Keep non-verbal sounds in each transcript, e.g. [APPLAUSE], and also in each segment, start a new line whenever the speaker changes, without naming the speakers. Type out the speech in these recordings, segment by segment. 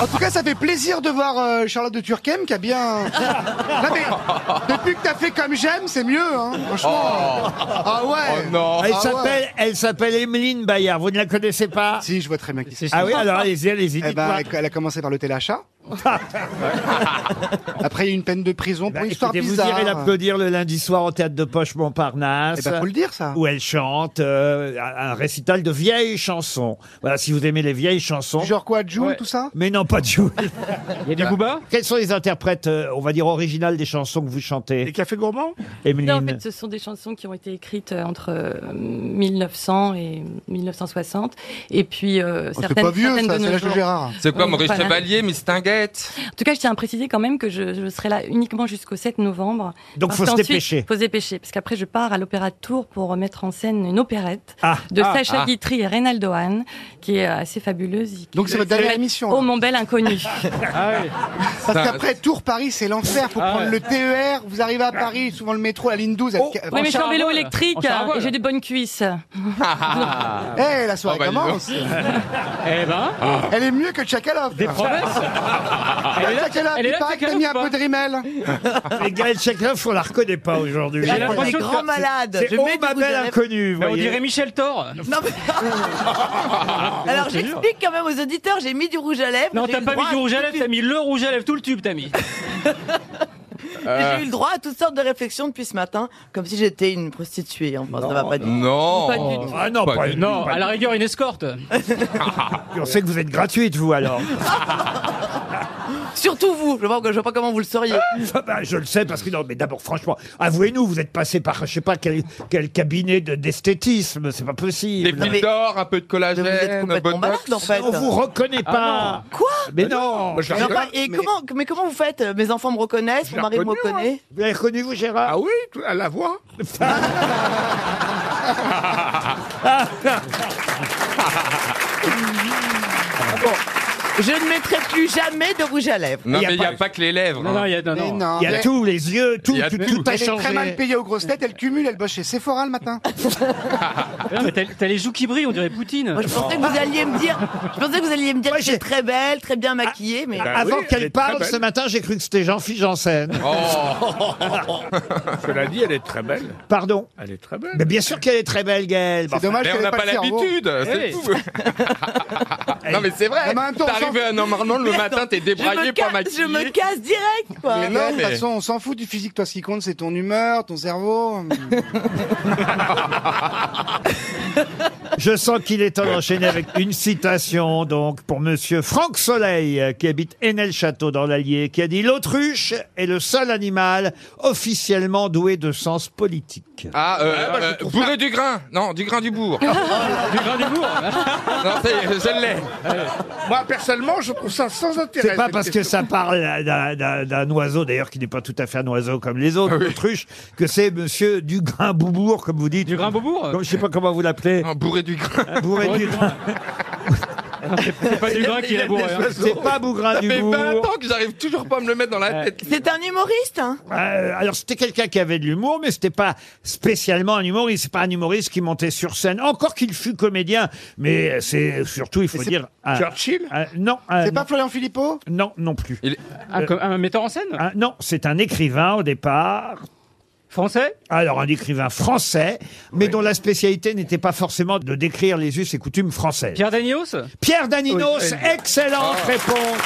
En tout cas, ça fait plaisir de voir euh, Charlotte de Turquem qui a bien. Non, mais depuis que t'as fait comme j'aime, c'est mieux, hein, franchement. Ah ouais.
Oh non.
Elle
Ah
s'appelle, elle s'appelle Emeline Bayard. Vous ne la connaissez pas
Si, je vois très bien qui c'est.
Ah oui, alors allez-y, allez-y.
Eh ben,
dites-moi.
elle a commencé par le téléachat.
Ah,
Après, il y a eu une peine de prison pour
Bah,
une histoire
écoutez, vous
bizarre.
irez l'applaudir le lundi soir au théâtre de Poche Montparnasse.
Eh ben, faut le dire, ça.
Où elle chante euh, un un récital de vieilles chansons. Voilà, si vous aimez les vieilles chansons.
Genre quoi, June, tout ça
Mais non, pas Jules.
Il y a du Booba
Quels sont les interprètes, euh, on va dire, originales des chansons que vous chantez,
cafés gourmands
Emeline
Non, en fait, ce sont des chansons qui ont été écrites euh, entre euh, 1900 et 1960. Et puis, euh,
Oh, C'est
certaines,
pas vieux,
certaines de
ça, c'est
nos
l'âge de
jours.
Gérard.
C'est quoi,
Oui,
Maurice
voilà.
Chevalier, Miss Tinguette
En tout cas, je tiens à préciser quand même que je, je serai là uniquement jusqu'au 7 novembre.
Donc,
Parce
faut se
qu'ensuite,
dépêcher.
Faut se dépêcher, parce qu'après, je pars à l'Opéra de Tours pour mettre en scène une opérette
Ah,
de
ah,
Sacha
ah.
Guitry et Reynaldo Hahn, qui est euh, assez fabuleuse.
Donc, c'est votre dernière
s'appelle
émission,
Oh
là.
mon bel
[LAUGHS]
inconnu.
Ah
Parce qu'après, Tours, Paris, c'est l'enfer. Faut prendre le TER. Vous arrivez à Paris, souvent le métro, la ligne 12. elle- Eh,
Oh, oui, mais je suis en vélo électrique
En char à voile.
et j'ai des
[LAUGHS]
bonnes cuisses.
la soirée
Oh, bah, dis donc.
commence.
[LAUGHS]
Eh ben,
Elle est mieux que Tchakalov.
promesses Elle est
[LAUGHS]
là,
Tchakalov,
elle est
il
là,
paraît que t'as mis un peu de rimel.
mais Gaël Tchekov, on la reconnaît pas aujourd'hui.
Elle a-
On est
l'impression que
grand
c'est-
malade.
C'est
Je
Oh
mets du
ma
goût
belle
de rêve.
inconnue, vous
Mais On
voyez.
dirait Michel Thor [LAUGHS]
Non, [LAUGHS]
Ah,
mais- Alors j'explique quand même aux auditeurs, j'ai mis du rouge à lèvres.
Non,
j'ai eu
t'as
le
pas mis
droit
du rouge à lèvres,
toute
t'as mis le rouge à lèvres, tout le tube t'as
[LAUGHS]
mis.
une-
Euh.
J'ai eu
[LAUGHS]
le droit à toutes sortes de réflexions depuis ce matin, comme si j'étais une prostituée. hein. Enfin, ça va pas du tout.
Pas du tout.
Non
Ah
Oh,
non,
Pas
pas,
du tout.
non,
Non, à la rigueur, une escorte.
Ah, on sait que vous êtes gratuite, vous, alors.
[LAUGHS] Surtout vous. Je vois, je vois pas comment vous le sauriez.
Ah bah, je le sais parce que non, mais d'abord, franchement, avouez-nous, vous êtes passé par, je sais pas quel, quel cabinet de- d'esthétisme, c'est pas
Des
possible.
piles d'or, un peu de
Vous êtes
collagène,
complètement
bonne boxe.
malade en fait.
On vous reconnaît pas.
Quoi
Ah, mais non.
Bah Moi, je la
Mais,
regarde.
enfin, et comment, mais comment vous faites Mes enfants me reconnaissent, mon mari me reconnaît.
Vous l'avez reconnu, vous, Gérard
Ah oui, à la
[LAUGHS]
voix
Je ne mettrai plus jamais de rouge à lèvres.
Non,
Il y a
mais il n'y a
pas-
pas que les lèvres.
Non,
hein.
non, il y a, non,
Mais
non.
non.
Il y a
mais-
tout, les yeux, tout,
Il y a
tout,
tout.
tout a
Elle est très mal
changé.
payée aux grosses têtes, elle cumule, elle bosse chez Sephora le matin.
Non, mais t'as t'as les joues qui brillent, on dirait Poutine.
Moi, [LAUGHS] je pensais que vous alliez me dire, je pensais que vous alliez me dire
Moi,
que
j'ai- bah
j'étais très belle, très bien maquillée, mais
Ah,
Avant
oui, elle
qu'elle
est très
parle,
belle.
ce matin, j'ai cru que c'était Jean-Philippe Janssen.
Oh,
[LAUGHS] Cela dit, elle est très belle.
Pardon.
Elle est très belle.
Mais bien sûr qu'elle est très belle, Gaëlle.
C'est dommage
mais on
qu'elle ait
n'a
pas
pas
le cerveau.
l'habitude, c'est
Eh
tout. non, mais c'est
Non,
vrai.
Ah, mais Eh ben, en même temps, on
T'es arrivé à Normandie le
Mais
matin,
attends,
t'es
je me
débraillé, pas
casse, je
maquillé.
me casse direct, quoi.
Mais
non,
non, de toute
mais-
façon, on s'en fout du physique. Toi, ce qui compte, c'est ton humeur, ton cerveau.
Je sens qu'il est temps d'enchaîner avec une citation, donc, pour monsieur Franck Soleil, euh, qui habite Enel-Château dans l'Allier, qui a dit L'autruche est le seul animal officiellement doué de sens politique.
Ah, euh, euh, bourré du grain. Non, du grain du bourg.
Du grand dégoût.
non, c'est- je l'ai.
Moi, personnellement, je trouve ça sans intérêt.
C'est pas
cette
parce que
question.
ça parle d'un- d'un d'un oiseau, d'ailleurs, qui n'est pas tout à fait un oiseau comme les
Ah
autres, l'autruche, que c'est monsieur Dugrin Boubourg, comme vous dites.
Du grand bobourg
Comme- Je sais pas comment vous l'appelez.
Non, bourré du grain.
Bourré
Bourré
du-
du grain. C'est pas du grain qui est bourré. hein.
C'est pas Bougrain
Ça fait 20
Dubourg.
ans que j'arrive toujours pas à me le mettre dans la tête.
C'est un humoriste, hein
Euh, alors c'était quelqu'un qui avait de l'humour, mais c'était pas spécialement un humoriste. C'est pas un humoriste qui montait sur scène. Encore qu'il fût comédien, mais c'est surtout, il faut dire, un-
Churchill
un- non, un-
C'est pas Florian Philippot
non, non plus. Euh,
Un, com- un metteur en scène
Un- non, c'est un écrivain au départ.
Français
Alors, un écrivain français, mais dont la spécialité n'était pas forcément de décrire les us et coutumes françaises. Pierre,
Pierre Danios
Daninos,
Oui, oui.
excellente
Ah.
réponse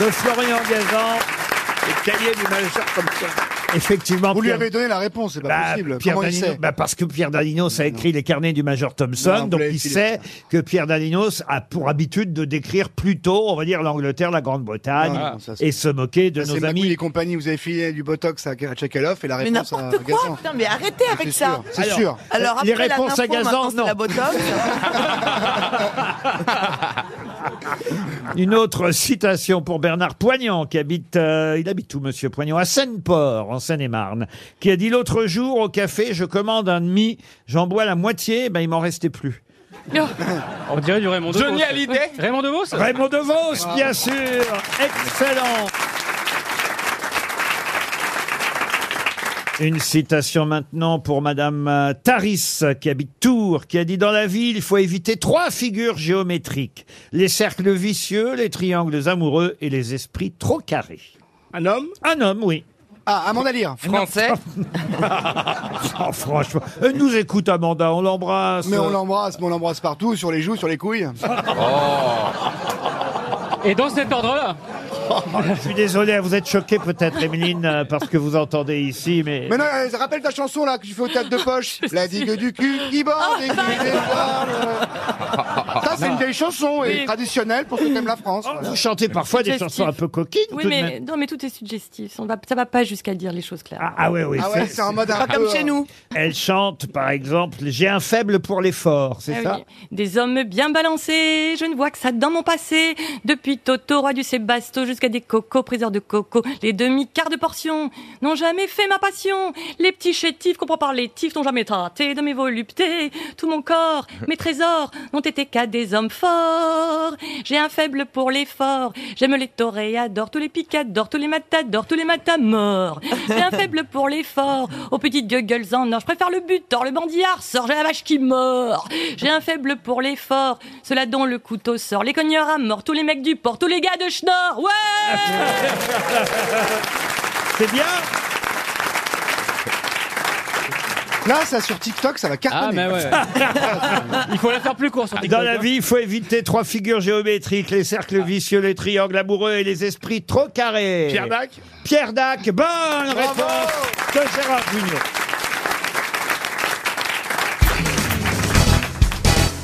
de Florian Gazan.
Les cahiers du majeur comme ça.
Effectivement,
Vous lui
Pierre-
avez donné la réponse, c'est pas
bah,
possible.
Pierre
Comment il
Daninos-
sait
bah, parce que Pierre Daninos a écrit les carnets du Major Thompson,
Non, vous
donc
l'avez
il
filé.
sait que Pierre Daninos a pour habitude de décrire plutôt, on va dire, l'Angleterre, la Grande-Bretagne,
Non, non, Ah, ça, c'est-
et se moquer de
Ça, Bah, C'est
nos
Magouille
amis.
et compagnie, vous avez filé du Botox à Tchakalov et la
Mais
réponse à
n'importe quoi,
Gazan.
Oh, putain, mais arrêtez
C'est
avec ça
sûr, C'est
Alors-
sûr.
Alors après
Les
la
réponses à
nympho,
Gazan,
maintenant, c'est
non.
la botox.
Une autre citation pour Bernard Poignant, qui habite, euh, il habite où, monsieur Poignant À Seine-Port, en Seine-et-Marne, qui a dit l'autre jour au café, je commande un demi, j'en bois la moitié, ben il m'en restait plus. [LAUGHS]
On dirait du Raymond DeVos.
Johnny Hallyday
Raymond DeVos
Raymond
Ah.
DeVos, bien sûr, excellent. Une citation maintenant pour Madame euh, Taris, qui habite Tours, qui a dit Dans la vie, il faut éviter trois figures géométriques les cercles vicieux, les triangles amoureux et les esprits trop carrés.
Un homme
Un homme, oui.
Ah, Amanda Lear.
Français
[LAUGHS] Oh, franchement, elle nous écoute, Amanda, on l'embrasse.
Mais on l'embrasse, mais on l'embrasse partout, sur les joues, sur les couilles.
Et dans cet ordre-là
Oh, Je suis désolé, vous êtes choqué peut-être, Emeline, euh, parce que vous entendez ici, mais.
Mais non, euh, rappelle ta chanson là que tu fais au théâtre de
[LAUGHS]
poche. La digue du cul qui
Ah,
bande et qui déborde. Ça, c'est une vieille chanson et
Oui.
traditionnelle pour ceux qui aiment la France. voilà.
Oh, Vous chantez parfois des
Suggestif.
chansons un peu coquines.
Oui,
tout de
mais,
même.
non, mais tout est suggestif. On va, ça va pas jusqu'à dire les choses claires.
Ah, ah ouais, oui,
Ah ouais, c'est en mode un
Pas comme
peu,
chez
euh,
nous.
Elle chante, par exemple, J'ai un faible pour l'effort, c'est
Ah
ça
oui. Des hommes bien balancés, je ne vois que ça dans mon passé. Depuis Toto, roi du Sébasto, jusqu'à des cocos, priseurs de coco, les demi-quarts de portion n'ont jamais fait ma passion. Les petits chétifs qu'on prend par les tifs n'ont jamais tenté de mes voluptés. Tout mon corps, mes trésors, n'ont été qu'à des hommes forts. J'ai un faible pour l'effort. J'aime les toréadors, tous les picadors, tous les matadors, tous les matamors.
[LAUGHS]
J'ai un faible pour l'effort. Aux petites gueules en or, je préfère le butor, le bandillard sort, j'ai la vache qui mord. J'ai un faible pour l'effort. Cela dont le couteau sort, les cogneurs à mort, tous les mecs du port, tous les gars de Schnorr. Ouais!
C'est bien
Là, ça sur TikTok, ça va
Ah,
cartonner.
mais ouais. Il faut la faire plus courte sur TikTok. hein.
Dans la vie, il faut éviter trois figures géométriques, les cercles vicieux, les triangles amoureux et les esprits trop carrés.
Pierre Dac
Pierre Dac, bonne réponse de Gérard Junior.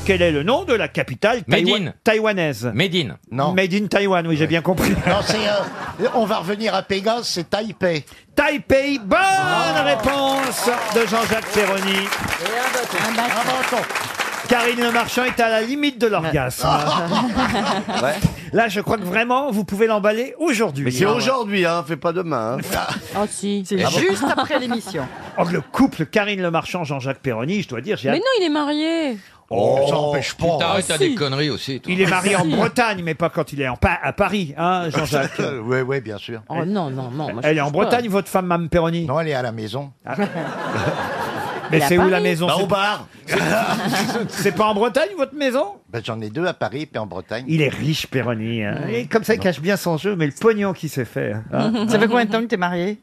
Quel est le nom de la capitale
Made
taïwa-
in.
taïwanaise
Médine.
Non.
Made in Taïwan, oui, j'ai bien compris.
[LAUGHS] Non, c'est. euh, on va revenir à Pégase, c'est Taipei.
Taipei, bonne réponse de Jean-Jacques Ferroni.
Un bâton.
Karine Le Marchand est à la limite de l'orgasme.
[LAUGHS]
Là, je crois que vraiment, vous pouvez l'emballer aujourd'hui.
Mais c'est
Ah ouais.
aujourd'hui, hein, fais pas demain. hein.
oh,
Ah si.
C'est juste après [LAUGHS] l'émission.
Oh, le couple Karine Le Marchand, Jean-Jacques Perroni, je dois dire, j'ai
Mais
hâte-
non, il est marié.
Oh, ça n'empêche pas.
Ah,
T'arrêtes, t'as des conneries aussi. toi.
Il est marié en Bretagne, mais pas quand il est en Pa- à Paris, hein,
[LAUGHS]
Jean-Jacques.
Oui, oui, Euh, bien sûr.
Oh non, non, non.
Elle est en Bretagne, votre femme, Mme Perroni. Ah.
Non, elle est à la maison.
mais
elle est à
c'est où la
Paris.
maison
Bah,
C'est-
au bar.
[LAUGHS] C'est pas en Bretagne, votre maison
Bah, J'en ai deux à Paris puis en Bretagne.
Il est riche, Perroni. hein. Et comme ça, il cache bien son jeu, mais le pognon qui s'est fait. hein.
Ah. Ça fait combien de temps que t'es marié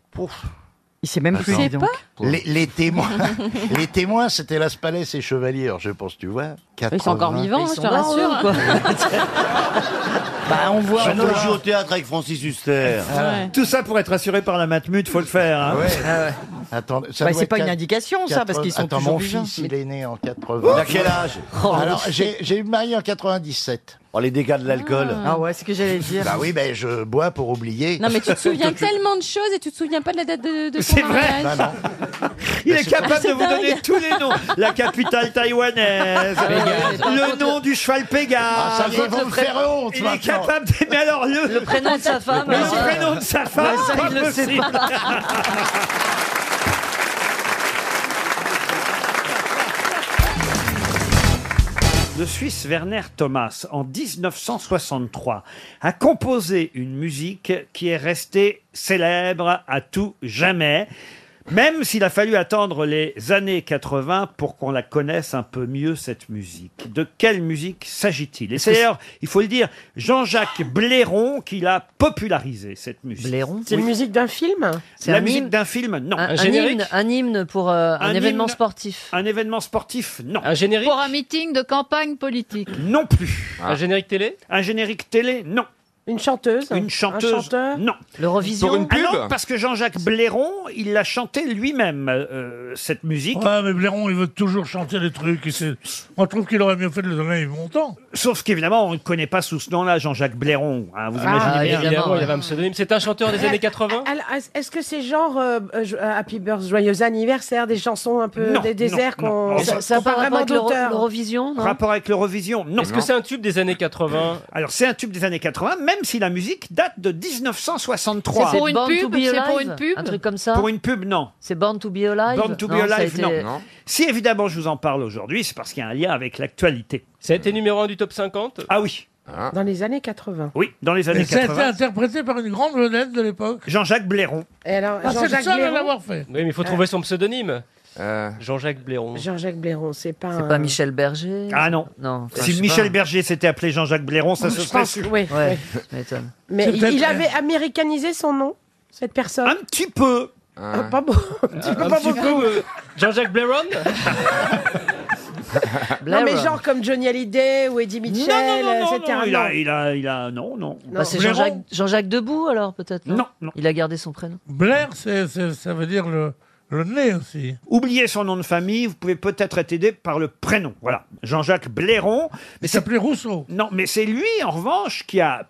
Il sait même plus.
Je sais
dis donc.
pas.
Les, les témoins, [LAUGHS] les témoins, c'était Las Palais et Chevalier. Alors, je pense, tu vois. 80.
vivants, je te rassure.
hein. Bah, on voit.
Maintenant, je joue au théâtre avec
[LAUGHS]
Francis Huster.
Ah,
Ah. Tout ça pour être assuré par la matmut, faut le faire. hein.
Ouais.
[LAUGHS]
Attends, ça
Bah,
doit
c'est
être
pas une
quatre-
indication, ça, parce qu'ils sont
Attends,
toujours
mon
vivants.
fils, il est né en
Il
80.
a quel âge
Alors, j'ai j'ai eu marié en 97.
Oh, les dégâts de l'alcool.
Ah ouais, c'est ce que j'allais dire.
Bah oui, ben je bois pour oublier.
Non, mais
[LAUGHS]
tu te
[LAUGHS]
souviens tellement de choses et tu te souviens pas de la date de, de
C'est
ton
vrai.
mariage.
Bah non.
Il est capable de
c'est
vous
dingue.
donner tous les noms. La capitale taïwanaise, le nom du cheval Pégase.
Ah, ça va vous faire honte
il est
maintenant.
capable. de- Mais alors le, le
prénom de sa femme. hein.
prénom de sa femme,
ça,
pas
il le sait
possible. Le Suisse Werner Thomas, en 1963, a composé une musique qui est restée célèbre à tout jamais, même s'il a fallu attendre les années 80 pour qu'on la connaisse un peu mieux, cette musique. De quelle musique s'agit-il Et c'est d'ailleurs, il faut le dire, Jean-Jacques Blairon qui l'a popularisée, cette musique.
Blairon.
C'est une musique d'un film
C'est
La
un
musique
hymne.
d'un film Non.
Un
Un, un
générique
hymne, un hymne pour euh, un,
Un
événement
hymne.
sportif.
Un événement sportif Non.
Un générique
Pour un meeting de campagne politique.
Non plus.
Un générique télé
Un générique télé Non.
Une chanteuse
Une
Un
chanteuse
chanteur
Non.
L'Eurovision.
Pour une
Ah
pub
non, parce que Jean-Jacques Blairon, il l'a chanté lui-même, euh, cette musique.
Ouais, mais Blairon, il veut toujours chanter des trucs. et c'est- On trouve qu'il aurait mieux fait de le donner longtemps.
Sauf qu'évidemment, on ne connaît pas sous ce nom-là Jean-Jacques Blairon. hein, vous imaginez
Ah,
bien.
Évidemment,
évidemment,
il avait un pseudonyme. C'est un chanteur
Ah,
des années 80
Alors, est-ce- est-ce que c'est genre euh, euh, jo- euh, Happy Birthday, Joyeux anniversaire, des chansons un peu
Non,
des déserts
non, non.
qu'on.
Et
Ça, ça a pas
parle
rapport
vraiment
avec l'Euro-
d'auteur.
l'Eurovision, non
Rapport avec l'Eurovision Non. Euh,
Est-ce que c'est un tube des années 80
Alors, c'est un tube des années 80, même si la musique date de 1963.
C'est
pour une
Born to
pub,
be
c'est pour
Alive,
une pub.
Un truc comme ça
Pour une pub, non.
C'est Born to be Alive
Born to be
ça a
Alive,
été-
non.
Non.
Si évidemment je vous en parle aujourd'hui, c'est parce qu'il y a un lien avec l'actualité.
Ça a été numéro 1 du top 50
Ah oui.
Dans les années 80.
Oui, dans les années
Ça a été
80.
interprété par une grande vedette de l'époque.
Jean-Jacques Blairon.
Et alors,
Ah, c'est le
Jean-Jacques
seul à
Blairon-
l'avoir fait.
Oui, mais il faut
Euh.
trouver son pseudonyme. Euh. Jean-Jacques Blairon.
Jean-Jacques Blairon, c'est pas.
C'est
un-
pas
Michel
Berger.
Ah non.
Non.
Si
Enfin,
Michel
je sais pas.
Berger s'était appelé Jean-Jacques Blairon, ça
Je
se serait
pense,
su.
oui, Ouais, Mais
C'est
il,
peut-être-
il avait américanisé son nom, cette personne. Un
petit peu.
pas beau. Un petit peu, pas beaucoup.
Jean-Jacques Blairon
Non, mais genre comme Johnny Hallyday ou Eddie Mitchell,
euh,
euh, etc.
Non, il
Non.
a, il a, il a, non, non.
Bah, c'est
Blairon.
Jean-Jacques Jean-Jacques Debout alors peut-être non, Il a gardé son prénom.
Blair, c'est- c'est- ça veut dire le, le nez aussi.
Oubliez son nom de famille, vous pouvez peut-être être aidé par le prénom. Voilà, Jean-Jacques Blairon. Mais s'appelait
Rousseau.
Non, mais c'est lui, en revanche, qui a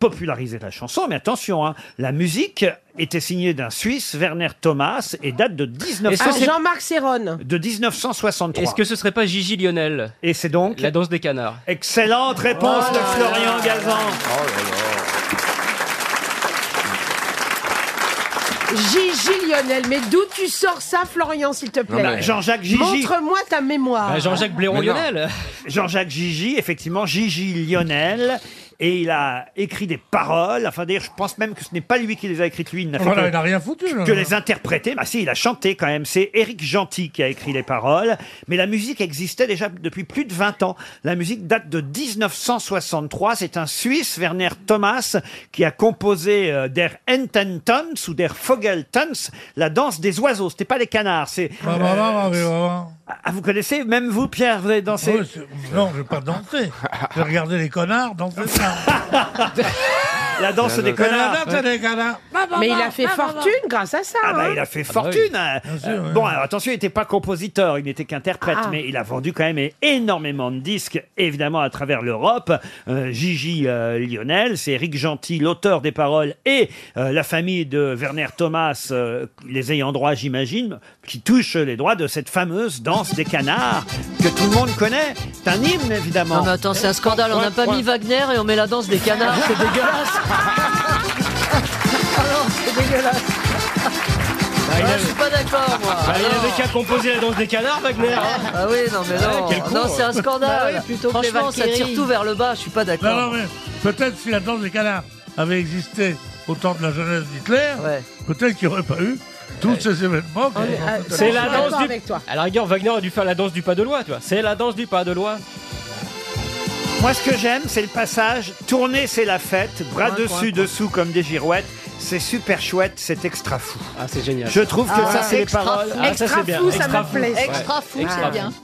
popularisé la chanson. Mais attention, hein, la musique était signée d'un Suisse, Werner Thomas, et date de 1900
Ah, Jean-Marc Céron.
de 1963.
Est-ce que ce serait pas Gigi Lionel
Et c'est donc
La danse des canards.
Excellente réponse de Florian Gazan.
Gigi Lionel, mais d'où tu sors ça, Florian, s'il te plaît
mais Jean-Jacques Gigi. Bah,
Montre-moi ta mémoire.
Ah. Mais non. Jean-Jacques Gigi, effectivement, Gigi Lionel. Et il a écrit des paroles. Enfin, d'ailleurs, je pense même que ce n'est pas lui qui les a écrites. Lui, il n'a fait
Voilà,
que-
il n'a rien foutu, Oh là.
Que les interpréter. Bah, si, il a chanté quand même. C'est Éric Gentil qui a écrit les paroles. Mais la musique existait déjà depuis plus de 20 ans. La musique date de 1963. C'est un Suisse, Werner Thomas, qui a composé euh, Der Ententanz ou Der Vogeltanz, la danse des oiseaux. C'était pas les canards. C'est.
Bah, bah, bah, bah, bah,
Ah, vous connaissez, même vous, Pierre, vous avez dansé
Ouais, c'est- Non, je vais pas danser. Je vais regarder les connards danser
[LAUGHS]
ça.
La danse des connards.
La danse des connards.
Bah,
Mais il a fait fortune grâce à ça.
Ah bah,
hein.
il a fait fortune. hein. Euh, Bon, alors attention, il n'était pas compositeur, il n'était qu'interprète,
Ah.
mais il a vendu quand même énormément de disques, évidemment, à travers l'Europe. Euh, Gigi euh, Lionel, c'est Eric Gentil, l'auteur des paroles, et euh, la famille de Werner Thomas, euh, les ayant droit, j'imagine, qui touche les droits de cette fameuse danse des canards que tout le monde connaît. C'est un hymne, évidemment.
Non mais attends, c'est un scandale. Ah, On n'a pas mis Wagner et on met la danse des canards. C'est dégueulasse. Alors, c'est dégueulasse.
Bah, il
Ah,
avait-
Je suis pas d'accord, moi.
Bah, il
Ah,
avait qu'à composer la danse des canards, Wagner. hein.
Ah oui, non, mais non.
Ouais, quel con,
non, c'est
ouais.
un scandale.
Bah oui, plutôt que les
Franchement, ça tire
Valkyries.
tout vers le bas. Je suis pas d'accord.
Non, non, mais peut-être si la danse des canards avait existé au temps de la jeunesse d'Hitler, peut-être qu'il n'y aurait pas eu tous ces événements. qui
Euh,
sont
ah,
faits.
C'est la danse du. [LAUGHS] À la rigueur, Wagner a dû faire la danse du pas de loi, tu vois. C'est la danse du pas de loi.
Moi, ce que j'aime, c'est le passage tourner, c'est la fête, bras
Coin, coin,
dessus, dessous, comme des girouettes. C'est super chouette, c'est extra fou.
Ah, c'est génial.
Je trouve que
Ah,
ça, c'est les
extra
paroles.
fou. Ah, ça, c'est bien. Extra fou. Ouais. Extra fou.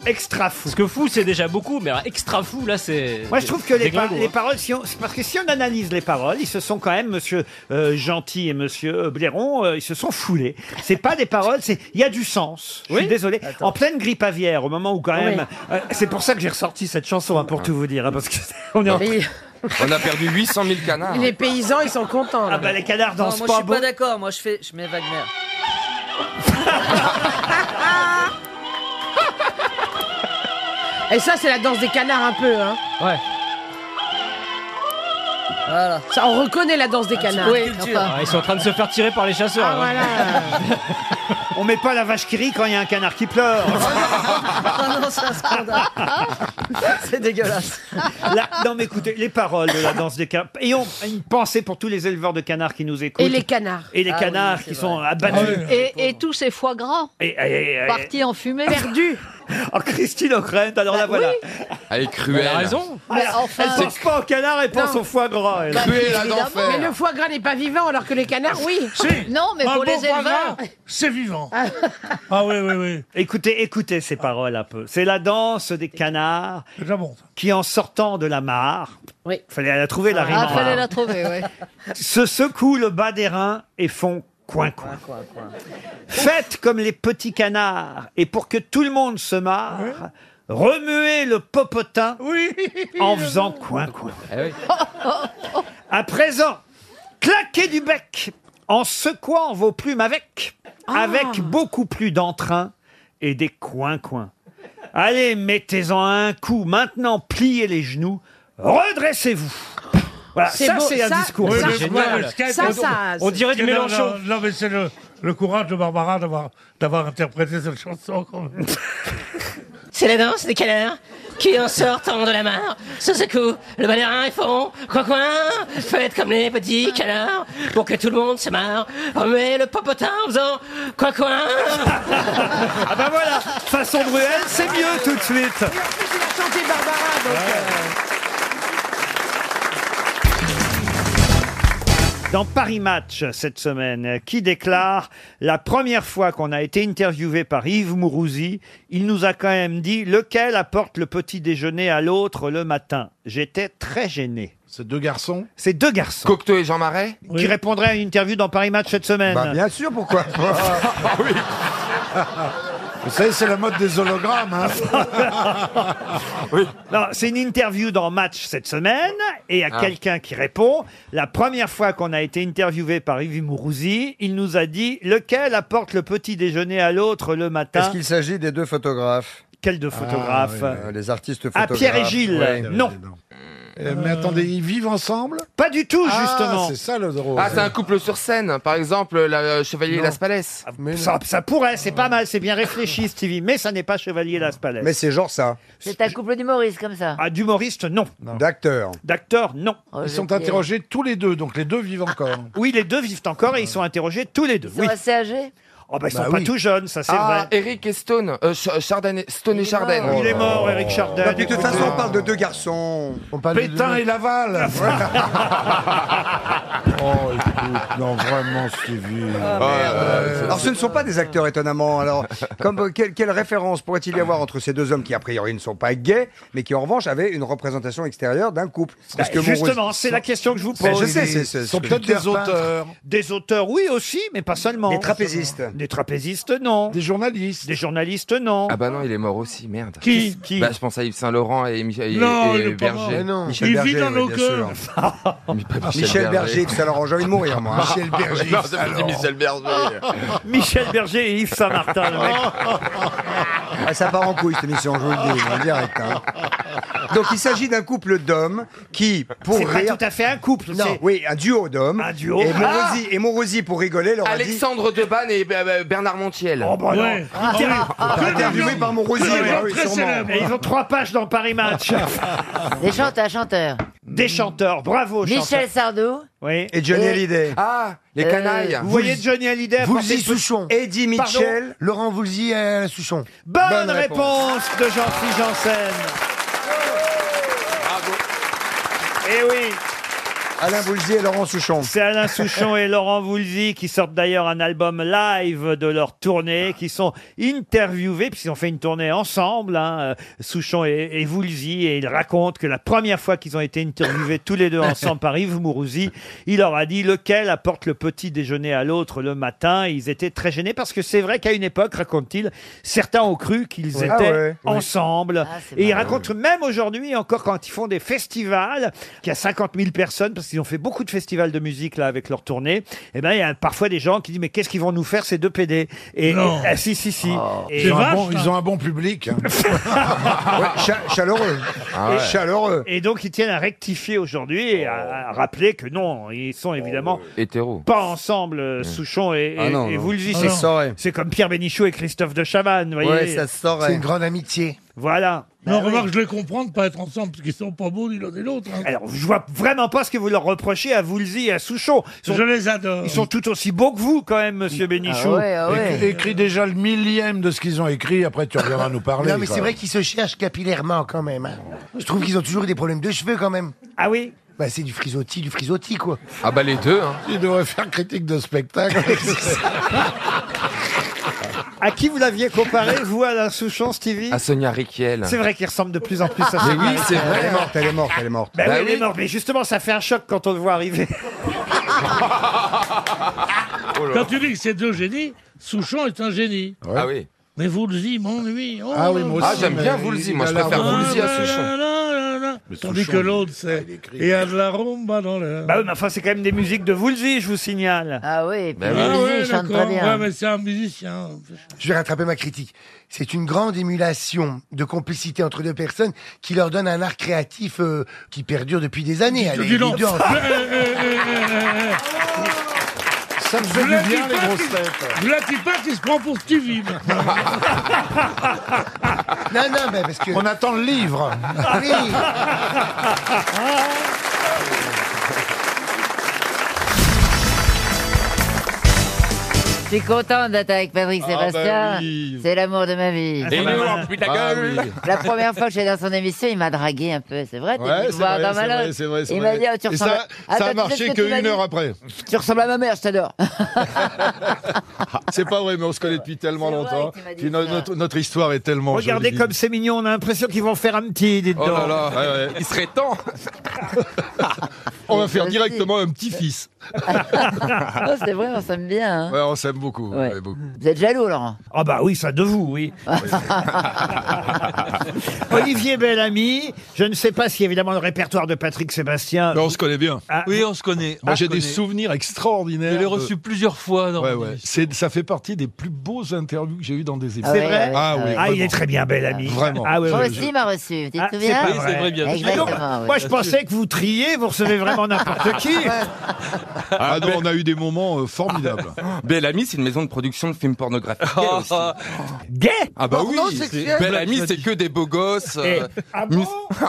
Extra fou.
Parce que fou, c'est déjà beaucoup, mais alors extra fou, là, c'est.
Moi, je trouve que les, par-
déglingo,
les
hein.
paroles, si on- c'est parce que si on analyse les paroles, ils se sont quand même, monsieur euh, Gentil et monsieur euh, Blairon, euh, ils se sont foulés. C'est pas des paroles, c'est il y a du sens. Je suis désolé. En pleine grippe aviaire, au moment où quand même. euh, c'est pour ça que j'ai ressorti cette chanson, hein,
Ah.
pour tout vous dire, hein, parce que [LAUGHS] on est en.
On a perdu 800 000 canards.
Les paysans, ils sont contents.
Ah bah les canards
Non,
dansent
moi, je
pas
suis pas
bon.
d'accord. Moi, je fais, je mets Wagner.
Et ça, c'est la danse des canards un peu. Hein.
Ouais.
Voilà.
Ça, on reconnaît la danse des canards.
Oui, enfin.
Ah, ils sont en train de se faire tirer par les chasseurs.
Ah,
hein. là. [LAUGHS]
On met pas la vache qui rit quand il y a un canard
[LAUGHS]
qui pleure.
Ah non, c'est un scandale. [LAUGHS] c'est dégueulasse.
La- non mais écoutez, les paroles de la danse des canards. Et on une pensée pour tous les éleveurs de canards qui nous écoutent.
Et les canards.
Et les
Ah oui,
canards
c'est
qui
vrai. Ah
sont abattus.
Et, et tous ces foie gras
Et, et- euh, et-
partis en fumée. [LAUGHS]
Perdu.
Oh, Christine O'Krent, alors
Bah
la voilà.
Elle est cruelle.
Elle a
raison.
Elle
enfin.
elle pense pas aux canards, elle pense
Non.
au foie gras.
Bah,
bah,
elle.
Mais le foie gras n'est pas vivant alors que les canards, oui.
Non, mais
Un
pour
bon
les
foie
éleveurs.
gras, C'est vivant.
Ah oui, oui, oui. Écoutez, écoutez ces paroles un peu. C'est la danse des canards qui, en sortant de la mare, fallait la trouver la rime.
Ah,
en
fallait
mare,
la trouver, ouais.
se secouent le bas des reins et font coin-coin. Faites comme les petits canards et pour que tout le monde se marre, remuez le popotin en faisant coin-coin. À présent, claquez du bec en secouant vos plumes avec, avec beaucoup plus d'entrain et des coins-coins. Allez, mettez-en un coup. Maintenant, pliez les genoux, redressez-vous. Voilà, ça,
beau,
c'est un discours.
Oui, mais ouais, mais ce qui est-
on- on dirait du
Non, non,
Mélenchon.
Non, mais c'est le, le courage de Barbara d'avoir, d'avoir interprété cette chanson. quand même.
C'est la danse des canards.
qui en sortant de la mare se secouent le ballerin et font coin coin, faites comme les petits canards pour que tout le monde se marre. Remets le popotin en faisant coin coin.
Ah ben voilà, façon Bruel, c'est mieux tout de suite.
chanté Barbara, donc.
Dans Paris Match cette semaine, qui déclare la première fois qu'on a été interviewé par Yves Mourouzi, il nous a quand même dit lequel apporte le petit déjeuner à l'autre le matin. J'étais très gêné. Ces deux garçons Ces deux garçons. Cocteau et Jean Marais Qui répondraient à une interview dans Paris Match cette semaine. bien sûr, pourquoi [LAUGHS] Ah Vous savez, c'est la mode des hologrammes.
hein.
[LAUGHS] Non, c'est une interview dans Match cette semaine et il y a
Ah.
quelqu'un qui répond. La première fois qu'on a été interviewé par Yves Mourouzi, il nous a dit lequel apporte le petit déjeuner à l'autre le matin.
Est-ce qu'il s'agit des deux photographes Ah, euh,
Quels deux photographes
Les artistes
Ah,
photographes.
Pierre et Gilles,
ouais.
non.
Euh,
mais attendez, ils vivent ensemble
Pas du tout,
Ah,
justement.
c'est ça, le Ah, c'est un couple sur scène, par exemple, la euh, Chevalier
Non.
Laspalès.
Ah, ça, ça pourrait, c'est
Ah.
pas mal, c'est bien réfléchi, Stevie, mais ça n'est pas Chevalier Laspalais. Mais
c'est genre ça.
[LAUGHS] C'est un couple d'humoristes comme ça.
Ah, d'humoriste, non.
D'acteurs.
D'acteurs, non.
Ils sont Pierre. interrogés
tous les deux, donc les deux vivent encore. Ah, Oui, les deux vivent encore et ils sont interrogés tous les deux.
Ils sont
Oui.
assez âgés.
Oh, bah, ils sont
Bah
pas
oui.
tout jeunes, ça c'est
ah,
vrai.
Eric et Stone, euh, Ch- Charden et- Stone et Oh. Charden.
Il est mort, Eric Chardin.
Bah, de toute façon, on parle de deux garçons.
Pétain et
Laval.
Oh, écoute, non, vraiment, Stevie.
Ah, Alors, ce ne sont pas des acteurs, étonnamment. Alors, comme, euh, quelle, quelle référence pourrait-il y avoir entre ces deux hommes qui, a priori, ne sont pas gays, mais qui, en revanche, avaient une représentation extérieure d'un couple
Bah,
mon-
justement, c'est la question que je vous pose.
Mais je sais, c'est- c'est- c'est- sculpteurs, peintres.
Des auteurs, oui aussi, mais pas seulement.
Des trapézistes.
Des trapézistes, non. Des journalistes. Des journalistes, non.
Ah bah non, il est mort aussi, merde.
Qui Qui
Bah je pense à Yves Saint-Laurent et, Michel et,
Non,
et
il est pas mort.
Berger.
Mais non. Michel Il vit Berger, dans oui, nos bien cœurs.
[LAUGHS]
Michel Berger, tout à l'heure, j'ai envie de mourir, moi. hein.
Michel Berger, Non, Ah, c'est pas dit Michel Berger.
[LAUGHS] Michel Berger et Yves Saint-Martin, le mec.
Ah, ça part en couille cette émission, je vous le dis, en direct. hein. Donc il s'agit d'un couple d'hommes qui, pour
C'est pas
rire-
tout à fait un couple,
Non,
c'est-
oui, un duo d'hommes. Un
duo.
Et
Ah
Morosi, et Morosi, pour rigoler, leur a dit...
Alexandre Debanne et euh, Bernard Montiel.
Oh bah non.
Ah
Inter-
interviewé par Morosi, bah oui, sûrement.
Et ils ont trois pages dans Paris Match.
Des chanteurs, chanteurs.
Ah. Des chanteurs, bravo.
Michel
chanteurs.
Sardou.
Oui.
Et Johnny Hallyday.
Ah, les
Euh,
canailles.
Vous voyez Johnny Hallyday
Voulzy
apporter ce-
Souchon. Eddie
Pardon
Mitchell. Laurent Voulzy
euh,
et Souchon.
Bonne, réponse. de Jean-Philippe Janssen. Eh oui.
Alain Voulzy et Laurent Souchon.
C'est Alain Souchon et Laurent Voulzy qui sortent d'ailleurs un album live de leur tournée, qui sont interviewés, puisqu'ils ont fait une tournée ensemble, hein, euh, Souchon et, et Voulzy, et ils racontent que la première fois qu'ils ont été interviewés tous les deux ensemble par Yves Mourouzi, il leur a dit lequel apporte le petit déjeuner à l'autre le matin. Ils étaient très gênés parce que c'est vrai qu'à une époque, raconte-t-il, certains ont cru qu'ils
Ouais.
étaient
Ah ouais. Oui.
ensemble.
Ah, c'est
et ils
marrant.
racontent même aujourd'hui, encore quand ils font des festivals, qu'il y a 50 000 personnes, parce qu'ils ont fait beaucoup de festivals de musique là avec leur tournée, et ben il y a parfois des gens qui disent mais qu'est-ce qu'ils vont nous faire ces deux PD Et
Non.
et- ah, si si si. Et-
Ils ont, un bon,
[LAUGHS]
ils ont un bon public. hein.
chaleureux.
Ah ouais.
Chaleureux.
Et donc ils tiennent à rectifier aujourd'hui et à, à rappeler que non, ils sont évidemment
Hétéro.
pas ensemble, euh, Souchon et,
Oh. Ah
et-
non,
et
non.
Woolsey.
Ah
C'est-
non. Ça saurait.
C'est comme Pierre Bénichou et Christophe de Chavannes, vous voyez.
C'est une grande amitié.
Voilà.
Non, remarque, je les comprends de pas être ensemble parce qu'ils sont pas beaux ni l'un ni l'autre. hein.
Alors, je vois vraiment pas ce que vous leur reprochez à Woolsey et à Souchon.
Je les adore.
Ils sont tout aussi beaux que vous, quand même, monsieur
Ah
Bénichou.
Écris, écris déjà le millième de ce qu'ils ont écrit, après tu reviendras nous parler.
Non, mais c'est vrai qu'ils se cherchent capillairement quand même. hein. Je trouve qu'ils ont toujours eu des problèmes de cheveux quand même.
Ah oui
Bah, c'est du frisottis, du frisottis, quoi.
Ah bah les deux, hein.
Ils devraient faire critique de spectacle.
À qui vous
[LAUGHS]
l'aviez comparé, vous, Alain Souchon, Stevie
À Sonia Riquiel.
C'est vrai qu'il ressemble de plus en plus à ça.
Mais oui, c'est vrai. Bah
Elle est morte, elle est morte, elle est morte.
Ben oui, elle est morte. Mais justement, ça fait un choc quand on le voit arriver.
Quand tu dis que c'est deux génies, Souchon est un génie.
Oh Ah oui.
Mais Woolsey m'ennuie. Oh
Ah oui,
là
moi
là.
aussi, Ah, j'aime mais bien Woolsey. il Moi, a je préfère l'air- Woolsey à
Ah là
Souchon.
là là là là.
Mais
Tandis
Souchon,
que
il-
Ah,
l'autre, c'est.
il écrit.
Il y a de la rumba dans l'air.
Bah oui, mais enfin, c'est quand même des musiques de Woolsey, je vous signale.
Ah
Ah oui,
ouais, d'accord. Ouais, mais c'est un musicien.
Je vais rattraper ma critique. C'est une grande émulation de complicité entre deux personnes qui leur donne un art créatif euh,
[LAUGHS]
qui perdure depuis des années. Allez,
Dis donc.
évidence.
Eh, eh, eh, eh, eh, eh.
Ça me fait
Vous la
du bien,
dis
les
pas
grosses
qu'il-
têtes.
Vous la dis pas qu'il se prend pour Stevie.
[LAUGHS]
maintenant.
Non, non, mais parce que. Ah
On attend le livre.
Oui.
Je suis contente d'être avec Patrick Ah, Sébastien. bah oui. C'est l'amour de ma
Ah,
vie.
Et nous, on pue de la
Ah,
gueule.
oui. [LAUGHS] La première fois que j'étais dans son émission, il m'a dragué un peu. C'est vrai, t'es
Ouais,
venu me
c'est
voir
vrai,
dans ma
c'est vrai,
loge.
c'est vrai, c'est
Il
vrai.
m'a dit, oh, tu
Et
ressembles
ça-
à-
ça a
Attends, tu sais
marché
ce
que
tu m'as
une
dit
heure après.
Tu ressembles à ma mère, je t'adore.
[LAUGHS]
[LAUGHS]
C'est pas vrai, mais on se connaît depuis tellement longtemps. hein. Puis no- notre, notre histoire est tellement
Regardez
jolie.
comme c'est mignon,
hein.
on a l'impression qu'ils vont faire un petit, dites
Oh là
donc.
là, il serait temps. on va faire directement
[LAUGHS]
un petit-fils.
Oh, c'est vrai, on s'aime bien. hein.
Ouais, on s'aime beaucoup. ouais, beaucoup.
Vous êtes jaloux, Laurent
Ah bah oui, ça de vous,
[LAUGHS]
oui. Olivier Bellamy, je ne sais pas si évidemment le répertoire de Patrick Sébastien.
Mais on se connaît bien.
oui,
on se connaît.
on
Ah, Moi,
se
j'ai des
connaît.
souvenirs extraordinaires.
Je l'ai reçu
plusieurs fois. Dans ouais, ouais. C'est- Ça fait partie des plus beaux interviews que j'ai eues dans des émissions.
C'est vrai
Ah oui.
Ah, il
vraiment.
est très bien, Bellamy.
Vraiment.
Ah, oui,
Moi
oui,
aussi, il m'a reçu. Tu te
Ah,
souviens
pas vrai.
Exactement. oui.
Moi, je pensais que vous triez, vous recevez vraiment n'importe
[LAUGHS]
qui.
Ah non, on a eu des moments euh, formidables.
[LAUGHS] Bellamy, c'est une maison de production de films pornographiques. [LAUGHS] gays aussi.
Gay
Ah bah
Porno
oui
sexuel.
Bellamy, c'est que des beaux gosses.
Eh,
ah bon [LAUGHS]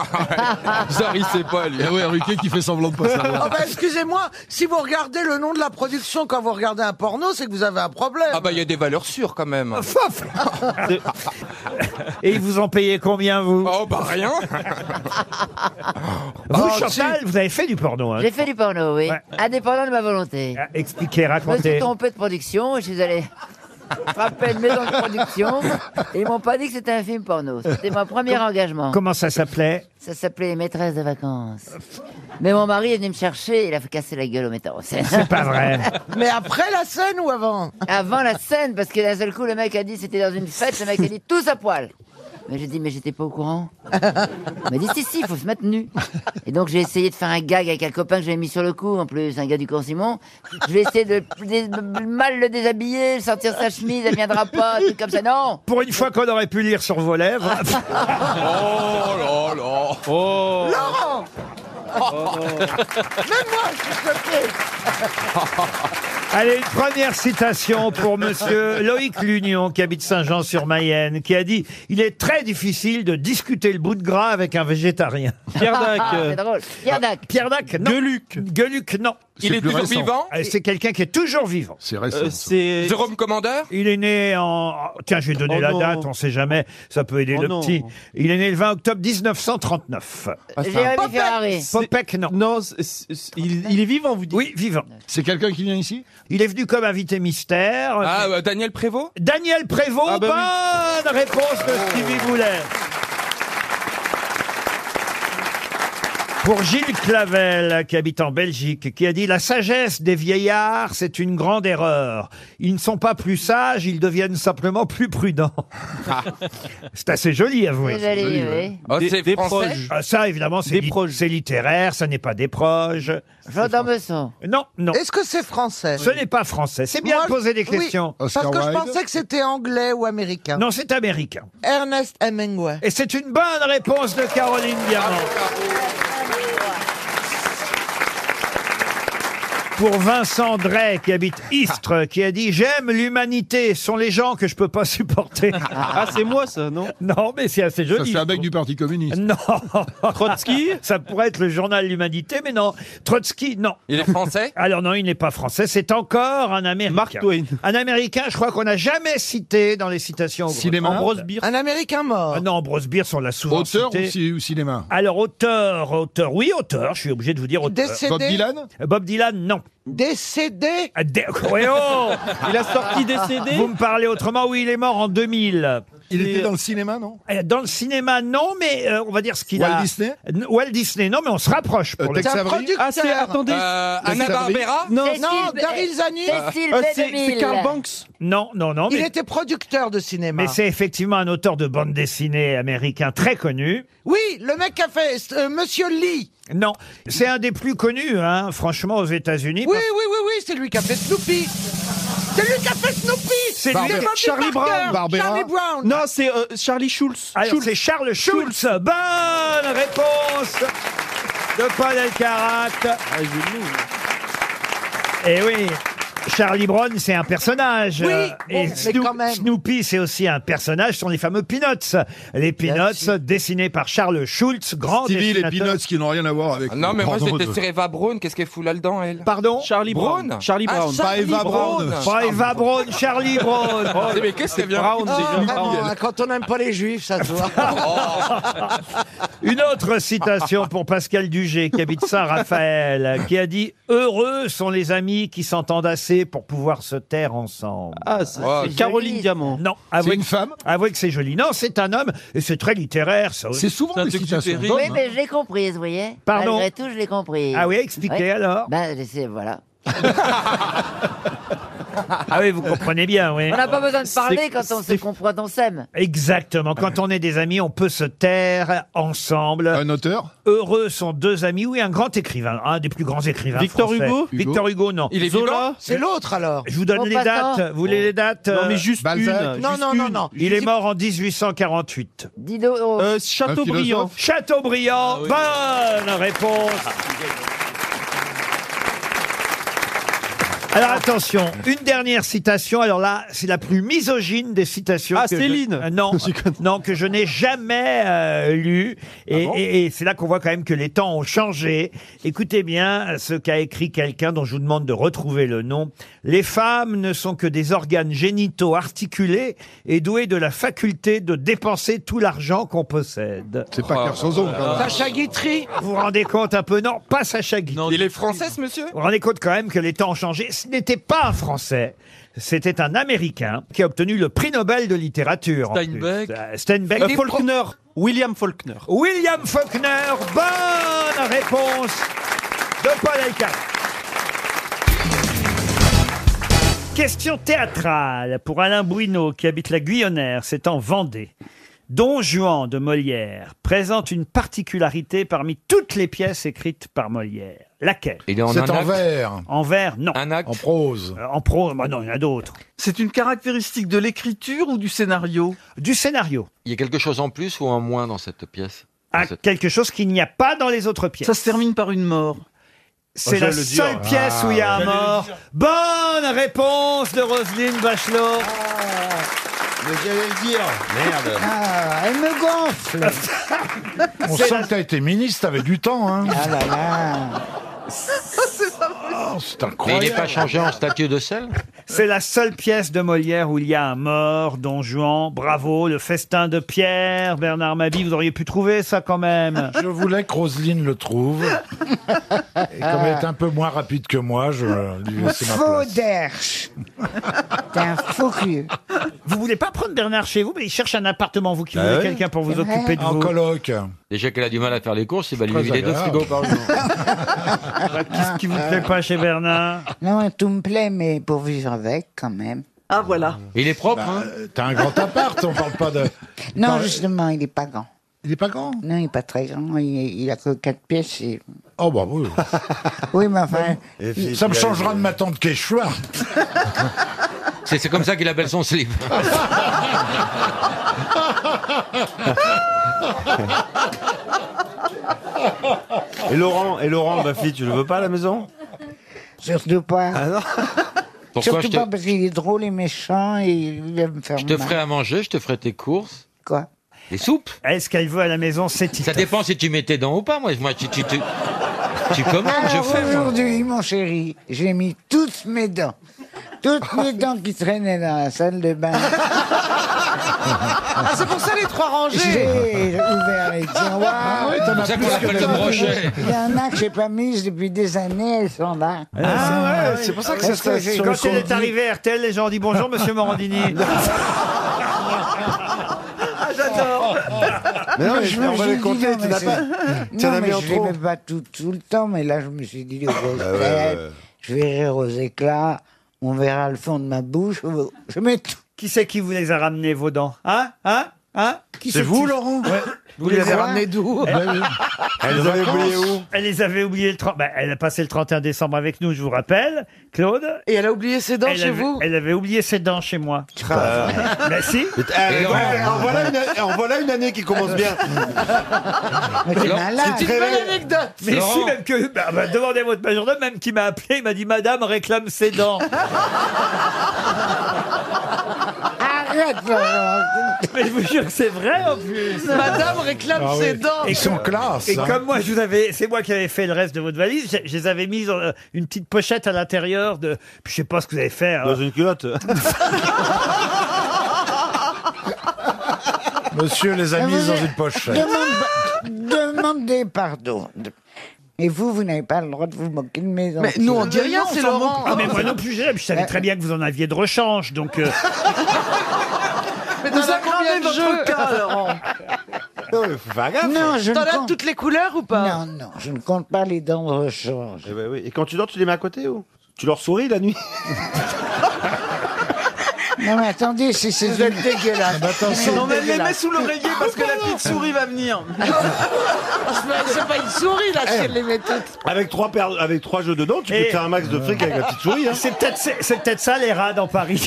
Eh. sait pas, lui.
Ah ouais, Ruquier qui fait semblant
[LAUGHS]
de pas savoir.
Oh bah excusez-moi, si vous regardez le nom de la production quand vous regardez un porno, c'est que vous avez un problème.
Ah bah, il y a des valeurs sûres, quand même. [LAUGHS]
Ah, Et ils vous en payez combien, vous
Oh bah
[LAUGHS]
rien
Vous,
Oh,
Chantal, vous avez fait du porno. hein.
J'ai fait du porno, oui. Indépendant de ma volonté.
Ah, Expliquez,
Je me suis
racontez.
trompé de production, je suis allé frapper une maison de
[LAUGHS]
production. Et ils m'ont pas dit que c'était un film porno. C'était mon premier engagement.
Comment ça s'appelait
Ça s'appelait Les maîtresses de vacances. Mais mon mari est venu me chercher, il a fait casser la gueule au metteur en scène. [LAUGHS]
C'est pas vrai.
Mais après la scène ou avant Avant la scène, parce que d'un seul coup, le mec a dit, c'était dans une fête, le mec a dit, tous à poil. Mais j'ai dit, mais j'étais pas au courant. Il m'a dit, si, si, il faut se mettre nu. Et donc, j'ai essayé de faire un gag avec un copain que j'avais mis sur le coup, en plus, un gars du cours Simon. Je vais essayer de, de- de mal le déshabiller, sortir sa chemise, elle viendra pas, un truc comme ça, non
Pour une fois qu'on aurait pu lire sur vos
[LAUGHS]
lèvres.
Oh là là Oh
Laurent Même moi, je te
Allez, une première citation pour monsieur Loïc Lunion, qui habite Saint-Jean-sur-Mayenne, qui a dit Il est très difficile de discuter le bout de gras avec un végétarien.
Pierre Dac, Ah, euh, c'est drôle. Pierre Dac.
Pierre Dac, non. Gueluc. Gueluc, non.
Il C'est est plus toujours récent. vivant
Euh, C'est quelqu'un qui est toujours vivant.
C'est
Euh, c'est Jérôme Commandeur
Il est né en. Tiens, j'ai donné
Oh
la
non.
date, on sait jamais, ça peut aider
Oh
le
non.
petit. Il est né le 20 octobre 1939.
Ah,
c'est un- Jérémy Ferrari.
Popek, non. Non, il, est vivant, vous dites Oui, vivant.
C'est quelqu'un qui vient ici
Il est venu comme invité mystère.
Ah, euh, Daniel Prévost
Daniel Prévost,
Ah bah
bonne réponse de Stevie Boulet. Pour Gilles Clavel, qui habite en Belgique, qui a dit La sagesse des vieillards, c'est une grande erreur. Ils ne sont pas plus sages, ils deviennent simplement
[LAUGHS]
plus prudents. c'est assez joli, avouez.
C'est joli, oui.
Oh, Des- c'est des français proches.
Ah, Ça, évidemment, c'est lit- c'est littéraire, ça n'est pas des proches.
Jean d'Ormesson.
Non, non.
Est-ce que c'est français
Ce n'est pas français. C'est bien
Moi,
de poser des
oui,
questions.
parce que je pensais que c'était anglais ou américain.
Non, c'est américain.
Ernest Hemingway.
Et c'est une bonne réponse de Caroline Diamant. Pour Vincent Drey, qui habite Istres, qui a dit J'aime l'humanité, ce sont les gens que je peux pas supporter.
Ah, c'est moi, ça, non
Non, mais c'est assez joli.
c'est un mec du Parti communiste.
Non. Trotsky Ça pourrait être le journal L'Humanité, mais non. Trotsky, non.
Il est français
Alors non, il n'est pas français. C'est encore un Américain. Mark Twain. Un Américain, je crois qu'on n'a jamais cité dans les citations.
Cinéma. Ambrose
Bierce.
Un américain mort.
non, Ambrose Bierce, on l'a souvent
Auteur ou,
cité.
ci- ou cinéma
Alors, auteur, auteur, oui, auteur, je suis obligé de vous dire auteur.
Décédé Bob Dylan
Bob Dylan, non.
Décédé
Ah, dé- [LAUGHS] Ouais, oh
Il a sorti Décédé
Vous me parlez autrement, oui, il est mort en 2000.
Il était dans le
cinéma, non euh, Dans le cinéma, non, mais euh, on va dire ce qu'il
Walt
a...
Disney
N- Walt Disney, non, mais on se rapproche. Pour le
Euh, Tex C'est un Avery
producteur.
Ah, c'est- attendez.
Euh, Anna Barbera
Non,
Cécile
non
B-
Daryl Zanni
Cécile Euh, B. c'est- c'est 2000. Karl
Banks Non, non, non.
Il
mais-
était producteur de cinéma.
Mais c'est effectivement un auteur de bande dessinée américain très connu.
Oui, le mec a fait euh, Monsieur Lee.
Non, c'est un des plus connus, hein, franchement, aux États-Unis.
Oui, oui, oui, oui, c'est lui qui a fait Snoopy. C'est lui qui a fait Snoopy.
C'est
Bobby
lui.
Parker, Charlie Brown.
Non, c'est euh, Charlie Schulz.
Alors, c'est Charles Schulz. Bonne réponse
Ah, hein.
de Paul Elkarat. Et Eh oui. Charlie Brown, c'est un personnage.
Oui,
euh,
bon,
et
mais
Snoo-
quand même.
Snoopy, c'est aussi un personnage. Ce sont les fameux Peanuts. Les Peanuts, dessinés par Charles Schulz, grand
Stevie, les
dessinateur.
Peanuts qui n'ont rien à voir avec.
Ah non, mais moi,
Pardon,
j'étais
de-
sur-
Eva Braun, qu'est-ce qu'elle fout là-dedans, elle
Pardon
Charlie Brown.
Charlie
Ah,
Brown.
Charlie
Pas Eva
Brown. Oh,
Brown. Pas Eva Braun, Charlie Brown.
[LAUGHS]
[LAUGHS]
Mais qu'est-ce qu'elle vient
Brown, c'est
Oh,
Brown.
ah,
Ah.
vraiment, hein, quand on n'aime pas les juifs,
[LAUGHS]
ça se voit.
Une autre citation pour Pascal Dugé, qui habite Saint-Raphaël, qui a dit « Heureux sont les amis qui s'entendent assez pour pouvoir se taire ensemble. » Ah,
c'est Wow. Caroline
Diamant. Non. C'est une femme Avouez que c'est joli. Non, c'est un homme, et c'est très littéraire, ça aussi.
C'est souvent
des citations
Oui, mais je l'ai comprise, vous voyez.
hein. Pardon
Malgré tout, je l'ai comprise.
Ah oui, expliquez
Ouais.
alors.
Ben, laissez, voilà.
[LAUGHS] Ah oui, vous comprenez bien, oui.
On n'a pas besoin de parler
C'est-
quand on se
c'est-
comprend, on s'aime.
Exactement. Quand on est des amis, on peut se taire ensemble. Un auteur Heureux sont deux amis. Oui, un grand écrivain. Un des plus grands écrivains
Victor
français.
Hugo
Victor Hugo, non.
Il est Zola vivant C'est
l'autre, alors. Je vous
En
donne les
passant.
dates. Vous voulez les dates
Non,
euh,
mais juste Balzac. une,
Non,
juste
non, non,
une.
non. Il est mort en 1848.
Dido.
Euh, Chateaubriand. Ah
Chateaubriand. Bonne réponse. Alors attention, une dernière citation. Alors là, c'est la plus misogyne des citations.
Ah,
que je-
Céline
Euh, Non, non, que je n'ai jamais euh, lu. Et, et- et c'est là qu'on voit quand même que les temps ont changé. Écoutez bien ce qu'a écrit quelqu'un dont je vous demande de retrouver le nom. Les femmes ne sont que des organes génitaux articulés et doués de la faculté de dépenser tout l'argent qu'on possède. C'est
pas Kersozon, quand même. Sacha
Guitry. Vous vous rendez compte un peu Non, pas Sacha Guitry.
Il est français, ce monsieur
Vous vous rendez compte quand même que les temps ont changé. Ce n'était pas un Français. C'était un Américain qui a obtenu le prix Nobel de littérature. en plus.
Steinbeck.
Euh, Steinbeck.
Euh, Faulkner.
William Faulkner. William Faulkner. Bonne réponse de Paul Elkarat. Question théâtrale pour Alain Bouineau qui habite la Guyonnaire, c'est en Vendée. Don Juan de Molière présente une particularité parmi toutes les pièces écrites par Molière. Laquelle
C'est un en acte vers.
En vers, non. En prose En prose, bah non, il y en a d'autres.
C'est une caractéristique de l'écriture ou du scénario
Du scénario.
Il y a quelque chose en plus ou en moins dans cette pièce
Ah, quelque chose qu'il n'y a pas dans les autres pièces.
Ça se termine par une mort.
Oh,
C'est la seule pièce où il y a
Ah,
un mort. Bonne réponse de Roselyne Bachelot.
Oh, Mais j'allais le dire.
Merde.
Ah, elle me gonfle. [LAUGHS] On
C'est
sent
la-
que t'as été ministre, t'avais du temps. Hein. Ah là là.
c'est pas possible.
C'est
Mais il
incroyable.
n'est pas changé en statut de sel
C'est la seule pièce de Molière où il y a un mort, Don Juan, bravo, le festin de Pierre, Bernard Mabie, vous auriez pu trouver ça quand même.
Je voulais que Roselyne le trouve. Et comme elle est un peu moins rapide que moi, je lui laisse ma place.
d'erche. T'es un faux cul. Vous voulez pas prendre Bernard chez vous, mais il cherche un appartement, vous qui
Bah
voulez
oui.
quelqu'un pour vous
C'est vrai.
occuper de
En
vous.
coloc.
Déjà qu'elle a du mal à faire les courses, il va lui
Très
vider deux
agréable.
frigos par jour.
Qu'est-ce qui vous plaît pas chez Bernard
Non, tout me plaît, mais pour vivre avec, quand même.
Ah voilà. Il est propre. hein.
Bah, T'as un grand appart, on parle pas de.
Non,
Par-
justement, il n'est pas grand.
Il n'est pas grand
Non, il n'est pas très grand. Il, il a que 4 pièces. et-
Oh bah oui.
[LAUGHS] Oui, mais enfin... il-
Ça me changera de ma tante Quechua.
C'est c'est comme ça qu'il appelle son slip.
Et Laurent, et Laurent, ma fille, tu le veux pas à la maison
Surtout pas.
Ah
[LAUGHS]
Pourquoi
Surtout
je te-
pas parce qu'il est drôle et méchant et il va me faire
Je te
mal.
ferai à manger, je te ferai tes courses.
Quoi
Des soupes.
Est-ce qu'elle veut à la maison, c'est
Ça dépend si tu mets tes dents ou pas. Moi, moi tu, tu, tu, tu commandes, je
Ah, Alors
fais. moi.
aujourd'hui, mon chéri, j'ai mis toutes mes dents. Toutes
[LAUGHS]
mes dents qui traînaient dans la salle de bain.
Ah, c'est pour ça les trois Ah,
J'ai ouvert les tiroirs.
ouais, t'en as C'est pour plus ça que qu'on l'appelle le brochet.
Il y en a que j'ai pas mises depuis des années, elles sont là.
Ah ouais, c'est pour ça que ça
Parce
se
j'ai-
Quand elle est arrivée à RTL, les gens ont dit [LAUGHS] bonjour, monsieur Morandini.
Ah,
j'adore.
Mais non, mais
je
on
me
va
suis
les compter,
dit, non, mais
tu n'as
c'est-
pas- tu en
Non,
as
mais
mis en
je
trop.
les mets pas tout, tout le temps, mais là, je me suis dit, les grosses
ouais, ouais.
têtes, je vais rire aux éclats, on verra le fond de ma bouche. Je mets tout.
Qui c'est qui vous les a ramenés, vos dents Hein Hein Hein
Qui C'est vous, Laurent
Ouais.
Vous les avez
Quoi
ramenés d'où
[LAUGHS] Elle-
Elle
les
les
avait
vacances.
oubliés où Elle les avait oubliés le 30... bah, elle a passé le 31 décembre avec nous, je vous rappelle, Claude. Et elle a oublié ses
dents chez vous
Elle avait oublié ses dents chez moi. Mais si
Eh, voilà- en voilà une- en voilà une année qui commence bien.
Ah Mais si, même que. bah, bah, demandez votre majordome, même qui m'a appelé, il m'a dit Madame réclame ses
[LAUGHS]
dents.
Arrête,
Mais je vous jure que c'est vrai en plus.
Madame réclame Ah ses oui. dents. Ils sont classe,
Et
hein.
comme moi, je vous avais, c'est moi qui avais fait le reste de votre valise. Je, je les avais mises dans euh, une petite pochette à l'intérieur de. Puis je sais pas ce que vous avez fait. hein. Dans une [LAUGHS] culotte.
Monsieur les a
Mais
mises
vous-
dans une poche.
Demande- demandez pardon. Et vous, vous n'avez pas le droit de vous moquer de mes enfants.
Ah, mais moi non plus, j'aime. je savais très bien que vous en aviez de rechange, donc. euh,
Mais vous combien de jeux
Non, Non, je
T'en
ne
as
compte...
toutes les couleurs ou pas
Non, non, je ne compte pas les dents de rechange.
Eh ben oui. Et quand tu dors, tu les mets à côté ou Tu leur souris la nuit
[LAUGHS] Non, mais attendez, c'est Ah, bah, c'est
Vous êtes dégueulasse.
Non, mais les mets
dégueulasse.
sous l'oreiller parce que la petite souris va venir. Eh. C'est pas- C'est pas une souris là, si elle les met toutes.
Avec trois, paires- avec trois jeux dedans, tu
Et-
peux te faire un max de fric avec la petite souris. hein.
C'est peut-être c'est- c'est peut-être ça les rats dans
[LAUGHS]
Paris.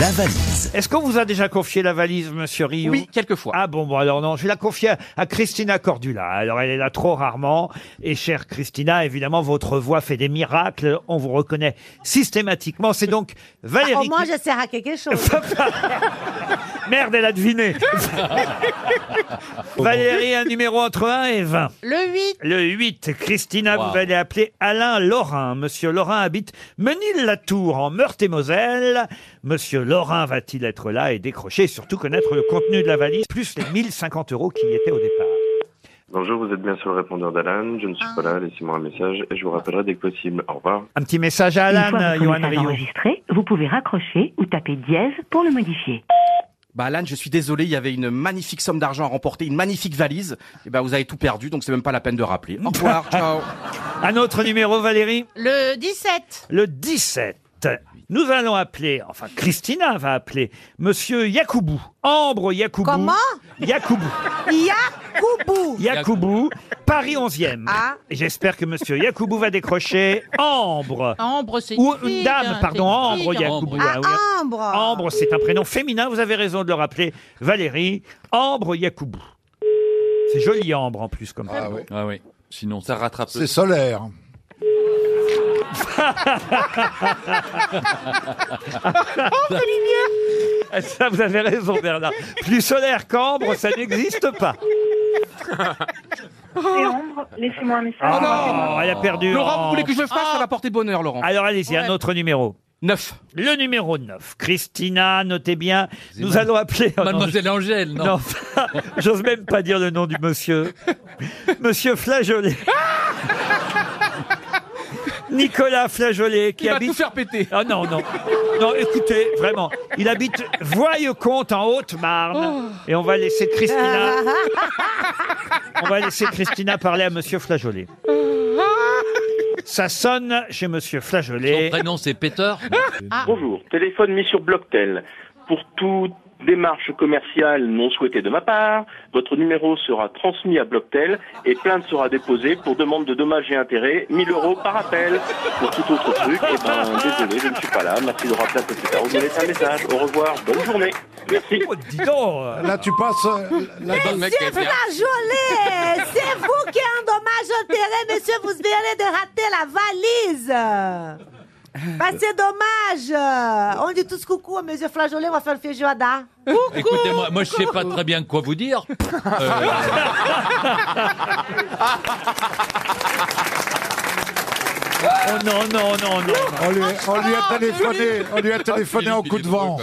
La valise. Est-ce qu'on vous a déjà confié la valise, monsieur Rio Oui, quelquefois. Ah bon, bon, alors non, je vais la confier à- à Christina Cordula. Alors, elle est là trop rarement. Et chère Christina, évidemment, votre voix fait des miracles. On vous reconnaît systématiquement. C'est donc Valérie...
Ah, Au moins,
qui-
je sers à [LAUGHS] quelque chose.
Merde, elle a deviné. Valérie, un numéro entre 1 et 20.
Le 8.
Le 8, Christina,
Wow.
vous allez appeler Alain Lorrain. Monsieur Lorrain habite Menil-la-Tour, en Meurthe-et-Moselle. Monsieur Lorrain va-t-il être là et décrocher, et surtout connaître le contenu de la valise, plus les 1050 euros qui y étaient au départ
Bonjour, vous êtes bien sur le répondeur d'Alan. Je ne suis pas
Ah.
là, laissez-moi un message et je vous rappellerai dès que possible. Au revoir.
Un petit message à Alan, euh, Johan Rioux.
vous pouvez raccrocher ou taper dièse pour le modifier.
Bah Alan, je suis désolé, il y avait une magnifique somme d'argent à remporter, une magnifique valise. Et ben vous avez tout perdu, donc c'est même pas la peine de rappeler. Au
[LAUGHS]
revoir, ciao.
Un autre numéro, Valérie
Le 17.
Le 17, nous allons appeler, enfin Christina va appeler, Monsieur Yacoubou, Ambre Yacoubou.
Comment
Yacoubou.
Yacoubou.
Yacoubou, Paris 11e.
Ah.
Et J'espère que Monsieur Yacoubou va décrocher Ambre.
Ambre, c'est
Ou
une
une
fille,
dame,
hein,
pardon,
c'est une
Ambre
fille.
Yacoubou.
Ah,
ah oui.
Ambre.
Ambre, c'est un prénom féminin, vous avez raison de le rappeler, Valérie. Ambre Yacoubou. C'est joli Ambre en plus comme ça.
Ah oui. Sinon, ça rattrape.
C'est solaire.
Ah, Ça, vous avez raison, Bernard. Plus solaire qu'ambre, ça n'existe pas.
laissez-moi un message.
Oh, elle a perdu.
Ah Laurent, vous voulez que je le
fasse
fasse Ça va porter bonheur, Laurent.
Alors allez-y, un autre numéro. 9. Le numéro 9. Christina, notez bien. Nous allons appeler. Oh non,
Mademoiselle
je-
Angèle, non.
[LAUGHS] J'ose même pas dire le nom du
[LAUGHS]
monsieur. Monsieur Flageolet. Nicolas Flageolet qui
Il va
habite.
tout faire péter.
Ah non, non. Non, écoutez, vraiment. Il habite Voyeux-Comte en Haute-Marne.
Oh.
Et on va laisser Christina.
Ah. [LAUGHS]
On va laisser Christina parler à monsieur Flageolet. Ça sonne chez monsieur Flageolet.
Son prénom, c'est Peter.
Bonjour, téléphone mis sur Blocktel. Pour toute démarche commerciale non souhaitée de ma part, votre numéro sera transmis à Blocktel et plainte sera déposée pour demande de dommages et intérêts, 1000 euros par appel. Pour tout autre truc, eh ben, désolé, je ne suis pas là. Merci de rappeler, etc. Vous me laissez un message. Au revoir, bonne journée. Merci.
Dis donc euh,
Là, tu passes. euh, Là,
Mais
le mec
c'est
est bien.
Flageolet, c'est vous qui avez un dommage intérêt, monsieur. Vous venez de rater la valise. Bah, c'est dommage. On dit tous coucou à monsieur Flageolet, on va faire le feijoada.
Écoutez, moi, moi je sais pas très bien quoi vous dire. Euh,
Oh non, non, non, non.
On lui, on lui a téléphoné, on lui a téléphoné en coup de vent.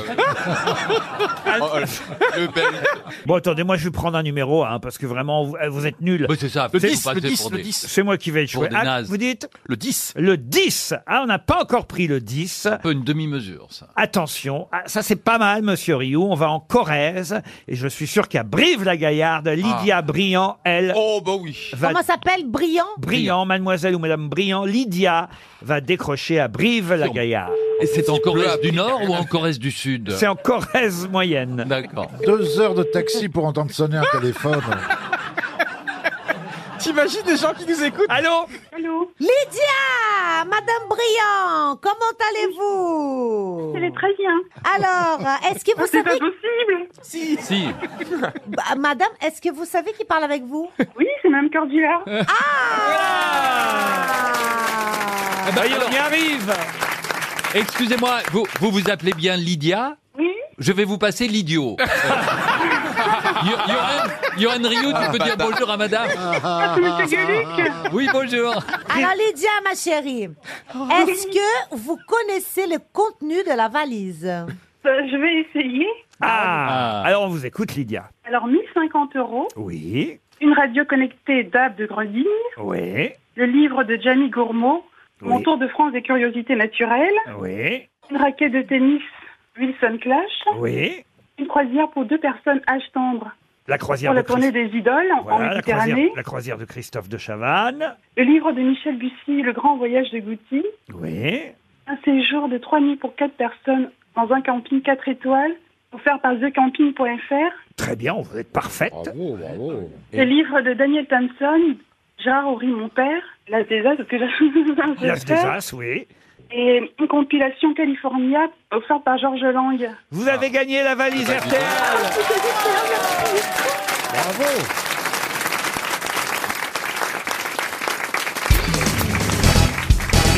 Bon, attendez, moi je vais prendre un numéro, hein, parce que vraiment, vous, vous êtes nuls.
Mais c'est ça,
C'est-
faites pas passer pour des-
C'est moi qui vais le
pour
jouer.
des
Ah,
nazes.
vous dites
Le 10.
Le 10. Ah, on n'a pas encore pris le 10. Un
peu une demi-mesure, ça.
Attention, ah, ça c'est pas mal, monsieur Rioux. On va en Corrèze, et je suis sûr qu'à Brive-la-Gaillarde,
Ah.
Lydia Briand, elle. Oh, bah oui.
Comment s'appelle Brillant
Briand, mademoiselle ou madame Briand, Lydia Mia va décrocher à Brive-la-Gaillarde.
Et c'est en Corrèze du Nord
Eh ben,
ou en Corrèze du Sud
C'est en Corrèze moyenne.
D'accord.
Deux heures de taxi pour entendre sonner un téléphone.
T'imagines les gens qui nous écoutent
Allô
Allô Lydia Madame Briand Comment allez-vous Elle est très bien. Alors, est-ce que vous savez... C'est possible Si.
Si.
Bah, madame, est-ce que vous savez qui parle avec vous
Oui, c'est Mme Cordula.
eh ben,
Ah,
bah, on y arrive Excusez-moi, vous, vous vous appelez bien Lydia
Oui.
Je vais vous
[LAUGHS]
passer l'idiot. Euh, Yo- Yoann- Yoann Rio, tu peux dire bonjour à madame
Ah, c'est monsieur Gueluc.
Oui, bonjour.
Alors Lydia, ma chérie,
Oh.
est-ce que vous connaissez le contenu de la valise
Euh, Je vais essayer.
Ah, Alors on vous écoute, Lydia.
Alors, 1050 euros,
Oui.
une radio connectée d'Ab de Grandligne,
Oui.
le livre de Jamie Gourmaud, Mon
Oui.
tour de France des curiosités naturelles,
Oui.
une raquette de tennis Wilson Clash,
Oui.
une croisière pour deux personnes âge tendre
La
pour
croisière de
la tournée
Christ-
des idoles en-
Voilà,
en
la, croisière,
Méditerranée,
la croisière de Christophe de Chavannes.
le livre de Michel Bussy, Le grand voyage de Gouty,
Oui.
un séjour de trois nuits pour quatre personnes dans un camping 4 étoiles, offert par thecamping.fr,
Très bien, vous êtes parfaite.
Le livre de Daniel Thompson, Gérard Horry, mon père, L'As des As, parce que j'ai
Las des As, oui.
Et une compilation California offerte par Georges Lang.
Vous avez gagné la valise RTL.
Bravo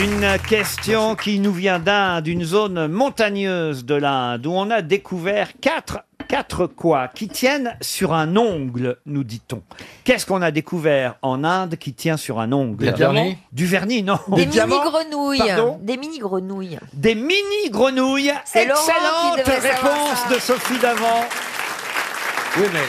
Une question qui nous vient d'Inde, une zone montagneuse de l'Inde, où on a découvert quatre, quatre quoi qui tiennent sur un ongle, nous dit-on. Qu'est-ce qu'on a découvert en Inde qui tient sur un ongle
Des vernis
Du vernis, non.
Des mini-grenouilles.
Pardon
Des mini-grenouilles.
Des mini-grenouilles.
C'est Laurent qui
Excellente
devrait savoir
réponse de Sophie Davant.
Oui, mais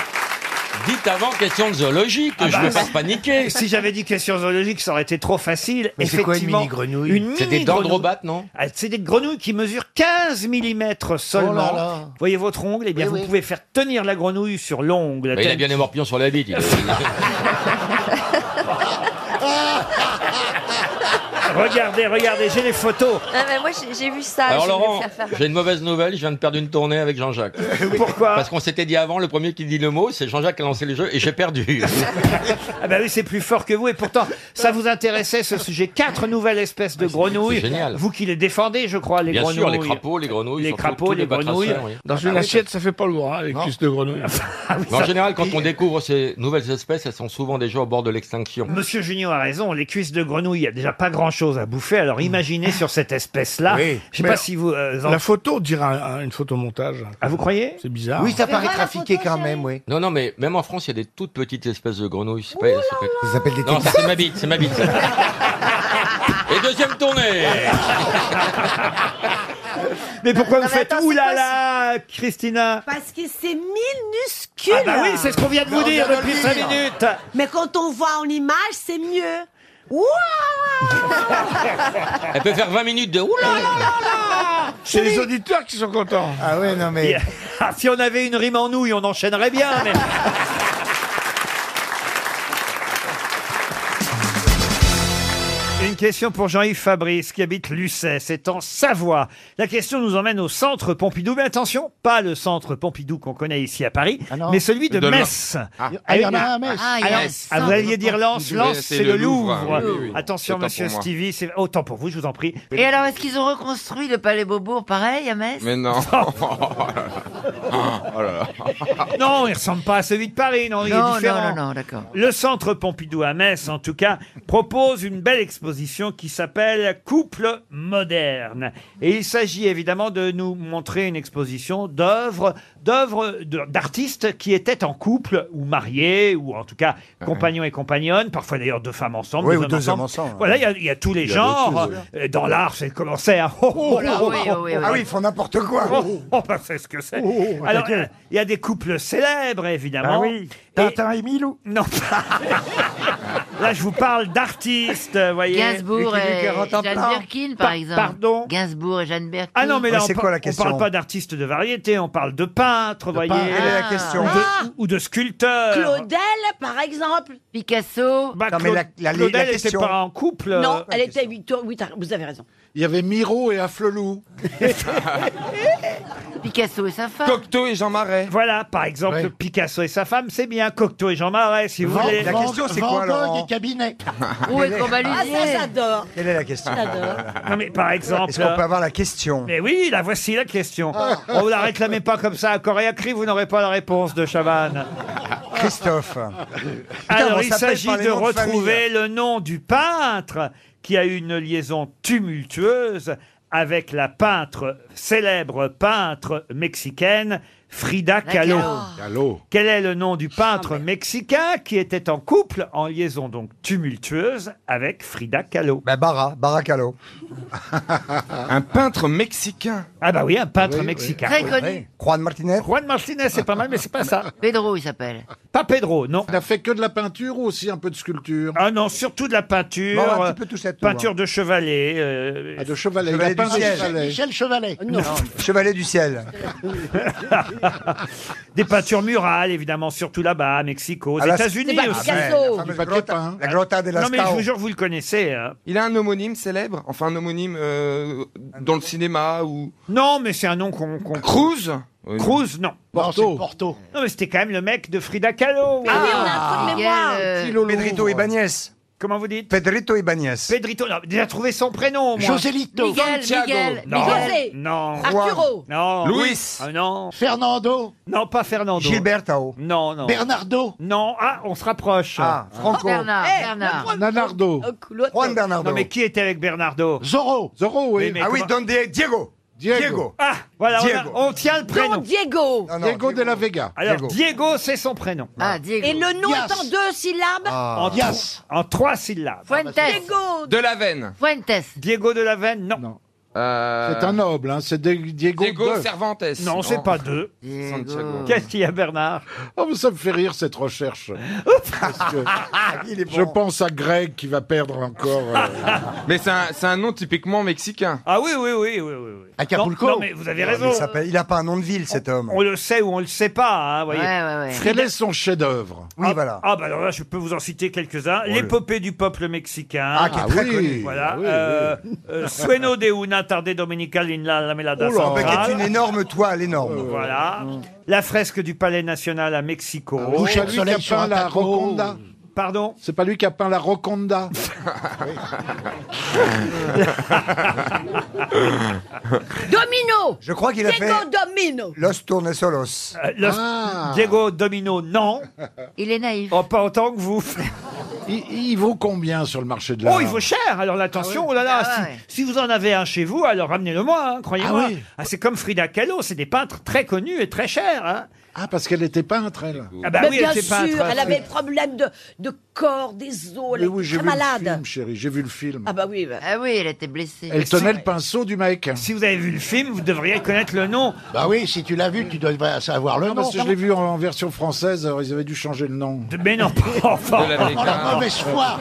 dites avant question de zoologie, que
Ah
je
bah,
ne fasse
si-
paniquer.
Si j'avais dit question zoologique, ça aurait été trop facile.
Mais c'est quoi une
Effectivement,
mini-grenouille
une
C'est des
mini-grenouille.
dendrobates, non
Ah, C'est des grenouilles qui mesurent 15 mm seulement.
Oh là là.
Voyez votre ongle, eh bien
Oui,
vous
oui.
pouvez faire tenir la grenouille sur l'ongle.
Bah, il a
Tel-
bien les morpions sur la bite. il est-
[LAUGHS] Ah. Regardez, regardez, j'ai les photos.
Ah, mais moi, j'ai j'ai vu ça. Ah,
Alors
je vais
Laurent,
me faire faire.
j'ai une mauvaise nouvelle, je viens de perdre une tournée avec
[LAUGHS]
Jean-Jacques.
Pourquoi
Parce qu'on s'était dit avant, le premier qui dit le mot, c'est Jean-Jacques qui a lancé le jeu et j'ai
[LAUGHS]
perdu.
Ah bah oui, c'est plus fort que vous et pourtant ça vous intéressait ce sujet. Quatre nouvelles espèces de grenouilles.
c'est génial.
Vous qui les défendez, je crois, les
Bien
grenouilles.
sûr, les crapauds, les grenouilles,
Les
surtout
crapauds,
tous
les
batraciens,
grenouilles.
oui.
Dans une assiette,
ça fait pas lourd hein, avec juste de grenouille.
Ah,
Mais en général, quand on découvre ces nouvelles espèces, elles sont souvent déjà au bord de l'extinction.
Monsieur Junior a raison, les cuisses de grenouille, il n'y a déjà pas grand chose à bouffer, alors imaginez sur cette espèce-là.
Oui.
Je sais
Ah, Mais
pas si vous. euh, en-
La photo, on dirait un- un- une photomontage.
Ah, vous croyez
C'est bizarre.
oui. Non, non, mais même en France, il y a des toutes petites espèces de grenouilles. C'est pas- c'est pas- Ça s'appelle des Non, ça, c'est ma bite, c'est ma [LAUGHS] bite. ça. Et deuxième tournée
Mais pourquoi vous
mais
faites
attends, c'est
oulala, Christina
Parce que c'est minuscule.
Ah bah oui, c'est ce qu'on vient de vous dire depuis cinq minutes.
Mais quand on voit en image, c'est mieux. Ouah
Elle peut faire 20 minutes de oula là
Oh
là là
C'est les auditeurs qui sont contents.
Ah ouais, non mais. Ah, si on avait une rime en nouille, on enchaînerait bien, mais. Une question pour Jean-Yves Fabrice qui habite Lucet, c'est en Savoie. La question nous emmène au centre Pompidou, mais attention, pas le centre Pompidou qu'on connaît ici à Paris, mais celui de,
De Lens.
Metz.
Ah. Ah, il y en a un à Metz. Ah, il y a un
Alors,
centre
ah, vous alliez dire Lens,
Pompidou.
Lens, c'est le Louvre.
oui, oui, oui.
Attention,
Autant
monsieur
pour moi.
Stevie, c'est autant pour vous, je vous en prie.
Et alors, est-ce qu'ils ont reconstruit le palais Beaubourg pareil à Metz
Mais [LAUGHS] non.
Oh
non, il ressemble pas à celui de Paris, non, il
Non,
est différent.
non, non, non, d'accord.
Le centre Pompidou à Metz, en tout cas, propose une belle exposition qui s'appelle Couple moderne. Et il s'agit évidemment de nous montrer une exposition d'œuvres, d'œuvres de- d'artistes qui étaient en couple ou mariés, ou en tout cas compagnons et compagnonnes, parfois d'ailleurs deux femmes ensemble,
Oui,
deux
ou
hommes
deux
ensemble.
hommes ensemble, ouais.
Voilà, il y a- il y, a tous les
Il y a
genres.
d'autres choses,
Euh, Dans l'art, c'est commencé à. [LAUGHS] Oh, oh,
Oh là,
oh,
oui,
oh,
oui, oui,
oh,
oui.
oh.
Ils font n'importe quoi.
Oh, oh, bah, c'est ce que c'est.
Oh, Bah oh,
Alors,
t'inquiète.
euh, il y a des couples célèbres, évidemment.
Ah oui.
Tintin et Milou Non. Là, je vous parle d'artistes, vous voyez.
Gainsbourg
Lui qui dit
et
qu'il rentre en
Jeanne
parle.
Birkin, par
Pa-
exemple.
Pardon
Gainsbourg et Jeanne Birkin.
Ah non, mais là, on, par- on parle pas d'artistes de variété, on parle de peintres, voyez.
peintres, quelle est la question
Ou
Ah
de, ou de sculpteurs.
Claudel, par exemple.
Picasso.
Bah, Non, mais Claude- la- la- Claudel la était question- pas en couple, euh,
Non,
la
elle était Victor. Oui, t'as- vous avez raison.
Il y avait Miro et Afflelou. [LAUGHS]
[LAUGHS]
Picasso et sa femme.
Cocteau et Jean Marais. Voilà, par exemple, Picasso et sa femme, c'est bien. Cocteau et Jean Marais, si vous
Van-
voulez.
La question, c'est quoi, Van Gogh
Oh,
Laurent et
cabinet.
[LAUGHS]
Où est Corbaluzier
Ah, ça, j'adore.
Quelle est la question
J'adore.
Non, mais par exemple.
Est-ce qu'on peut avoir la question Ah.
Mais oui, la voici la question. On vous la réclamez pas comme ça à Coréacri, vous n'aurez pas la réponse de Chavannes.
Christophe.
Alors,
on
il
s'appelle
s'agit
par les
de
noms de famille.
retrouver le nom du peintre qui a eu une liaison tumultueuse avec la peintre, célèbre peintre mexicaine Frida
La
Kahlo.
Kahlo.
Quel est le nom du peintre mexicain qui était en couple, en liaison donc tumultueuse avec Frida Kahlo
Bah,
Barra, Barra Kahlo.
[LAUGHS] un peintre mexicain. Ah bah oui, un peintre mexicain.
Très
Oui.
connu.
Juan Martinez.
Juan Martinez, c'est pas mal, mais c'est pas ça.
[LAUGHS] Pedro, il s'appelle.
Pas Pedro, non.
Il n'a fait que de la peinture ou aussi un peu de sculpture
Ah non, surtout de la peinture.
Bon, un
euh,
petit peu touche à tout,
Peinture
hein. Ah,
de chevalet. euh,
de
Chevalet
chevalet. il a
du
peint des
ciel.
chevalets.
Michel
Chevalet.
Chevalier du ciel.
Des peintures murales, évidemment, surtout là-bas, à Mexico, aux
À la-
États-Unis
Ah,
aussi.
ouais, la fameuse hein. grotta- La Grotta de
Non,
las
mais je vous jure, vous le connaissez. hein.
Il a un homonyme célèbre, enfin un homonyme euh, dans le cinéma ou.
Non, mais c'est un nom qu'on. qu'on-
Cruz
Cruz, non.
Porto.
Porto. Non, mais c'était quand même le mec de Frida Kahlo. euh,
Ah oui, on a un truc de mémoire.
Pedrito Ibanez.
Comment vous dites
Pedrito Ibanez.
Pedrito, non, déjà trouvé son prénom. au moins.
Joselito.
Miguel, Santiago. Miguel,
non.
Miguel.
Non.
Arturo.
Non.
Luis.
Ah, non.
Fernando.
Non, pas Fernando.
Gilberto.
Non, non.
Bernardo.
Non, ah, on se rapproche.
Ah, Franco.
Oh, Bernard,
Eh,
Bernard.
Nanardo.
Juan Bernardo.
Non, mais qui était avec Bernardo
Zorro. Zorro, oui.
Oui, mais
ah oui,
comment-
Don Di- Diego.
Diego.
Ah, voilà, on a-
Diego.
On, tient le prénom.
Don Diego.
non, Diego
de la Vega.
Alors, Diego, c'est son prénom.
Ah, Diego.
Et le nom
Dias.
est en deux syllabes.
Ah.
En, tro- en trois syllabes.
Fuentes.
Diego.
De la veine.
Fuentes.
Diego de la Venne, non. Euh,
C'est un noble, hein, c'est Di- Diego.
Diego
de-
Cervantes.
Non, c'est pas deux.
Santiago.
Qu'est-ce qu'il y a, Bernard
Oh, mais ça me fait rire cette recherche. Parce
[LAUGHS]
que
Ah,
Il est bon.
je pense à Greg qui va perdre encore. euh,
[LAUGHS] Mais c'est un, c'est un nom typiquement mexicain.
Ah oui, oui, oui, oui, oui. oui. Non, non, mais vous avez raison.
Il s'appelle- Il a pas un nom de ville, cet homme.
On le sait ou on le sait pas, hein, voyez.
Quel est son chef-d'œuvre
Oui,
ah, Oh,
voilà.
Ah, bah alors là, je peux vous en citer quelques-uns. L'épopée du peuple mexicain.
Ah, qui est très
oui.
connu.
Voilà.
Ah oui,
euh, euh, Sueno de una tarde dominical in la Alameda
Oh là, qui est une
Central.
énorme toile, énorme.
Euh, Voilà. La fresque du Palais National à Mexico.
C'est pas lui qui a peint la Roconda.
Pardon
C'est pas lui qui a peint
[LAUGHS]
la Roconda.
Domino.
[LAUGHS] Je crois qu'il a
Diego
fait
Domino.
Los Tornesolos.
Euh, Los- Diego Domino, non.
Il est naïf.
[LAUGHS] Oh, pas autant que vous.
[LAUGHS] Il, il vaut combien sur le marché de l'art
Oh, il vaut cher Alors, là, attention,
Ah
oh là là,
Ah
si-
ouais.
si, vous en avez un chez vous, alors ramenez-le-moi, hein, croyez-moi.
Ah oui.
Ah, c'est comme Frida Kahlo, c'est des peintres très connus et très chers. hein.
Ah, parce qu'elle était peintre, elle.
Ah bah
Mais
oui,
bien
elle était
sûr,
peintre.
elle avait le problème de, de corps, des os, elle était
Mais oui, j'ai
très
vu le
malade.
film, chérie, j'ai vu le film.
Ah bah oui. bah.
Ah oui, elle était blessée.
Elle tenait le pinceau du mec.
Si vous avez vu le film, vous devriez connaître le nom.
Bah oui, si tu l'as vu, tu dois savoir le
Ah Non,
nom.
parce que je l'ai vu en, en version française, alors ils avaient dû changer le nom.
de- Mais [LAUGHS] non, pas enfin.
Oh la mauvaise foi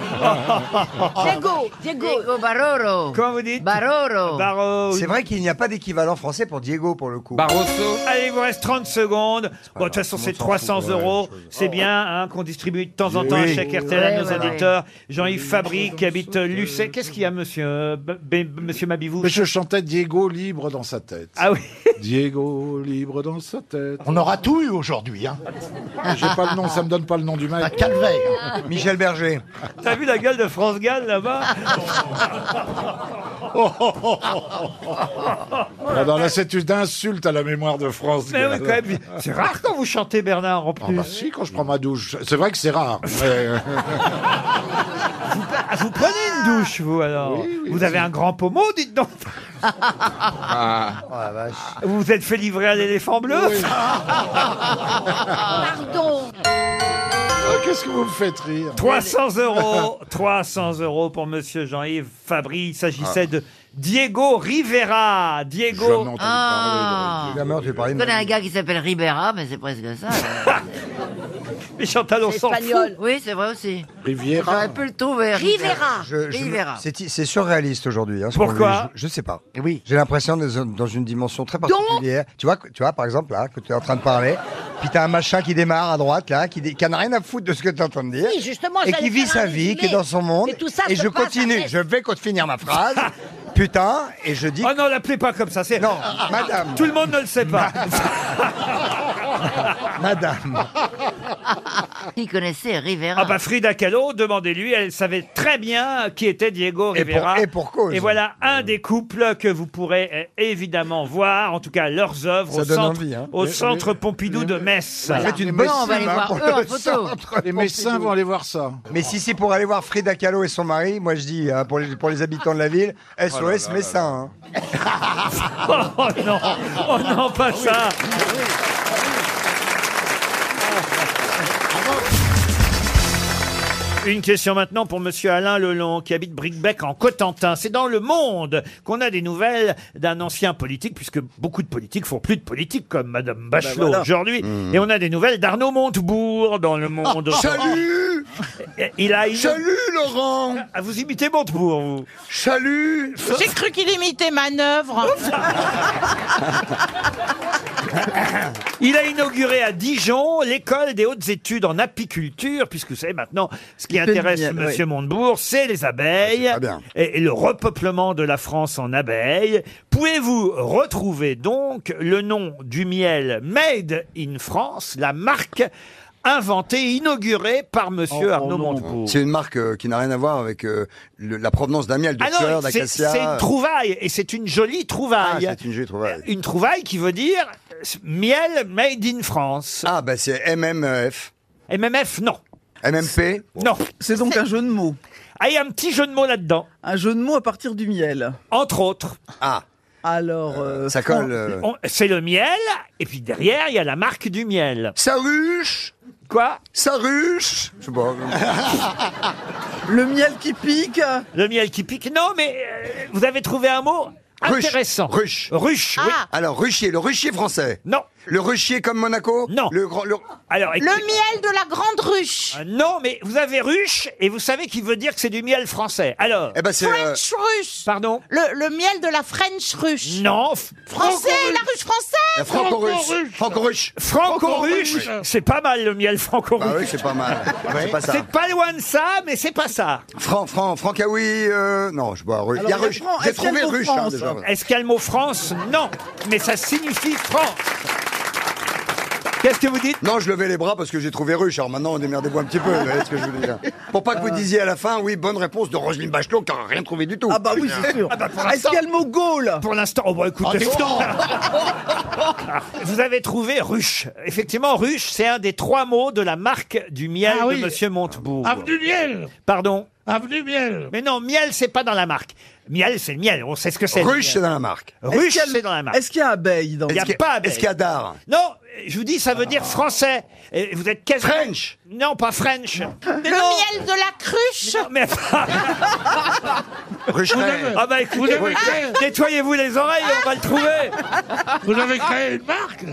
[LAUGHS] Diego, Diego.
Diego Baroro.
Comment vous dites
Baroro.
Barro-
C'est vrai qu'il n'y a pas d'équivalent français pour Diego, pour le coup.
Barroso.
Allez, il vous reste 30 secondes. Bon, de toute façon, c'est 300 euros. C'est bien hein, qu'on distribue de temps en temps un
Oui.
chèque RTL à
Ouais,
nos
ouais, ouais.
auditeurs. Jean-Yves Fabry, qui habite Lucé. Qu'est-ce qu'il y a, monsieur, euh, B- B- monsieur Mabivou
Mais je chantais Diego libre dans sa tête.
Ah oui [LAUGHS]
Diego libre dans sa tête. Ah,
On aura tout eu aujourd'hui, hein.
J'ai pas le nom, ça me donne pas le nom du
Un
mec.
calvaire.
Michel Berger.
T'as vu la gueule de France Gall là-bas
Ah, dans la c'est une insulte à la mémoire de France.
[LAUGHS] Mais oui, quand même, c'est rare quand vous chantez Bernard en
Ah
plus.
bah si, quand je prends ma douche. C'est vrai que
[LAUGHS]
c'est rare. mais-
Ah, vous prenez une douche, vous alors Vous avez un grand pommeau, dites donc
Oh la vache.
[LAUGHS] Vous vous êtes fait livrer à l'éléphant bleu
Pardon.
Ah, Qu'est-ce que vous me faites rire
Ah.
300 euros 300 euros pour monsieur Jean-Yves Fabry. Il s'agissait de Diego Rivera. Diego.
Ah. Je connais un
Mais
gars qui s'appelle Ribera, mais c'est presque ça. hein.
Chantal, on s'en fout.
Oui, c'est vrai aussi.
Riviera.
J'aurais pu le trouver.
Rivera.
Je-
[LAUGHS]
je-
Rivera.
C'est c'est surréaliste aujourd'hui. hein, ce
Pourquoi
qu'on vit. je, je sais pas. Oui. J'ai l'impression d'être dans une dimension très particulière. tu vois, que- tu vois, par exemple là, que tu es en train de parler, puis t'as un machin qui démarre à droite là, qui, dé- qui n'a rien à foutre de ce que tu es en train de dire,
Oui, justement,
et
j'allais
qui vit
faire un
sa vie,
résumé.
qui est dans son monde.
Et tout ça
et
se
je
passe
continue.
après.
Je vais co- finir ma
[LAUGHS]
phrase. Putain, et je dis. Oh
non, l'appelez pas comme ça, c'est.
Non, madame.
Tout le monde ne le sait pas.
[LAUGHS] Madame.
Qui connaissait Rivera
Ah bah Frida Kahlo, demandez-lui, elle savait très bien qui était Diego
Et pour-
Rivera.
et pour cause.
Et voilà un des couples que vous pourrez euh, évidemment voir, en tout cas leurs œuvres
Ça
au
donne
centre,
envie, hein.
au
Mais-
centre Pompidou de Metz.
Voilà. Faites une hein, Blanc, on va aller voir eux en photo. Les médecins vont aller
voir ça.
Mais si c'est pour aller voir Frida Kahlo et son mari, moi je dis, hein, pour, les, pour les habitants de la ville, SOS
Oh là là
Messin.
hein. [LAUGHS] Oh non, oh non, pas ça. Une question maintenant pour Monsieur Alain Lelon qui habite Brickbeck en Cotentin. C'est dans le monde qu'on a des nouvelles d'un ancien politique, puisque beaucoup de politiques font plus de politique comme Madame Bachelot
Ben voilà. Mmh.
aujourd'hui. Et on a des nouvelles d'Arnaud Montebourg dans le monde.
[LAUGHS] Salut
Il a une-
Salut,
Laurent Vous imitez Montebourg, vous
Salut
J'ai cru qu'il imitait manœuvre. [LAUGHS]
Il a inauguré à Dijon l'école des hautes études en apiculture, puisque vous savez maintenant, ce qui
Il peut
intéresse
venir,
Monsieur
oui. Ah,
Montebourg, c'est les abeilles et, et le repeuplement de la France en abeilles. Pouvez-vous retrouver donc le nom du miel Made in France, la marque inventée, inaugurée par Monsieur Arnaud Montebourg
C'est une marque euh, qui n'a rien à voir avec euh, le- la provenance d'un miel de
Ah non,
fleurs,
c'est-
d'acacia.
c'est une trouvaille, et c'est une jolie
Ah,
trouvaille.
c'est une jolie trouvaille.
Une trouvaille qui veut dire euh, miel made in France.
Ah, bah c'est MMF.
MMF, non.
MMP
Non.
C'est donc un jeu de mots.
Ah, il y a un petit jeu de mots là-dedans.
Un jeu de mots à partir du miel.
Entre autres.
Ah.
Alors.
ça colle, euh.
On- C'est le miel, et puis derrière, il y a la marque du miel.
Ça ruche
Quoi
Ça ruche Je sais pas.
Le miel qui pique.
Le miel qui pique, non, mais euh, vous avez trouvé un mot intéressant.
Ruche.
Ruche, oui.
Alors, ruchier, le ruchier français
Ah. Non.
Le ruchier comme Monaco
Non.
Le grand. Le...
Alors, écoutez-
miel de la grande ruche.
Ah, non, mais vous avez ruche, et vous savez qu'il veut dire que c'est du miel français. Alors.
Eh ben, c'est.
French ruche.
Pardon
Le, le miel de la French ruche.
Non.
Français, la ruche française.
Franco-ruche.
Franco-ruche.
Franco-ruche.
C'est pas mal le miel franco-ruche.
Bah oui, c'est pas
[LAUGHS]
mal. C'est pas ça.
C'est pas loin de ça, mais c'est pas ça.
Fran, Fran, Francaoui, euh, non, je sais pas, ruche. Il y a ruche. J'ai trouvé ruche, hein, déjà.
Est-ce qu'il y a le mot France Non, mais ça signifie France. Qu'est-ce que vous dites
Non, je levais les bras parce que j'ai trouvé ruche. Alors maintenant, on démerdez-vous un petit peu. vous voyez ce que je voulais dire. Pour pas que
Euh.
vous disiez à la fin, oui, bonne réponse de Roselyne Bachelot qui n'a rien trouvé du tout. Ah bah oui, c'est sûr.
Est-ce qu'il y a le mot Gaulle
Pour l'instant, oh bah écoutez, vous avez trouvé ruche. Effectivement, ruche, c'est un des trois mots de la marque du miel
Ah oui.
de Monsieur Montebourg.
Avenue Miel
Pardon
Avenue Miel
Mais non, miel, c'est pas dans la marque. Miel, c'est le miel. On sait ce que c'est. le
Ruche,
miel.
c'est dans la marque.
Ruche, c'est dans la marque.
Est-ce qu'il y a abeille dans
Il n'y a
qu'il y a-
pas abeille.
est-ce qu'il y a dard
Non, je vous dis, ça veut dire français. Et Vous êtes quasi...
French
Non, pas French.
Le miel de la cruche.
Mais...
Ruche.
Ah bah écoutez,
Vous avez
oui.
créé-
nettoyez-vous les oreilles, on va le trouver.
Vous avez créé une marque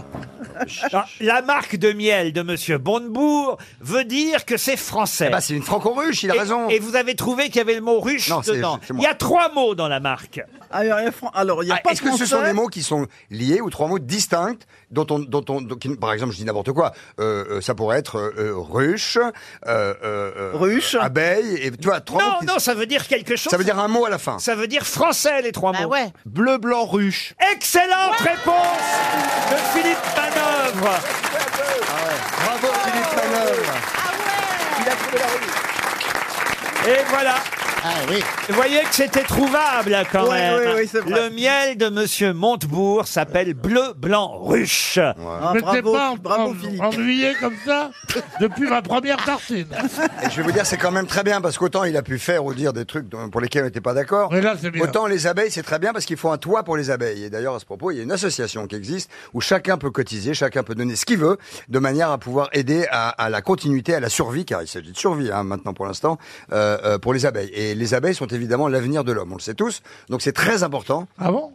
Ah, La marque de miel de Monsieur Bonnebourg veut dire que c'est français.
Eh ben, c'est une franco-ruche, il a
Et-
raison.
Et vous avez trouvé qu'il y avait le mot ruche
Non, c'est-
dedans.
c'est
Il
moi.
y a trois mots dans la marque.
Alors, il y a, Fran- alors, il y a
Ah,
pas
Est-ce que ce
français.
sont des mots qui sont liés ou trois mots distincts dont on, dont on, dont- qui- par exemple, je dis n'importe quoi. Euh, euh, ça pourrait être euh, euh, ruche, euh, euh, euh, abeille, et tu vois, trois mots
Non,
qui-
non, ça veut dire quelque chose.
Ça veut dire un mot à la fin.
Ça veut dire français, les
Bah
trois mots.
Bleu, blanc, ruche.
Excellente réponse de Philippe Manœuvre.
Ah Bravo,
Oh.
Philippe Manœuvre.
Ah
Et voilà.
Ah
Vous voyez que c'était trouvable quand
Oui,
même.
oui, oui, c'est vrai.
Le miel de Monsieur Montebourg s'appelle bleu, blanc, ruche.
Ah,
Je n'étais
bravo,
pas en-
bravo,
en-
Philippe.
ennuyé comme ça depuis ma première
[LAUGHS]
tartine.
Et je vais vous dire, c'est quand même très bien parce qu'autant il a pu faire ou dire des trucs dont- pour lesquels on n'était pas d'accord.
bien.
Autant les abeilles, c'est très bien parce qu'il faut un toit pour les abeilles. Et d'ailleurs, à ce propos, il y a une association qui existe où chacun peut cotiser, chacun peut donner ce qu'il veut de manière à pouvoir aider à, à la continuité, à la survie, car il s'agit de survie hein, maintenant pour l'instant, euh, euh, pour les abeilles. Et, les, les abeilles sont évidemment l'avenir de l'homme, on le sait tous. Donc c'est très important.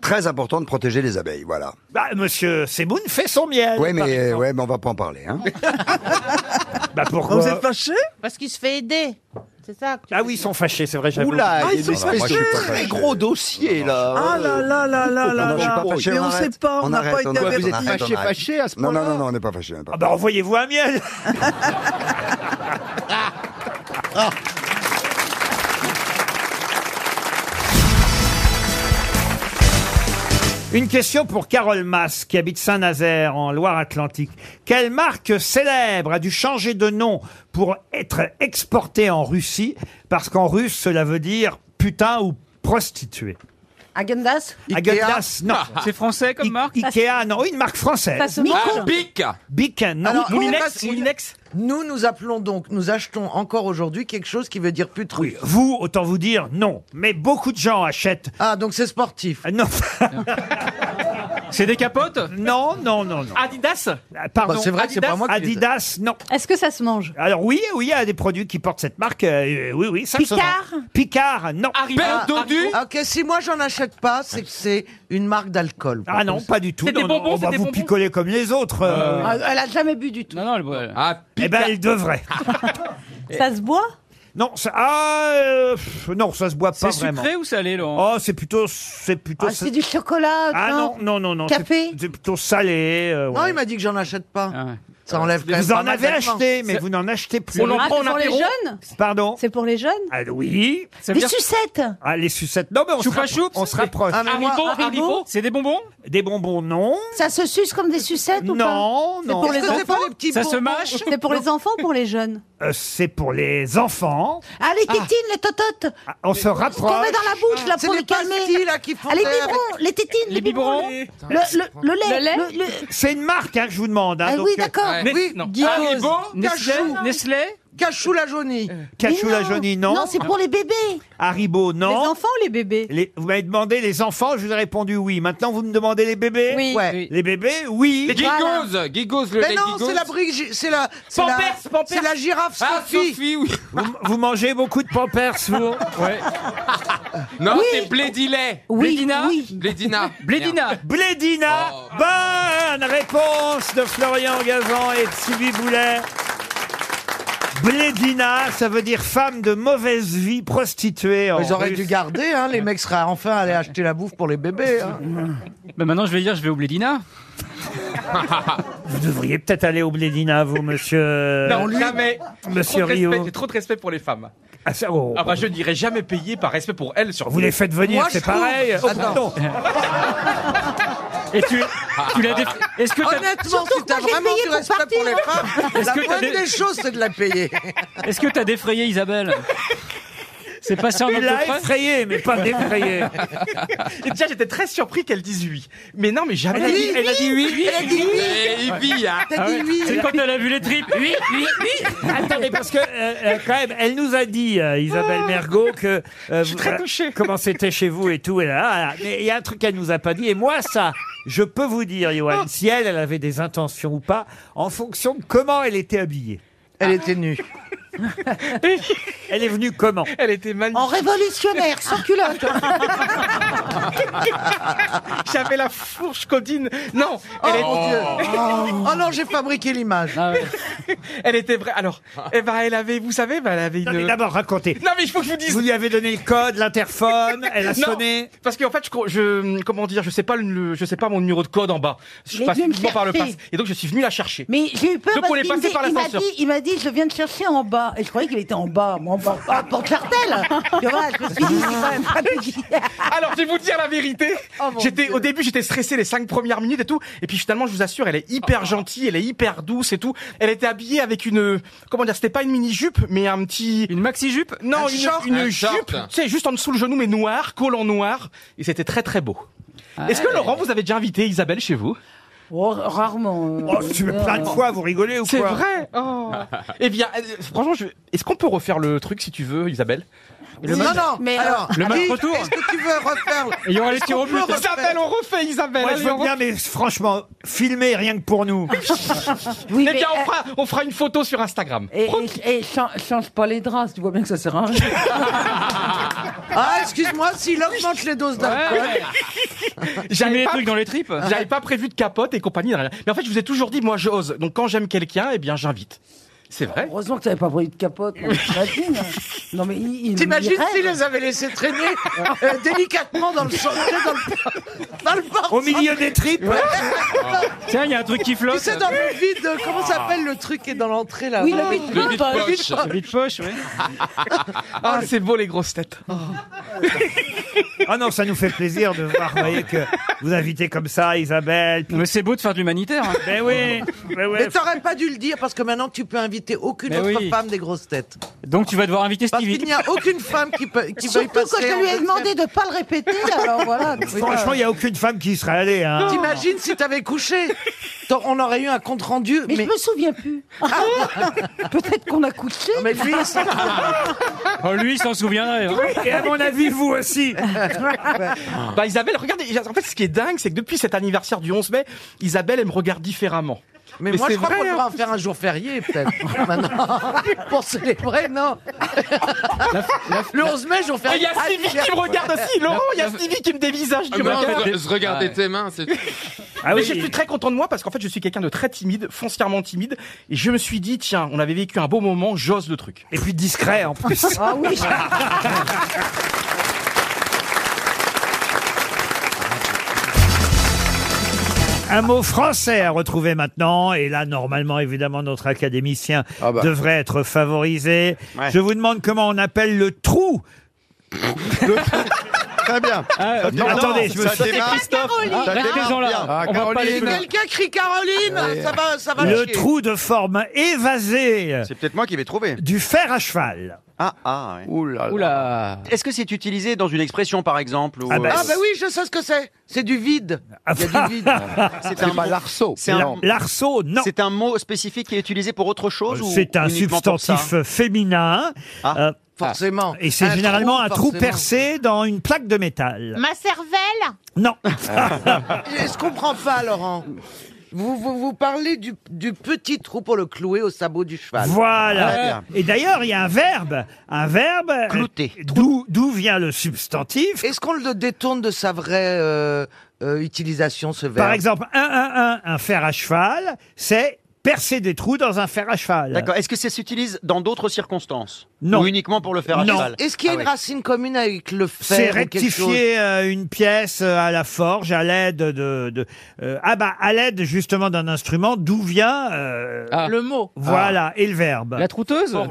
Très important de protéger les abeilles, voilà.
Bah, monsieur Semoun fait son miel.
Ouais,
par
mais, euh,
exemple.
ouais, mais on va pas en parler. Hein.
bah pourquoi
fâché Parce qu'il se fait aider. C'est ça.
Ah oui, ils sont fâchés, c'est vrai, j'avoue.
Oula, il y a une
moi,
espèce
je suis
de
pas
très
fâché.
gros dossier là.
Ah là là là là là
Non, je suis
là.
pas fâché,
Mais
on
on sait
arrête.
pas, on
On
n'a pas
arrête,
été
on arrête,
avec
on arrête, on arrête. Non, non, non, non, on n'est pas fâché. on n'est pas
Ah bah envoyez-vous un miel Une question pour Carole Mas, qui habite Saint-Nazaire, en Loire-Atlantique. Quelle marque célèbre a dû changer de nom pour être exportée en Russie Parce qu'en russe, cela veut dire putain ou prostituée.
Agendas
Agendas, non.
Ah. C'est français comme marque
Ikea, non, une marque française.
Ça se mange Ah, Bic
Bic, non.
Alors, Moulinex,
Nous, nous appelons donc, nous achetons encore aujourd'hui quelque chose qui veut dire putrouille.
Vous, autant vous dire non. Mais beaucoup de gens achètent. Euh,
Ah, donc c'est sportif.
Non.
[LAUGHS] C'est des capotes
Non, non, non, non.
Adidas
Ah, Pardon.
Bah, c'est vrai que c'est
Adidas,
pas moi qui les ai.
Adidas, non.
Est-ce que ça se mange
Alors oui, oui, il y a des produits qui portent cette marque. euh, oui, oui, ça se vend.
Picard
Picard, non.
Ah, ah, Ok, si moi j'en achète pas, c'est que c'est une marque d'alcool.
Ah non, pas du tout. Non, non, on va vous picoler comme les autres. euh.
elle a jamais bu du tout.
Non, non, elle...
Ah, eh ben, elle devrait.
Ça se boit
Non, ça, ah, euh, pff, non, ça se boit pas
C'est
vraiment.
sucré ou salé, Laurent
Oh, c'est plutôt, c'est plutôt.
Ah, c'est du
chocolat,
Ah non,
genre
non, non, non.
Café Ah
c'est- C'est plutôt salé. euh,
Non,
ouais.
il m'a dit que j'en achète pas.
Ah
Ça enlève quand même
Vous
pas
en
mal
avez
d'aliments.
acheté, mais
C'est-
vous n'en achetez plus.
On en Ah, prend,
c'est on pour les interrompt jeunes
Pardon.
C'est pour les jeunes
Ah oui.
Ça veut Des dire- sucettes
Ah les sucettes. Non mais on se
Choupa
rappro-
Choups
on se rapproche.
Ah, mais Haribo, moi, Haribo, Haribo
C'est des bonbons Des bonbons non.
Ça se suce comme des sucettes
ou pas Non,
C'est
non.
pour les
Est-ce que c'est pas
enfants
les petits Ça se bonbons mâche
C'est pour les enfants ou pour les jeunes
Euh, c'est pour les enfants.
Ah, les tétines, les tototes
Ah, on se
Ce qu'on met
rapproche.
dans la bouche, là, pour les calmer.
hein,
Ah, les biberons, les tétines, les, biberons. Le, le- le lait.
Le C'est une marque hein, que je vous demande. hein,
Ah
donc,
oui,
euh,
d'accord.
Ouais.
Oui, Ah,
Ah,
Haribo, Cachou,
Nestlé, Euh.
Cachou la jaunie.
Cachou la jaunie, non.
Non, c'est pour
Ah.
les bébés.
Haribo, non.
Les enfants ou les bébés
Les- vous m'avez demandé les enfants, je vous ai répondu oui. Maintenant, vous me demandez les bébés
Oui.
Ouais.
Les bébés, oui.
Les Voilà.
Gigos, Gigos,
Mais non, c'est la brique, c'est la, c'est la,
Pampers, Pampers.
c'est la girafe
Ah,
Sophie.
oui. vous, vous mangez beaucoup de pampers, vous
Ouais.
Non,
Oui.
c'est Blédilet.
Blédina
Blédina. Oh.
Blédina.
Blédina. Bonne réponse de Florian Gazan et de Sylvie Boulet. Blédina, ça veut dire femme de mauvaise vie, prostituée. en
Ils auraient
russe.
dû garder, hein, les mecs seraient enfin allés acheter la bouffe pour les bébés. hein.
Bah maintenant, je vais
[LAUGHS]
dire, je vais au Blédina.
Vous devriez peut-être aller au Blédina, vous, monsieur.
Non, Ah, jamais. J'ai trop
Monsieur
de respect,
Rio.
J'ai trop de respect pour les femmes.
Ah, ça, oh.
Ah bah je n'irai jamais payer par respect pour elles sur
Vous les faites venir,
Moi, je
c'est pareil.
trouve-
Oh, pardon.
Et tu, Ah. tu l'as déf- Est-ce que t'as-
Honnêtement, si t'as vraiment du respect pour les femmes,
Est-ce
la
que t'as
moindre
des-
des choses, c'est de la payer.
Est-ce que t'as défrayé Isabelle C'est passé en
Il l'a
autopresse
effrayé,
[LAUGHS]
mais pas défrayé.
Et déjà j'étais très surpris qu'elle dise oui. Mais non mais jamais.
Elle a dit- elle a dit oui.
Elle a dit oui.
Et il vit, hein.
Ah ouais.
C'est quand elle a vu les tripes. Oui, oui, oui.
Attendez, parce que euh, euh, quand même, elle nous a dit, euh, Isabelle Mergot, que euh, vous- euh, comment c'était chez vous et tout. Et là, voilà. Mais il y a un truc qu'elle nous a pas dit. Et moi, ça, je peux vous dire, Johan, si elle, elle avait des intentions ou pas, en fonction de comment elle était habillée.
Elle était nue.
Elle est venue comment
Elle était magnifique.
En révolutionnaire, sans culotte.
[LAUGHS] J'avais la fourche codine. Non, elle
oh,
est-
mon Dieu. oh non, j'ai fabriqué l'image.
Ah
Elle était vraie. Alors, eh ben, elle avait, vous savez, ben, elle avait une.
Non, mais d'abord, racontez.
Non, mais il faut que je vous dise.
Vous lui avez donné le code, l'interphone, elle a
Non,
sonné.
Parce qu'en fait, je, co- je, comment dire, je sais pas le, le- je sais pas mon numéro de code en bas. Je
Mais
passe
viens me
uniquement par le
chercher.
pass. Et donc, je suis venu la chercher.
Mais j'ai eu peur
Donc, on
parce
est
qu'il me
passé
dit-
par
il m'a
l'ascenseur.
dit, il m'a dit, je viens de chercher en bas. Et je croyais qu'il était en bas, mais en bas, à Porte-Chartel. Tu vois, je me suis dit, c'est quand même
[LAUGHS]
pas de qui.
Alors, je vais vous dire la vérité.
Oh, mon
j'étais
Dieu.
au début, j'étais stressé les cinq premières minutes et tout. Et puis finalement, je vous assure, elle est hyper
Oh.
gentille, elle est hyper douce et tout. Elle était habillée avec une, comment dire, c'était pas une mini jupe, mais un petit.
Une maxi jupe
Non,
Un
une,
short.
une
Un
jupe,
short.
tu sais, juste en dessous le genou, mais noir, collant noir. Et c'était très très beau.
Ah
Est-ce que Laurent, vous avez déjà invité Isabelle chez vous
Oh, rarement.
euh,
Oh, tu veux plein de fois, vous rigolez ou quoi
C'est vrai
[LAUGHS]
oh. Eh bien, euh, franchement, je... est-ce qu'on peut refaire le truc si tu veux, Isabelle
Non, non,
Ah
mais
alors,
Le match
dis, [LAUGHS]
retour.
Est-ce que tu veux refaire
Et il y aura les
est-ce
tirs au
qu'on
but.
peut refaire-
Isabelle, on refait Isabelle.
hein. Moi, je
allez,
veux
on
bien, mais franchement, filmer rien que pour nous.
[LAUGHS] Oui,
eh
mais,
bien, on
euh,
fera, on fera une photo sur Instagram.
Et, et- et chan- change pas les draps, tu vois bien que ça sert à rien. Ah, excuse-moi, s'il augmente les doses d'alcool.
[LAUGHS] J'avais des trucs dans les tripes. J'avais pas prévu de capote et compagnie. rien. Mais en fait, je vous ai toujours dit, moi, j'ose. Donc, quand j'aime quelqu'un, eh bien, j'invite. C'est vrai.
Heureusement que t'avais pas pris de capote. hein.
[LAUGHS]
non, T'imagines Non, mais il, il-
T'imagines
il rêve.
s'ils les avaient laissés traîner euh, délicatement dans le sol, dans le, [LAUGHS] dans le porte-
Au milieu des tripes.
Ouais.
Tiens, il y a un truc qui flotte.
Tu sais, dans le vide, euh, comment s'appelle le truc qui est dans l'entrée là
Oui, le vide
Le
poche. Le vide poche.
Le
vide
[LAUGHS]
poche, oui.
Ah, c'est beau, les grosses têtes. Oh.
Ah non, ça nous fait plaisir de voir, vous voyez, que vous invitez comme ça Isabelle.
Mais c'est beau de faire de l'humanitaire. hein.
Ben oui, ben ouais.
Mais t'aurais pas dû le dire parce que maintenant tu peux inviter aucune
Mais
autre
oui.
femme des grosses têtes.
Donc tu vas devoir inviter
Parce
Stevie.
qu'il n'y a aucune femme qui peut qui veuille
Surtout quand
passer.
je lui ai
en
demandé de pas le répéter, alors voilà.
euh, Franchement, il n'y a aucune femme qui y serait allée. Hein.
T'imagines si t'avais couché T'en- On aurait eu un compte rendu. Mais, je me
souviens plus. Peut-être qu'on a couché. Ah.
Mais lui, il s'en souvient.
Oh, lui, il s'en souviendrait. hein.
Et à mon avis, vous aussi.
[LAUGHS] bah, Isabelle, regardez. En fait, ce qui est dingue, c'est que depuis cet anniversaire du 11 mai, Isabelle, elle me regarde différemment.
Mais moi,
c'est
je crois qu'on
vrai,
devrait
hein.
en faire un jour férié,
[LAUGHS]
peut-être. Maintenant, pour célébrer, non. le 11 mai, jour
Ah,
férié.
Il y a Stevie qui me regarde aussi, Laurent. Il y a Stevie qui me dévisage.
Ah,
qui me
mais on
regarde.
se- se regardait tes mains, c'est tout.
Ah
oui.
Je suis très content de moi parce qu'en fait, je suis quelqu'un de très timide, foncièrement timide. Et je me suis dit, tiens, on avait vécu un beau moment, j'ose le truc.
Et puis discret en
[LAUGHS]
plus.
Ah
[LAUGHS]
oui.
Un mot français à retrouver maintenant. Et là, normalement, évidemment, notre académicien
bah.
devrait être favorisé. Je vous demande comment on appelle le trou.
Très bien.
Non, Ah, Euh, attendez, je me Ah, suis-
Ah,
Quelqu'un crie Caroline Ça va, ça va
Le
chier.
trou de forme évasée
C'est peut-être moi qui vais trouver.
du fer à cheval.
Ah, ah, ouais. Oula. Est-ce que c'est utilisé dans une expression, par exemple ou,
Ah bah,
euh,
oui, je sais ce que c'est. C'est du vide. Il y a du
[LAUGHS]
vide.
C'est un mot- C'est un
L'arceau, Ah, non.
C'est un mot spécifique qui est utilisé pour autre chose ou
Euh, C'est un
uniquement pour ça Ah,
substantif féminin. Euh,
Forcément.
Et c'est
Un
généralement
trou,
un trou
forcément.
percé dans une plaque de métal.
Ma cervelle
Non.
[LAUGHS] Je comprends pas, Laurent. Vous, vous, vous parlez du, du petit trou pour le clouer au sabot du cheval. Ah,
Voilà.
Très bien.
Et d'ailleurs, il y a un verbe, un verbe. euh, D'où d'où vient le substantif
Est-ce qu'on le détourne de sa vraie euh, euh, utilisation, ce verbe
Par exemple, 1 1 1 un fer à cheval, c'est percer des trous dans un fer à cheval.
D'accord. Est-ce que ça s'utilise dans d'autres circonstances
Non.
Ou uniquement pour le faire à
Non.
cheval
Est-ce qu'il y a
Ah
une
ouais.
racine commune avec le fer
C'est
ou quelque
rectifier euh, une pièce euh, à la forge à l'aide de, de- euh, ah bah à l'aide justement d'un instrument d'où vient euh,
Le mot.
Voilà et le verbe.
Ah. La trouteuse
Non.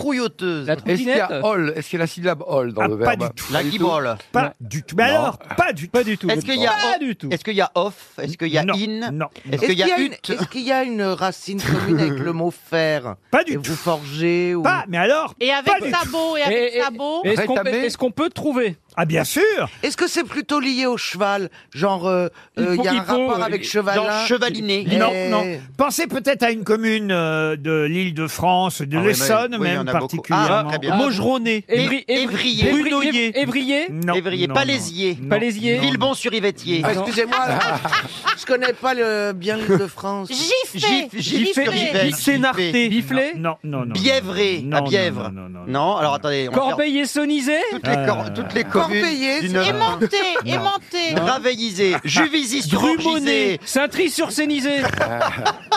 Trouilloteuse.
La troutinette
hall Est-ce qu'il y a la syllabe hall
dans
le
Ah, Pas
verbe
du tout.
La guibole.
Pas du tout. Mais
Non.
alors, pas du tout. Pas du tout.
Est-ce qu'il y a off Est-ce qu'il y a off Est-ce qu'il y a in
Non.
Est-ce qu'il y a
une,
une
est-ce qu'il y a une racine commune
[LAUGHS]
avec le mot fer
Pas du
tout. Vous forgez ou...
Pas, mais alors
Et avec
Pas du
sabot, et avec sabot.
Est-ce qu'on peut, est-ce qu'on peut trouver
Ah bien sûr
Est-ce que c'est plutôt lié au cheval Genre, euh,
Il
euh, il
faut-
y a
il
un
faut-
rapport avec chevalin
Genre chevaliné.
Non,
Eh,
non. Pensez peut-être à une commune euh, de l'île de France, de
Ah ouais,
l'Essonne
mais- oui, il y en
même
a beaucoup. Ah,
particulièrement.
très bien. Maugeronnet.
Évri- évri-
Évrier.
Évrier. Évrier.
Non,
Évrier.
non,
Palaisier.
non.
Palaisier.
Non, non.
Villebon-sur-Yvetier.
Ah, excusez-moi,
Ah,
je connais pas le bien l'île de France.
Giffé.
Gif- Gif-
Giffé.
sur Givet.
Sénarté. Biflé.
Non, non, non.
Bièvré.
Non,
À
non,
Bièvre.
non, Euh. non, non,
Non, alors attendez. on va faire
Corbeil sonisé
Toutes les, cor- toutes les communes.
Corbeillé,
d'une-
c'est-
Aimanté, aimanté.
Draveillisé,
Ah.
Juvisy sur
Drumonnet.
Orgisé,
Saintry sur Sénisé.
Ah.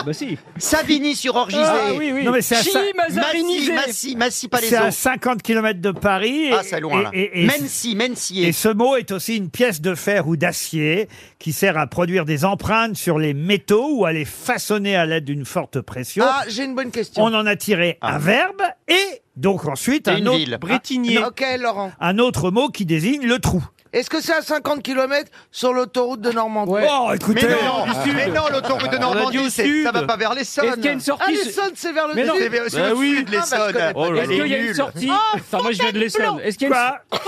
bah si.
Savigny sur Orgisé,
Ah oui, oui.
Non, mais c'est à ça-
Chilly,
Massy,
Mazarinisé.
Massy, Massy
C'est
Palaiso.
à 50 km de Paris.
Ah, c'est loin, là. Mency, Mencier.
Et ce mot est aussi une pièce de fer ou d'acier qui sert à produire des empreintes sur les métaux ou à les façonner à l'aide d'une forte pression.
Ah, j'ai une bonne question.
On en a tiré un verbe et donc ensuite
Ah. Et
un
une
autre,
ville.
Brétignier.
Ah, Ok, Laurent.
un autre mot qui désigne le trou.
Est-ce que c'est à 50 km sur l'autoroute de Normandie
Oh, écoutez,
Mais non, mais non, l'autoroute de Normandie, c'est- ça va pas vers l'Essonne.
Est-ce qu'il y a une
Ah,
sortie
l'Essonne, c'est vers le
Mais
sud.
non.
C'est vers- c'est le sud de l'Essonne.
Est-ce qu'il y a une sortie Enfin, moi, je viens de l'Essonne. Ah, Est-ce qu'il y a une...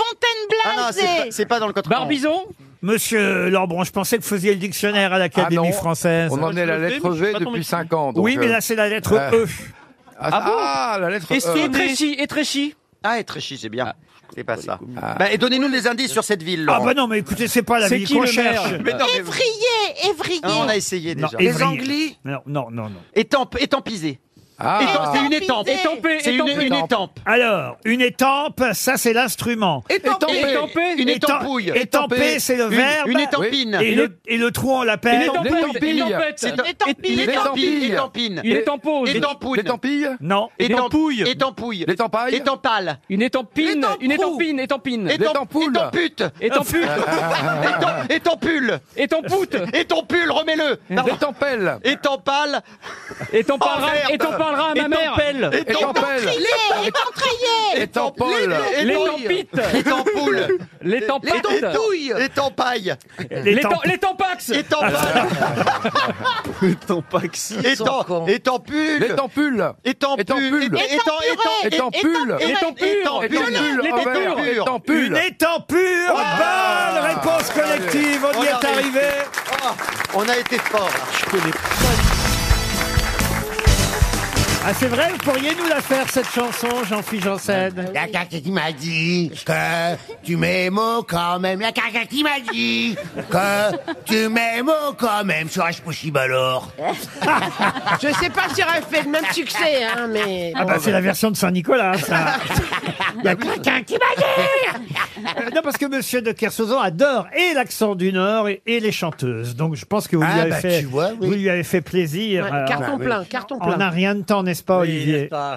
Ah non, c'est pas- c'est pas, dans le code
Barbizon
Monsieur Lambron, je pensais que vous faisiez le dictionnaire à l'Académie
Ah non,
française.
On en est la lettre V depuis 5 ans. donc,
oui, mais
euh,
là c'est la lettre
euh,
E.
Ah,
Ah bon
ah, la lettre E.
Étréchy, Étréchy.
Ah, Étréchy, c'est bien. C'est pas ça. Bah, et donnez-nous des indices sur cette ville.
Ah
Laurent.
bah non, mais écoutez, c'est pas la
C'est
ville
qui
qu'on
le maire
cherche.
Mais non, mais-
Évrier, évrier.
Ah, on a essayé déjà.
Évry.
Les Anglais
Non, non, non, non.
Étamp- Étampisé.
Ah.
Étampé,
C'est
C'est une étampe. étampé,
C'est
étampé.
Alors, une étampe, ça c'est l'instrument.
Étampé. Étampé. Une
Étam-
étampouille.
Étampé, c'est le
Une-
verbe.
une étampine.
Et
Une-
le, et le trou, on
Une
l'appelle.
étampouille. Une étampille. Une étampette. C'est- Une étampille. Une étampille. Une étampille. Une étampose. Une étampille.
Non.
Étampouille. Étampouille. Étampaille. Étampale. Une étampine. Une étampine. Étampine. Étampoule. Étampute. Étampute. Étam- Étampule. Étampoute. Étampule, remets-le. Étampelle. Étampale.
Oh,
Étampara.
Étamparera à ma mère.
Étampelle.
Étreillé
Étampole. L'étampite. L'étampoule. L'étampate. L'étampouille. L'étampaille.
L'étamp-
L'étampax.
[LAUGHS]
Tampax.
Étant-
Étampule. Étampule. Étampule. Étampule. Étampule.
Une étampure. Bonne réponse collective. On y est arrivé.
On a été fort. Je connais
Ah, c'est vrai, vous pourriez nous la faire, cette chanson, Jean-Philippe Janssen
La caca qui m'a dit que tu m'aimes quand même. La caca qui m'a dit que tu m'aimes quand même. Serait-ce possible alors
[LAUGHS] Je sais pas si aurait fait le même succès, hein, mais. Ah
Ah bah, c'est
euh,
la version de Saint-Nicolas, hein, ça.
[LAUGHS]
Il y a quelqu'un qui m'a dit Non, parce que Monsieur de Kersauzon adore et l'accent du Nord et, et les chanteuses. Donc je pense que vous, lui,
Ah,
avez
bah,
fait,
tu vois, oui.
vous lui avez fait plaisir.
Ouais,
euh,
carton Bah, plein, oui. carton
On
plein.
n'a rien de temps, n'est-ce pas, Olivier
Ah,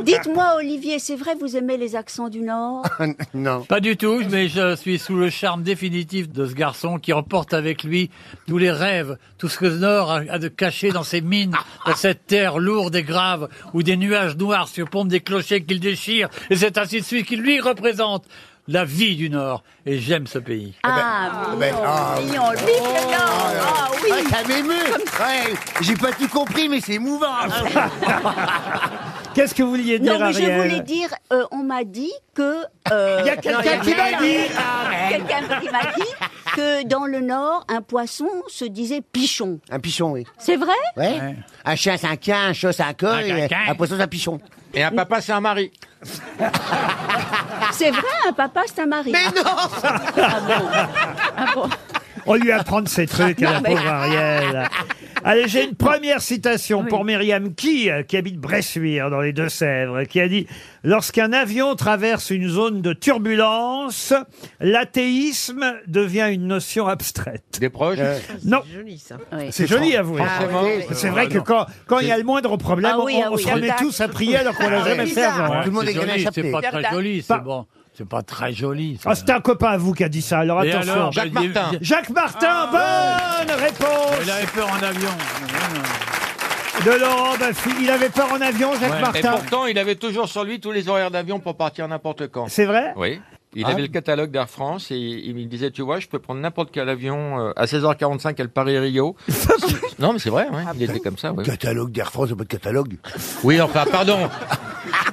Dites-moi, Olivier, c'est vrai, vous aimez les accents du Nord
Non.
Pas du tout, mais je suis sous le charme définitif de ce garçon qui emporte avec lui tous les rêves, tout ce que le Nord a a de caché dans ses mines, dans cette terre lourde et grave, où des nuages noirs surpompent des clochers qu'il déchire, et c'est ainsi de suite qui lui représente la vie du Nord, et j'aime ce pays.
Ah,
Ah, ben,
mignon,
ah,
mignon, vive le Nord Ah oui
Ah, ça m'émeut Ouais, J'ai pas tout compris, mais c'est émouvant
Ah,
Qu'est-ce que vous vouliez
Non,
dire,
mais je
Ariel
voulais dire, euh, on m'a dit que... euh,
Il y a quelqu'un
[LAUGHS]
qui m'a dit.
Quelqu'un qui m'a dit que dans le Nord, un poisson se disait pichon.
Un pichon, oui.
C'est vrai
Ouais. Un chien, c'est un quin, un chat, c'est un
Un
coq, et
quinquin.
un poisson, c'est un pichon.
Et un papa, c'est un mari.
C'est vrai, un papa, c'est un mari. Ah Mais non
[LAUGHS]
On lui apprend de ces trucs à la
Non, mais-
pauvre Ariel. Allez, j'ai une première citation pour Myriam Key, euh, qui habite Bressuire, dans les Deux-Sèvres, qui a dit « Lorsqu'un avion traverse une zone de turbulence, l'athéisme devient une notion abstraite. » Des proches Non.
joli, ça.
C'est Ah, joli à vous.
Franchement,
c'est vrai que quand quand il y a le moindre problème,
Ah oui,
on,
ah
on
oui,
se remet
Jeanne
tous à prier alors qu'on l'a
Ah ouais.
jamais fait
Bizarre.
avant. hein.
Ouais, c'est joli, C'est pas très joli, c'est bon. C'est pas très joli. ça.
Ah, c'est un copain à vous qui a dit ça, alors
Et
attention.
alors, Jacques bah, il- Martin.
Jacques
Ah,
Martin, bonne réponse
Il avait peur en avion.
de Laurent Baffy. Il avait peur en avion, Jacques
Ouais. Et
Martin.
pourtant, il avait toujours sur lui tous les horaires d'avion pour partir n'importe quand.
C'est vrai
Oui. Il
Ah.
avait le catalogue d'Air France et il me disait, tu vois, je peux prendre n'importe quel avion euh, à 16h45 à
[LAUGHS]
Paris-Rio. non, mais c'est vrai, ouais, il était comme ça. ouais.
Catalogue d'Air France, pas de catalogue.
Oui, enfin, pardon. [LAUGHS]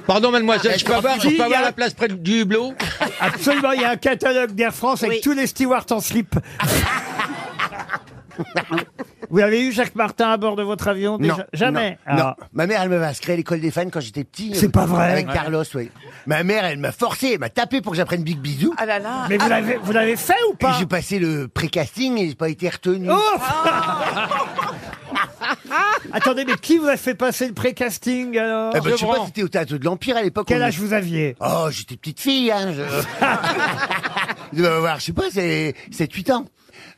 Pardon,
Ah,
mademoiselle, je peux avoir, je
Il y
peux
a-
avoir la place près du hublot
Absolument, il y a un catalogue d'Air France avec tous les stewards en slip. Vous avez eu Jacques Martin à bord de votre avion déjà
Non,
Jamais.
non,
Ah.
non. Ma mère, elle m'avait inscrit à l'école des fans quand j'étais petit.
C'est
euh,
pas vrai.
Avec
Ouais.
Carlos, oui. Ma mère, elle m'a forcé, elle m'a tapé pour que j'apprenne Big Bisou.
Ah là là.
Mais vous l'avez- vous l'avez fait ou pas Oh
J'ai passé le pré-casting et j'ai pas été retenu.
[LAUGHS] Attendez, mais qui vous a fait passer le pré-casting alors
Eh ben, je sais pas, c'était au théâtre de l'Empire à l'époque.
Quel
on-
âge vous aviez
Oh, j'étais petite fille, hein.
[LAUGHS]
Je... [LAUGHS] je devais avoir, je sais pas, c'est 7-8 ans.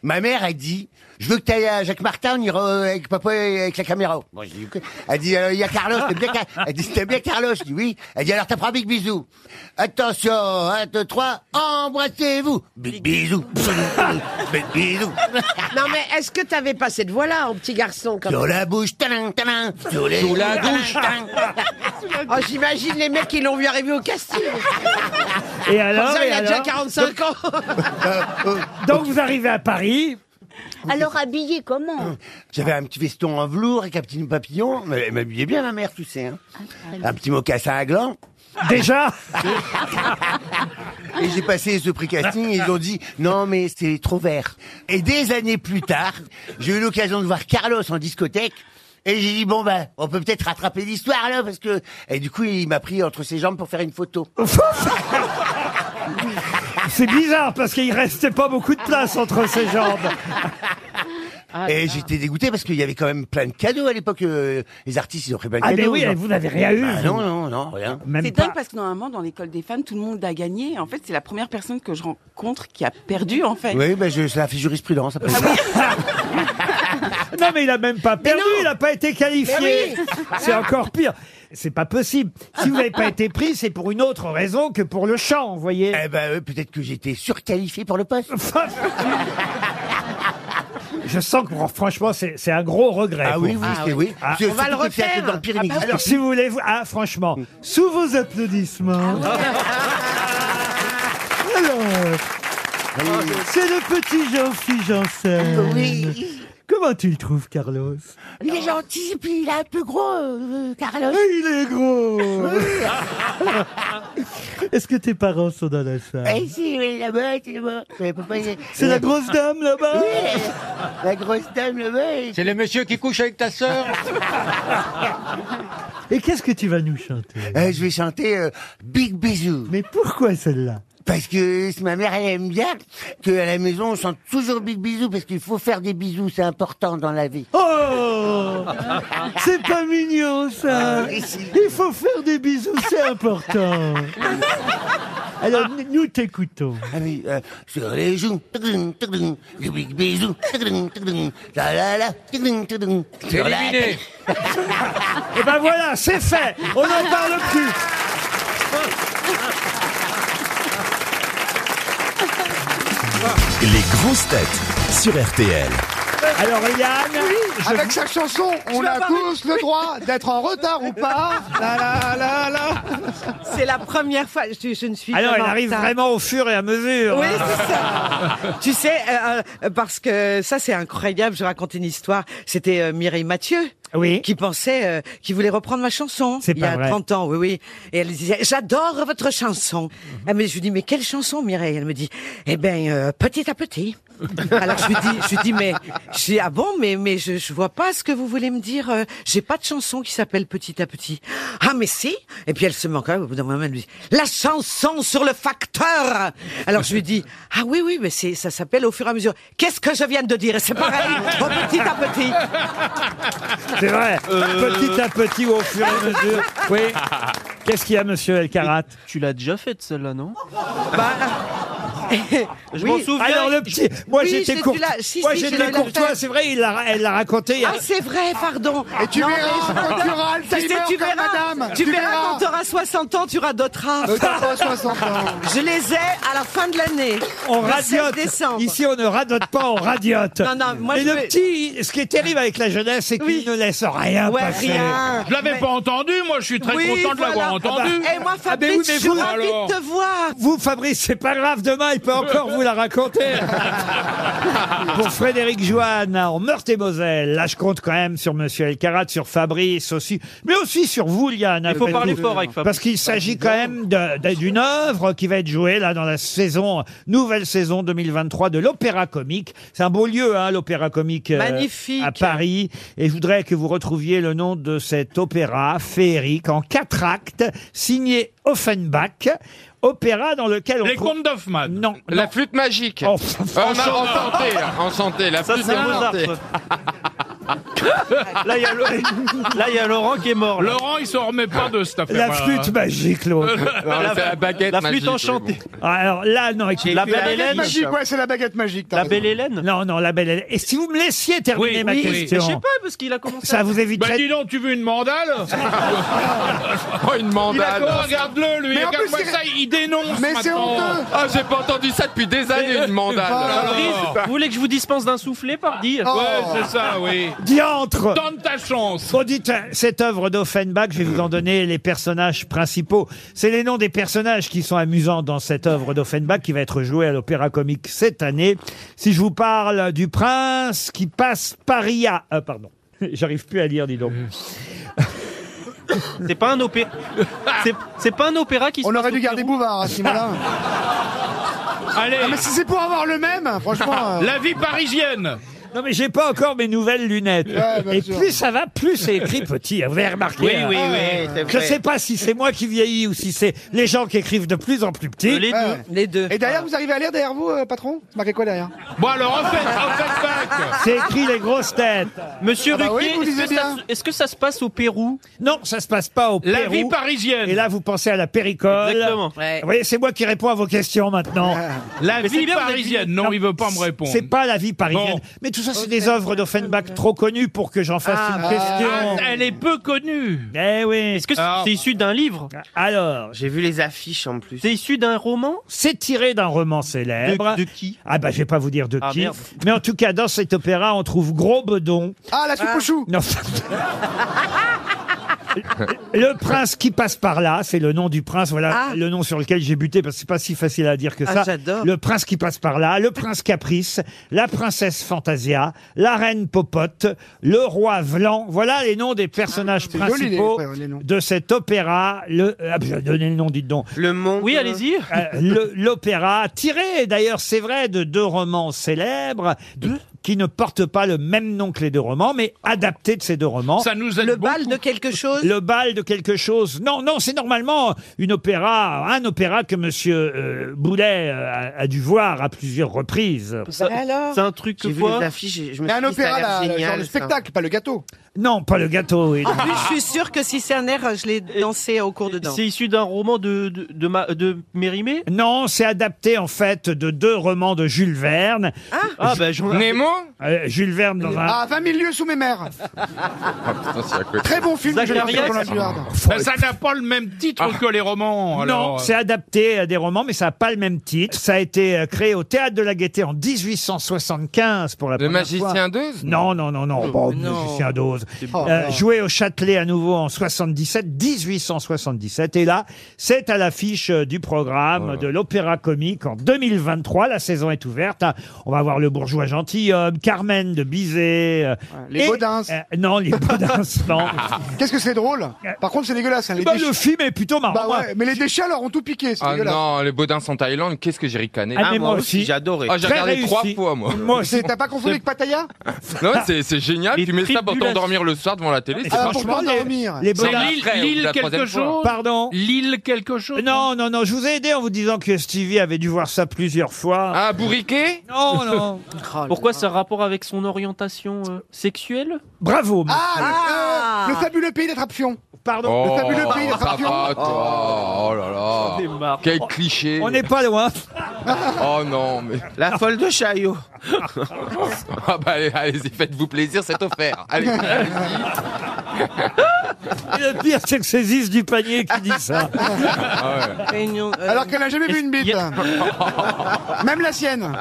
Ma mère a dit, je veux que t'ailles à Jacques Martin, on ira avec papa et avec la caméra. Bon, j'ai dit, ok. Elle dit, euh, il y a Carlos, t'aimes bien,
[LAUGHS]
Car- elle dit, t'aimes bien Carlos? Je dis oui. Elle dit, alors t'apprends Big Bisou. Attention, 1, 2, 3, embrassez-vous. Big
[LAUGHS]
Bisou. Big Bisou.
Non, mais est-ce que t'avais pas cette voix-là en petit garçon comme
Sur la bouche, tadam, tadam. Sur les-
Sous la
tadam,
douche.
tadam.
Oh, j'imagine les mecs qui l'ont vu arriver au casting.
Et alors,
Comme ça,
et
il a déjà
alors
45 ans.
euh,
Donc vous arrivez à Paris.
Alors, habillé comment
J'avais un petit veston en velours avec un petit papillon. Mais Elle m'habillait bien, ma mère, tu sais. hein. Un petit mocassin à gland. [LAUGHS]
Déjà
Et j'ai passé ce pré-casting et ils ont dit non mais c'est trop vert. Et des années plus tard, j'ai eu l'occasion de voir Carlos en discothèque et j'ai dit bon ben on peut peut-être rattraper l'histoire là parce que et du coup il m'a pris entre ses jambes pour faire une
[LAUGHS]
photo.
C'est bizarre parce qu'il restait pas beaucoup de place entre ses jambes.
Ah,
et j'étais dégoûté parce qu'il y avait quand même plein de cadeaux à l'époque. euh, les artistes, ils ont pris plein de
Ah, mais
cadeaux.
oui,
genre.
vous n'avez rien eu,
Bah
vous.
Non, non, non, rien.
Même
C'est dingue parce que normalement, dans l'école des femmes, tout le monde a gagné. En fait, c'est la première personne que je rencontre qui a perdu, en fait.
Oui, ben je, ça a fait jurisprudence.
Ah
après.
Non, mais il a même pas perdu, il n'a pas été qualifié.
Mais oui.
C'est encore pire. C'est pas possible. Si vous n'avez pas été pris, c'est pour une autre raison que pour le chant, vous voyez.
Eh ben, peut-être que j'étais surqualifié pour le poste.
[LAUGHS] Je sens que bon, franchement, c'est c'est un gros regret.
Ah
pour
oui,
vous.
oui, c'est- oui.
Ah.
C'est- On va surtout le que le théâtre refaire. d'Empire
Ah,
n'existe
Alors,
plus.
si vous voulez, vous- ah, franchement, sous vos applaudissements. [LAUGHS]
Ah
hein.
Alors,
Ah,
c'est le petit Jean-Philippe Janssen.
Oui.
Comment tu le trouves, Carlos
Il est gentil, puis il est un peu gros, euh, Carlos.
Eh, Il est gros. Est-ce que tes parents sont dans la salle
[LAUGHS] Eh si, oui, là-bas, c'est là-bas. Mais papa, il est-
C'est la grosse dame là-bas
Oui, la- la grosse dame là-bas. elle-
C'est le monsieur qui couche avec ta sœur
Et qu'est-ce que tu vas nous chanter
Euh, je vais chanter euh, Big Bisou.
Mais pourquoi celle-là
Parce que c'est ma mère, elle aime bien qu'à la maison, on chante toujours Big Bisou parce qu'il faut faire des bisous, c'est important dans la vie. [LAUGHS]
Oh C'est pas mignon
Ah,
ça Il faut faire des bisous, c'est
[LAUGHS]
important Alors nous- nous t'écoutons.
Ah oui, euh, sur les joues, tudum, tudum, du Big Bisou, tudum, tudum, la la la, tudum, tudum, sur la
Éliminé. Et ben voilà, c'est fait On n'en parle plus
Les grosses têtes sur RTL.
Alors Yann,
avec chaque chanson, on a tous le droit d'être en retard ou pas. La, la, la, la.
C'est la première fois. Je, je ne suis
Alors Ah elle
jamais en
arrive
retard.
vraiment au fur et à mesure.
Oui,
hein.
c'est
[LAUGHS]
ça. tu sais, euh, euh, parce que ça, c'est incroyable. Je raconte une histoire. C'était euh, Mireille Mathieu. Qui pensait, euh, qui voulait reprendre ma chanson
C'est
il y
pas
a
vrai.
30 ans, oui, oui. Et elle disait, j'adore votre chanson.
Mhm.
Ah, mais je lui dis, mais quelle chanson, Mireille Elle me dit, eh ben, euh, petit à
[LAUGHS]
petit. Alors je lui dis, je lui dis, mais, je dis, ah bon, mais, mais je, je vois pas ce que vous voulez me dire. euh, J'ai pas de chanson qui s'appelle petit à petit. Ah, mais si. Et puis elle se manque, au bout d'un moment, elle me dit, la chanson sur le facteur. Alors je lui dis, ah oui, oui, mais c'est, ça s'appelle au fur et à mesure. Qu'est-ce que je viens de dire? Et C'est
[LAUGHS]
pareil, au petit à petit.
C'est vrai.
Euh.
Petit à petit ou au fur et à mesure. Oui. Qu'est-ce qu'il y a, monsieur Elkarat Bah.
Tu l'as déjà faite, celle-là, non
[LAUGHS] Je m'en souviens.
Alors le petit, moi
Oui,
j'étais
c'est
court,
celui-là. Si,
moi
si, je
j'étais
l'ai
courtois,
fait.
c'est vrai, il l'a- elle l'a raconté. il y a-
Ah, c'est vrai, pardon.
Et tu verras, quand tu auras
tu sais,
Alzheimer
tu
comme
verras,
madame.
Tu,
Tu
verras,
verras. Euh,
quand t'auras 60 ans, tu radoteras.
Oui, quand t'auras 60 ans.
[LAUGHS] Je les ai à la fin de l'année.
on
Le 16
radiote.
décembre.
Ici, on ne radote pas, on radiote.
Non, non, moi,
Mais
je
le
vais-
petit, ce qui est terrible avec la jeunesse, c'est qu'il ne laisse rien
Ouais,
passer.
rien.
Je l'avais pas entendu, moi je suis très
Oui,
content de l'avoir
voilà.
entendu.
Ah bah, Et moi,
Ah bah oui,
Fabrice,
mais
je suis
vous,
ravie
alors
de te voir.
Vous, Fabrice, c'est pas grave, demain, il peut encore vous
[LAUGHS]
la raconter. Pour Frédéric Joanne, en Meurthe-et-Moselle, là, je compte quand même sur Monsieur Elkarat, sur Fabrice aussi, mais aussi sur vous, Liane.
Il faut
après
parler
tout.
fort avec Fabrice. Bah,
Parce qu'il s'agit quand même de- de- d'une œuvre qui va être jouée, là, dans la saison, nouvelle saison 2023 de l'Opéra Comique. C'est un beau lieu, hein, l'Opéra Comique. euh,
Magnifique.
À Paris. Et je voudrais que vous retrouviez le nom de cet opéra féerique en quatre actes, signé Offenbach. Opéra dans lequel on
Les
trouve-
contes d'Hoffmann.
Non.
La flûte magique. Euh,
Oh.
en, en santé, là, en santé, la
Ça,
flûte
c'est
en
Mozart,
santé.
ça. Là, il y a Lo- là, il y a Laurent qui est mort. là.
Laurent, il s'en remet pas de cette affaire. hein.
La flûte magique,
[LAUGHS]
l'autre.
La-
c'est la baguette
la flûte
magique, oui,
enchantée.
Alors là, non, écoutez.
La belle Hélène magique, ouais, c'est la baguette magique. t'as raison.
Hélène Non, non, la belle Hélène. Et si vous me laissiez terminer ma
Oui, mais je
question
sais pas, parce qu'il a commencé.
Ça
à-
vous éviterait.
Bah dis donc, tu veux une mandale
[LAUGHS]
Bah,
Oh, une mandale.
Il a- regarde-le, lui,
Mais en
regarde-moi
plus, c'est-
ça, il dénonce
Mais c'est
maintenant.
honteux. euh,
Ah, j'ai pas entendu ça depuis des années, une mandale.
Fabrice, Vous Oh. voulez que je vous dispense d'un soufflet par dire
Ouais, c'est ça, oui.
[LAUGHS] Diantre
Tente ta chance.
Bon, dites, euh, cette œuvre d'Offenbach, je vais vous en donner les personnages principaux. C'est les noms des personnages qui sont amusants dans cette œuvre d'Offenbach qui va être jouée à l'Opéra Comique cette année. Si je vous parle du prince qui passe paria... Ah, pardon. [LAUGHS] J'arrive plus à lire, dis donc.
C'est pas un opéra. C'est, c'est pas un opéra qui. On aurait dû garder Bouvard hein, à ce
[LAUGHS]
moment-là.
Allez,
Ah,
[LAUGHS]
mais si c'est pour avoir le même, franchement. euh,
la vie parisienne.
Non, mais j'ai pas encore mes nouvelles lunettes.
Ouais, bien
Et
sûr.
plus ça va, plus c'est écrit petit. Vous avez remarqué.
Oui,
hein.
oui, oui, c'est
Je
vrai.
sais pas si c'est moi qui vieillis ou si c'est les gens qui écrivent de plus en plus petit.
Les deux.
Les deux.
Et derrière, vous arrivez à lire derrière vous, euh, patron C'est marqué quoi derrière
Bon alors, en fait, en fait, bac.
C'est écrit les grosses têtes.
Monsieur
Ah bah oui,
Ruquier,
vous
est-ce
lisez
que, ça-
bien.
est-ce que ça se passe au Pérou
Non, ça se passe pas au
La
Pérou.
vie parisienne.
Et là, vous pensez à la péricole.
Exactement. Ouais.
Vous voyez, c'est moi qui réponds à vos questions maintenant.
[LAUGHS] La vie parisienne, non, il veut pas me répondre.
C'est pas la vie parisienne.
Bon.
Mais tout ça, c'est des œuvres d'Offenbach trop connues pour que j'en fasse une
ah,
question.
Ah, elle est peu connue.
Eh oui.
Est-ce que c'est
Alors-
c'est issu d'un livre
Alors,
j'ai vu les affiches en plus. C'est issu d'un roman
C'est tiré d'un roman célèbre.
De- de qui
Ah bah je vais pas vous dire de
Ah,
qui.
merde.
Mais en tout cas, dans cet opéra, on trouve Gros Bedon.
Ah, la soupe aux choux
Non. Le prince qui passe par là, c'est le nom du prince. Voilà le nom sur lequel j'ai buté parce que c'est pas si facile à dire que
Ah,
ça.
j'adore.
Le prince qui passe par là, le prince caprice, la princesse fantasia, la reine popote, le roi Vlan. Voilà les noms des personnages
Ah, c'est joli,
principaux
les- ouais, les noms.
de cet opéra. Le, ah, je vais donner le nom, dites donc.
Le monde. Oui, allez-y.
Euh, le- l'opéra, tiré d'ailleurs, c'est vrai, de deux romans célèbres qui ne portent pas le même nom que les deux romans, mais adaptés de ces deux romans.
Ça nous aide
le bal de quelque chose Le bal de quelque chose. Non, non, c'est normalement une opéra, un opéra que Monsieur euh, Boulet euh, a, a dû voir à plusieurs reprises.
C'est un truc que quoi
Mais un opéra, là, genre le spectacle, pas le gâteau.
Non, pas le gâteau. oui.
En plus, je suis sûre que si c'est un air, je l'ai dansé au cours de danse.
C'est issu d'un roman de, de, de, ma- de Mérimée
Non, c'est adapté en fait de deux romans de Jules Verne.
Ah, bah, je- Nemo
Euh, Jules Verne dans un...
Ah, 20 000 lieux sous mes mers. Très bon film de Jonathan Nolan Huard.
Ben, ça n'a pas le même titre que les romans. alors,
Ah. non,
euh,
c'est adapté à des romans, mais ça n'a pas le même titre. Ça a été euh, créé au Théâtre de la Gaîté en 1875 pour la
Le
première
Magicien
fois.
d'Oz
Non, non, non, non. Bon, le Magicien d'Oz.
bon.
Euh,
Oh, non.
joué au Châtelet à nouveau en 77, 1877. Et là, c'est à l'affiche euh, du programme de l'Opéra Comique en 2023. La saison est ouverte. hein. On va voir Le Bourgeois Gentilhomme, Carmen de Bizet. euh,
Les
et-
Baudins.
euh, non, les Baudins, non.
Qu'est-ce que c'est drôle Par contre, c'est dégueulasse. hein, les
Bah,
déchets-
le film est plutôt marrant.
Bah ouais, mais les déchets, alors, ont tout piqué. C'est
Ah
dégueulasse.
non, les Baudins sont Thaïlande, qu'est-ce que j'ai ricané
Ah, mais Ah, moi moi aussi, aussi.
j'ai adoré. Ah, j'ai regardé trois fois, moi.
C'est- T'as pas confondu avec Pattaya
Non, c'est c'est génial, tu mets ça pour t'endormir le soir devant la télé,
Mais
Ah,
c'est
c'est
pas
Pour dormir.
Les
C'est
Baudins-
l'île- l'île
La quelque troisième fois. chose
Pardon
L'île quelque chose
Non, non, non, je vous ai aidé en vous disant que Stevie avait dû voir ça plusieurs fois.
Ah, bourriquet
Non, non.
[LAUGHS] Pourquoi c'est un rapport avec son orientation euh,
[LAUGHS]
sexuelle
Bravo monsieur.
Ah, le, euh, le fabuleux pays d'attraction.
Pardon.
Oh,
le fabuleux pays
ça
d'attraction.
va,
[LAUGHS]
toi. Oh là là. Quel cliché.
On n'est pas loin.
[LAUGHS] Oh non, mais.
La folle de Chaillot.
[LAUGHS] Ah bah allez, allez-y, faites-vous plaisir, c'est offert. Allez,
Et le pire, c'est que c'est Ziz du panier qui dit ça.
Ah
euh,
Alors qu'elle n'a jamais vu une bite. [LAUGHS]
[LAUGHS]
Même la sienne.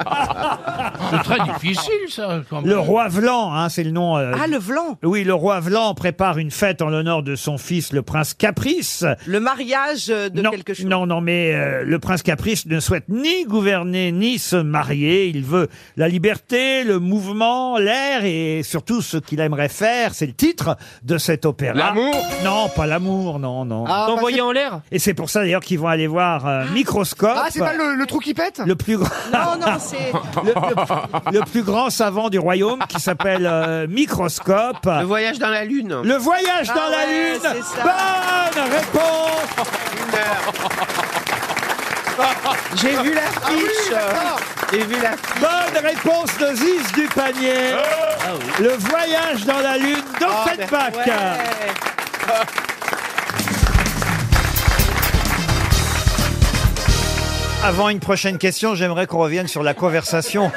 C'est très difficile, ça. Quand
Le roi Vlan, hein, c'est le nom. euh,
Ah, le Vlan
Oui, le roi Vlan prépare une fête en l'honneur de son fils, le prince Caprice.
Le mariage euh, de quelque chose.
Non, non, mais euh, le prince Caprice ne souhaite ni gouverner ni se marier. Il veut la liberté, le mouvement, l'air et surtout ce qu'il aimerait faire. C'est le titre de cet opéra.
L'amour
Non, pas l'amour, non, non.
Ah,
T'envoyer en l'air
Et c'est pour ça d'ailleurs qu'ils vont aller voir euh, Microscope.
Ah, c'est pas le, le trou qui pète
le plus grand.
Non, non, c'est.
[LAUGHS] le, le- le plus grand savant du royaume qui s'appelle euh, Microscope. Le
voyage dans la Lune.
Le voyage
Ah
dans la
ouais,
lune.
c'est ça.
Bonne réponse.
J'ai vu l'affiche.
Ah
J'ai vu la.
Ah Bonne réponse de Ziz du panier.
Ah
Le voyage dans la lune
Ah,
dans cette bac. Avant une prochaine question, j'aimerais qu'on revienne sur la conversation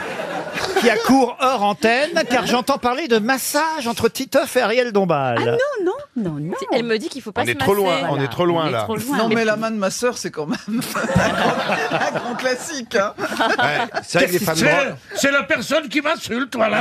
qui a cours hors antenne, car j'entends parler de massage entre Titoff et Ariel Dombal.
Ah
non, non, non, non. Elle me dit qu'il faut pas
On
se
est trop
masser.
loin, on est trop loin, là.
Non, mais
la main de ma sœur, c'est quand même un grand classique. hein.
c'est
vrai que les femmes drôles-
c'est la personne qui m'insulte, voilà.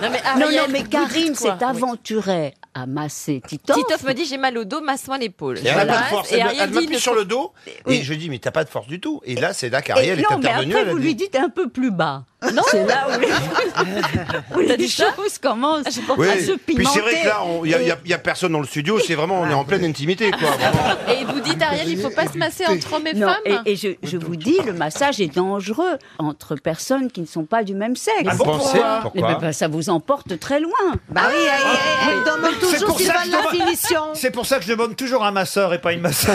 mais
Non,
Ariel,
non, mais
vous
Karine
dites quoi
s'est aventurée à masser Titoff.
Titoff me dit j'ai mal au dos, masse-moi l'épaule.
Et elle
Voilà.
n'a pas de force.
Et
Elle, me-
Ariel
elle
dit,
m'appuie
ne
sur
faut-
le dos et je dis mais t'as pas de force du tout. Et là c'est là qu'Ariel
Et
est
non, mais
intervenue.
après,
elle a
vous
dit-
lui dites un peu plus bas. Non, c'est là
[LAUGHS]
[LAUGHS] où, où les choses commencent
Oui.
à se pimenter.
Puis c'est vrai que là, il n'y a, y a personne dans le studio, c'est vraiment, on est en pleine intimité, quoi. vraiment.
Et vous dites, Ariel, il faut pas se masser entre hommes et
Non,
femmes.
Et, et je, je vous dis, le massage est dangereux entre personnes qui ne sont pas du même sexe.
Ah bon, Pourquoi pourquoi
Eh ben, ben, Ça vous emporte très loin. Ah,
Bah oui, elle- elle- elle demande
C'est
toujours
pour
s'il
ça
va
que
de
je
la
demande-
finition.
C'est pour ça que je demande toujours à ma sœur et pas une masseuse.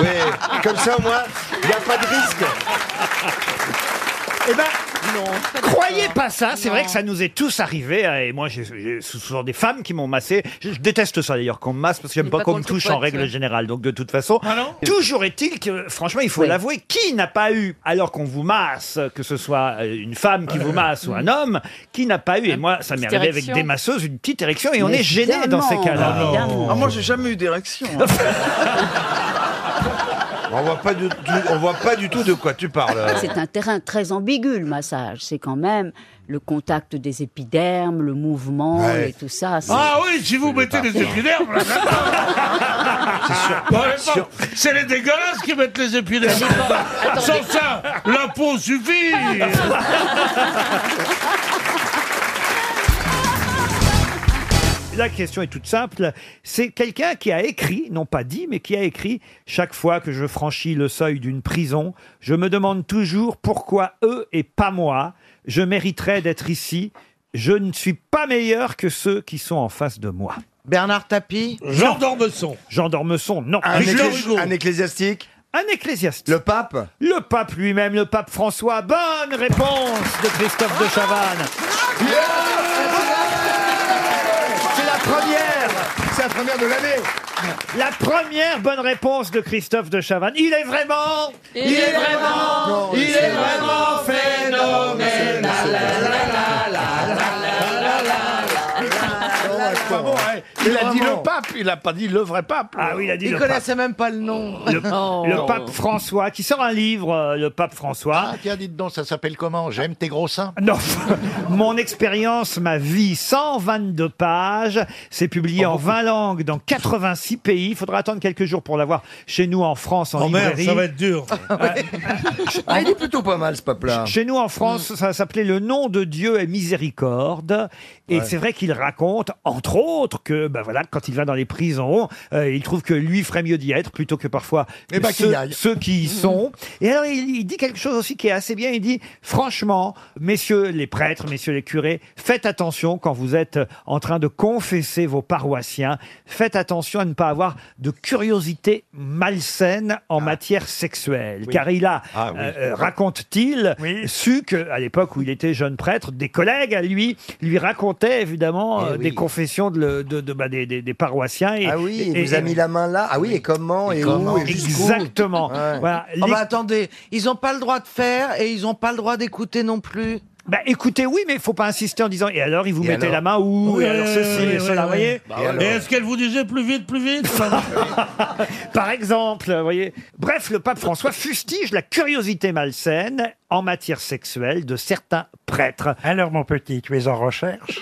Oui. Comme ça, au moins, il n'y a pas de risque.
Eh ben, Croyez pas ça, c'est vrai que ça nous est tous arrivé. hein, Et moi, j'ai j'ai souvent des femmes qui m'ont massé. Je, je déteste ça d'ailleurs qu'on me masse parce que j'aime
Mais
pas,
pas
qu'on me
contre
touche
pote,
en règle
ouais.
générale. Donc de toute façon, toujours est-il que franchement, il faut
Oui.
l'avouer, qui n'a pas eu, alors qu'on vous masse, que ce soit euh, une femme qui vous masse ou un homme, qui n'a pas eu, et moi, ça m'est
petite
arrivé avec
érection.
des masseuses, une petite érection et on
Mais
est gêné [LAUGHS] dans ces
évidemment,
cas-là.
évidemment.
Ah, moi,
j'ai jamais eu d'érection.
[LAUGHS]
[LAUGHS]
On voit pas du, du- on voit pas du tout de quoi tu
Euh,
parles.
Ah, C'est un terrain très ambigu, le massage. C'est quand même le contact des épidermes, le mouvement
Ouais.
et tout ça. c'est- [LAUGHS]
Ah oui, si vous mettez des épidermes,
[LAUGHS]
là, j'adore. Bon, mais bon, C'est les dégueulasses qui mettent les
[LAUGHS]
épidermes. Sans ça, la peau suffit.
La question est toute simple. C'est quelqu'un qui a écrit, non pas dit, mais qui a écrit Chaque fois que je franchis le seuil d'une prison, je me demande toujours pourquoi eux et pas moi. Je mériterais d'être ici. Je ne suis pas meilleur que ceux qui sont en face de moi. Bernard Tapie Jean Dormesson. Jean Dormesson, non.
Un éclé- un
ecclésiastique Un ecclésiastique. Le pape Le pape lui-même, le pape François. Bonne réponse de Christophe de Chavannes. C'est la première C'est la première de l'année La première bonne réponse de Christophe de Chavannes. Il est vraiment
Il est vraiment- il est vraiment phénoménal.
Ah Il a dit le pape, il a pas dit le vrai pape.
Ah oui, il a dit
le
le
pape.
connaissait même pas le nom.
Le, le pape François, qui sort un livre, euh, le pape François.
Tiens, dites donc, ça s'appelle comment J'aime tes gros seins
Non, [LAUGHS] mon expérience, ma vie, 122 pages. C'est publié en 20 langues dans 86 pays. Il faudra attendre quelques jours pour l'avoir chez nous en France en
Oh merde,
librairie.
ça va être dur.
[LAUGHS]
Ah, il est
plutôt pas mal ce Hmm. pape-là.
Chez nous en France,
Mm.
ça s'appelait Le nom de Dieu est miséricorde. Et
Ouais.
c'est vrai qu'il raconte, entre autres, que ben voilà, quand il va dans les prisons, euh, il trouve que lui ferait mieux d'y être plutôt que parfois
Eh ben, qu'il
ceux,
y aille.
ceux qui y sont. Et alors il, il dit quelque chose aussi qui est assez bien. Il dit franchement, messieurs les prêtres, messieurs les curés, faites attention quand vous êtes en train de confesser vos paroissiens. Faites attention à ne pas avoir de curiosité malsaine en
Ah.
matière sexuelle, car il a
oui.
euh, euh, raconte-t-il, su que à l'époque où il était jeune prêtre, des collègues à lui lui racontaient évidemment euh, des confessions de, le- de- de- bah, des, des- des paroissiens. Et,
Ah oui, il
et-
vous a
et-
mis la main là. Ah oui, et comment Et,
comment
où et jusqu'où
Exactement.
Ouais.
Voilà.
Oh
Les-
bah attendez, ils n'ont pas le droit de faire et ils n'ont pas le droit d'écouter non plus.
Bah écoutez, oui, mais il faut pas insister en disant et alors ils vous
Et
mettaient
alors
la main où euh,
Oui,
et alors
oui,
ceci
oui,
et
oui,
cela,
oui.
vous voyez
Bah voilà. Et est-ce qu'elle vous disait plus vite, plus vite
[LAUGHS] Par exemple, vous voyez. Bref, le pape François fustige la curiosité malsaine en matière sexuelle de certains prêtres. Alors mon petit, tu es en recherche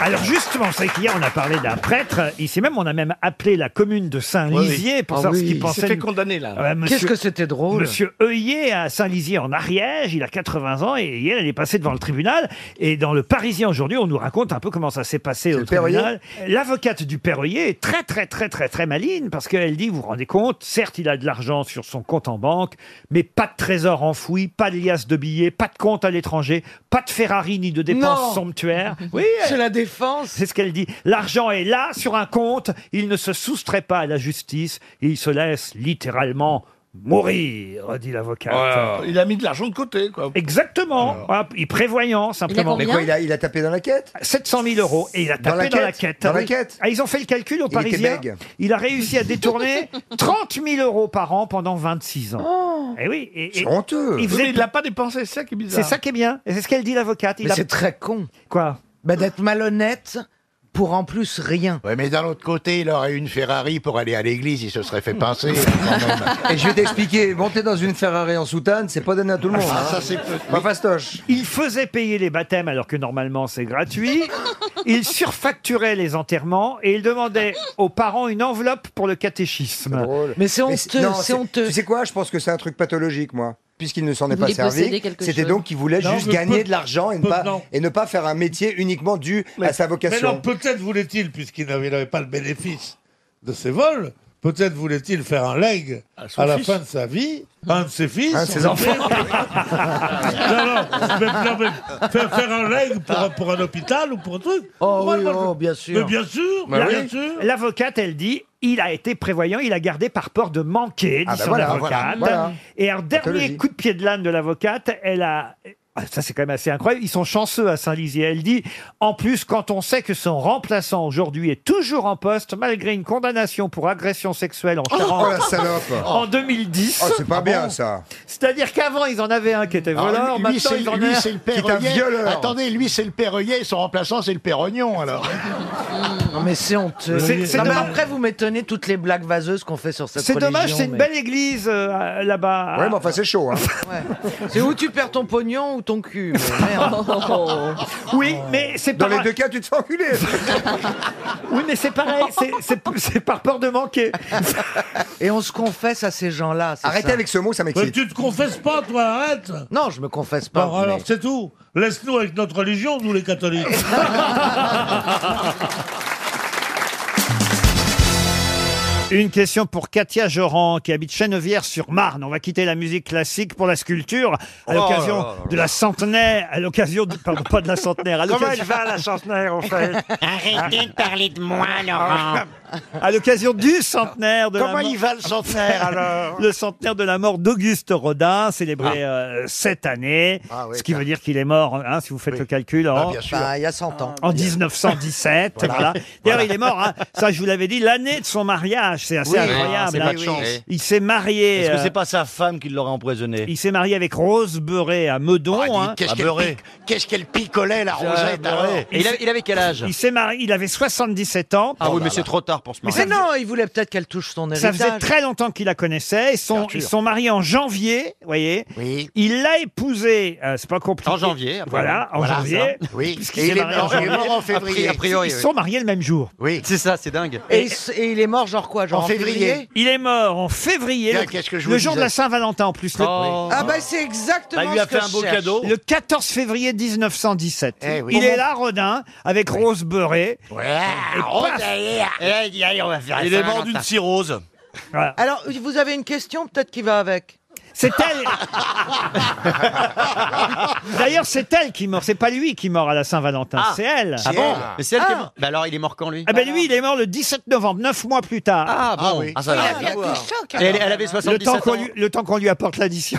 Alors justement, c'est qu'hier on a parlé d'un prêtre. Ici même, on a même appelé la commune de Saint-Lizier pour
Ah
savoir
oui.
ce qu'il
Il
pensait.
s'est fait
du-
condamner, là.
Ouais, monsieur-
Qu'est-ce que c'était drôle.
Monsieur Heuillet à Saint-Lizier en Ariège, il a 80 ans et hier il est passé devant le tribunal. Et dans le Parisien aujourd'hui, on nous raconte un peu comment ça s'est passé au
père
tribunal. L'avocate du père Heuillet est très très très très très maligne parce qu'elle dit, vous vous rendez compte, certes il a de l'argent sur son compte en banque, mais pas de trésor enfoui, pas de liasse de billets, pas de compte à l'étranger, pas de Ferrari ni de dépenses
Non. [LAUGHS]
somptuaires. Oui, c'est la défense. C'est ce qu'elle dit. L'argent est là sur un compte, il ne se soustrait pas à la justice, et il se laisse littéralement mourir, dit l'avocat.
Il a mis de l'argent de côté, quoi.
Exactement. Voilà, il est prévoyant simplement.
Mais quoi, il a, il a tapé dans la quête
700 000 euros et il a
Dans la
tapé dans la
quête,
quête.
dans la
Oui.
quête.
Ah, ils ont fait le calcul au
Il
Parisien.
était bègue.
Il a réussi à [LAUGHS] détourner 30 000 euros par an pendant 26 ans. Eh oui, et, et-
C'est honteux.
Il faisait-
Oui, mais il l'a pas dépensé, c'est ça qui est bizarre.
C'est ça qui est bien. Et c'est ce qu'elle dit l'avocate. Il
Mais
a-
c'est très con.
Quoi
Bah d'être malhonnête
pour en plus rien.
Ouais, mais d'un autre côté, il aurait une Ferrari pour aller à l'église, il se serait fait pincer.
Et je vais t'expliquer, monter dans une Ferrari en soutane, c'est pas donné à tout le monde.
Ah,
hein.
ça, c'est-
Pas fastoche.
Il faisait payer les baptêmes alors que normalement c'est gratuit. Il surfacturait les enterrements et il demandait aux parents une enveloppe pour le catéchisme.
Mais c'est
non,
[LAUGHS]
Tu sais quoi Je pense que c'est un truc pathologique, moi. Puisqu'il ne s'en est
Il
pas
voulait
servi,
posséder quelque
c'était
chose.
donc qu'il voulait
Non,
juste
mais
gagner
peut-
de l'argent et, ne
peut-
pas-
non.
et ne pas faire un métier uniquement dû à sa
Mais non,
vocation.
peut-être voulait-il, puisqu'il n'avait il n'avait pas le bénéfice de ses vols, peut-être voulait-il faire un leg à,
son
la
fils.
fin de sa vie, à un de ses fils.
Un de ses enfants.
non, non, mais, non, mais faire, faire un leg pour, un- pour un hôpital ou pour un truc. Oh,
oui, oh, bien sûr.
Mais bien sûr,
La-
bien sûr.
L'avocate, elle dit, il a été prévoyant, il a gardé par peur de manquer, dit
Ah bah
son
voilà,
avocate.
voilà, voilà.
Et un dernier
Pathologie.
coup de pied de l'âne de l'avocate, elle a... Ah, Ça, c'est quand même assez incroyable. Ils sont chanceux à Saint-Lizier. Elle dit, en plus, quand on sait que son remplaçant aujourd'hui est toujours en poste, malgré une condamnation pour agression sexuelle en
Oh,
Charente,
la salope
en 2010.
Oh, c'est pas
Ah
bien,
bon
ça.
C'est-à-dire qu'avant, ils en avaient un qui était
Alors,
voleur,
lui,
maintenant,
c'est
ils en
lui,
avaient
c'est le
qui est un
perroguet.
violeur.
Attendez, lui, c'est le perroguet, son remplaçant, c'est le perrognon, alors.
[LAUGHS] Non mais c'est honteux.
C'est- c'est
Non, mais
dommage.
après vous m'étonnez toutes les blagues vaseuses qu'on fait sur cette
C'est dommage,
religion,
c'est une
mais-
belle église euh, là-bas.
Ouais, mais enfin,
c'est chaud. hein.
C'est où tu perds ton pognon ou ton cul.
[LAUGHS]
mais merde.
Oh. Oui, mais c'est
Dans les deux
cas, tu te fais enculer.
[LAUGHS] oui, mais c'est pareil, c'est- c'est c'est par peur de manquer.
[LAUGHS] Et on se confesse à ces gens-là. c'est
Arrêtez
ça.
avec ce mot, ça
Mais
m'excite.
tu te confesses pas, toi, arrête
Non, je me confesse
pas. alors, c'est tout. Laisse-nous avec notre religion, nous les catholiques.
Une question pour Katia Joran qui habite Chénevière-sur-Marne. On va quitter la musique classique pour la sculpture à
Oh
l'occasion
là là là
de la centenaire, à l'occasion de, pardon, pas de la centenaire. À
Comment
l'occasion-
elle va, la centenaire, en [LAUGHS] fait
[LAUGHS]
Ah,
Arrêtez
de parler de moi, Laurent
À l'occasion du centenaire de la
Comment
mort-
il va, le centenaire, alors
[LAUGHS]
Ah.
Le centenaire de la mort d'Auguste Rodin, célébré euh, cette année.
Ah oui,
ce qui veut dire qu'il est mort, hein, si vous faites le calcul,
Ah,
en,
Bah, il y a 100 ans.
en 1917. voilà.
Voilà.
D'ailleurs,
Voilà.
il est mort, hein, ça je vous l'avais dit, l'année de son mariage. C'est assez
Oui. Ah,
incroyable.
c'est pas
hein.
de chance. Oui.
Il s'est marié.
Est-ce que
euh,
c'est pas sa femme qui l'aurait empoisonné
Il s'est marié avec Rose Beuret à Meudon. hein.
qu'est-ce Ah, qu'elle Beuret. pique- picolait, la
rosette, alors.
Et il, a- il avait quel âge
Il s'est marié, il avait 77 ans.
Ah oui, mais c'est trop tard pour se
Mais
Mais
marier.
non, il voulait peut-être qu'elle touche son
Ça
héritage.
faisait très longtemps qu'il la connaissait. Ils sont, ils sont mariés en janvier, voyez. Il l'a épousée, euh, c'est pas compliqué.
En janvier, après.
Voilà, en
Voilà,
janvier.
ça.
[LAUGHS]
Oui.
puisqu'il
Et
s'est
il est
marié
mort- il est
janvier.
mort en février. A priori,
ils
oui.
sont mariés le même jour.
Oui. C'est ça, c'est dingue.
Et, il s- [LAUGHS] et il est mort genre quoi genre
Il est mort en février.
Tiens,
le-
qu'est-ce que je
le
vous
jour de
disais
la Saint-Valentin en plus. le-
Oh. Ah bah, c'est exactement Bah, il lui a ce que fait un je beau cherche. cadeau.
Le 14 février 1917.
Eh oui.
Il est
Comment-
là, Rodin, avec Rose Beuret.
Et
paf
Il est mort d'une cirrhose.
Voilà.
Alors, vous avez une question peut-être qui va avec
C'est
[LAUGHS]
elle D'ailleurs, c'est elle qui meurt. C'est pas lui qui meurt à la Saint-Valentin, c'est elle.
Ah bon Mais c'est elle qui est
Ah.
mort. Bah alors, il est mort quand lui
Ah ben lui, il est mort le 17 novembre, 9 mois plus tard.
Ah bon Ah, ça va. Il a- il a des chocs, alors. Elle- elle avait 77
le temps qu'on
ans.
lui, le temps qu'on lui apporte l'addition.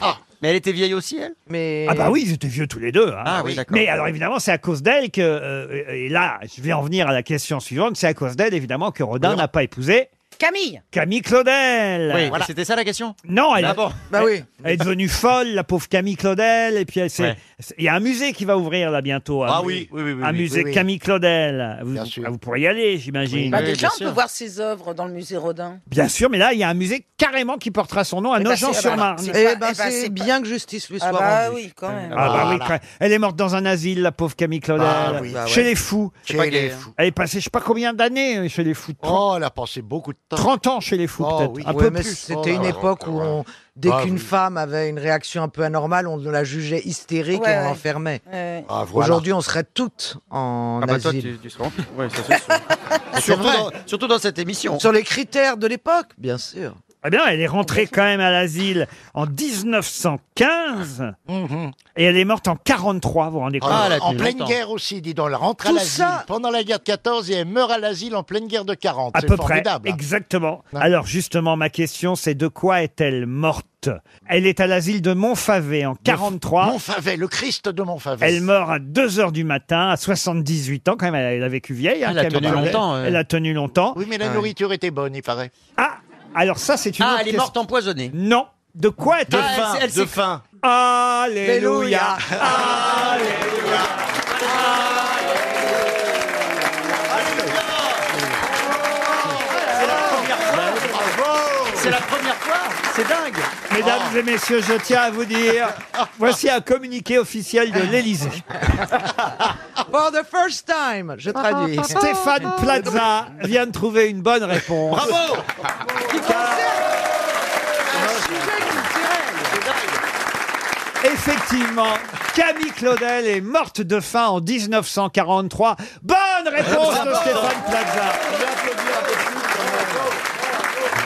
Ah. Mais elle était vieille aussi, elle
Mais...
Ah bah oui, ils étaient vieux tous les deux. hein.
[LAUGHS] Ah oui, d'accord.
Mais alors évidemment, c'est à cause d'elle que... euh, et là, je vais en venir à la question suivante. C'est à cause d'elle, évidemment, que Rodin n'a pas épousé...
Camille
Camille Claudel
Oui, voilà. c'était ça la question
euh, Non, elle,
Ah bon.
elle-
Bah oui.
elle est devenue folle, la pauvre Camille Claudel. Et puis, elle s'est-
Ouais.
c'est- il y a un musée qui va ouvrir là bientôt.
Ah
un-
oui, oui, oui, oui,
Un
oui.
musée
Oui, oui.
Camille Claudel. Vous, ah, vous pourrez y aller, j'imagine.
Bah, déjà, on peut voir ses œuvres dans le musée Rodin.
Bien sûr, mais là, il y a un musée carrément qui portera son nom à
Eh ben,
Nogent-sur-Marne.
c'est- Eh ben, c'est bien que justice lui soit
Ah bah
rendue.
oui, quand même.
Ah bah oui,
Voilà.
cra- elle est morte dans un asile, la pauvre Camille Claudel.
Ah oui, bah ouais.
Chez les fous.
C'est Chez pas gay, les hein. fous.
Elle est passée, je sais pas combien d'années euh, chez les fous.
Oh, elle a passé beaucoup de temps.
30 ans chez les fous,
Oh,
peut-être.
oui.
Un
Ouais,
peu
mais
plus.
C'était une époque où on- dès
Ah,
qu'une
oui.
femme avait une réaction un peu anormale, on la jugeait hystérique
Ouais,
et on
ouais.
l'enfermait.
Ouais.
Ah, voilà.
Aujourd'hui, on serait toutes en
Ah bah toi,
asile.
tu, tu seras en plus. Ouais, ça [LAUGHS] c'est sûr. surtout,
vrai.
dans, surtout dans cette émission.
Sur les critères de l'époque, bien sûr.
Eh bien, elle est rentrée quand même à l'asile en 1915
Mhm.
et elle est morte en 43, vous vous rendez compte
Ah, en pleine guerre aussi, dis donc, elle rentre à
Tout
l'asile
ça-
pendant la guerre de 14 et elle meurt à l'asile en pleine guerre de 40.
À
C'est
peu
formidable.
près, exactement. Alors justement, ma question, c'est de quoi est-elle morte Elle est à l'asile de Montfavet en 43.
Montfavet, le Christ de Montfavet.
Elle meurt à 2h du matin, à 78 ans quand même, elle a vécu vieille. hein,
Elle a
Camille
tenu
Claudel.
longtemps, euh.
Elle a tenu longtemps.
Oui, mais la
Ah oui.
nourriture était bonne, il paraît.
Ah, alors ça c'est une
Ah,
autre
elle est morte
question.
empoisonnée.
Non, de quoi est-elle
Ah, elle s'est- elle s'est- De faim.
Alléluia.
Alléluia.
C'est dingue. Mesdames
Oh.
et messieurs, je tiens à vous
[LAUGHS]
dire, voici un communiqué officiel de l'Élysée.
[LAUGHS] For the first time, je traduis.
[LAUGHS] Stéphane Plaza vient de trouver une bonne réponse.
Bravo
Effectivement, Camille Claudel est morte de faim en 1943. Bonne réponse de
Bravo.
Stéphane Plaza.
Alors,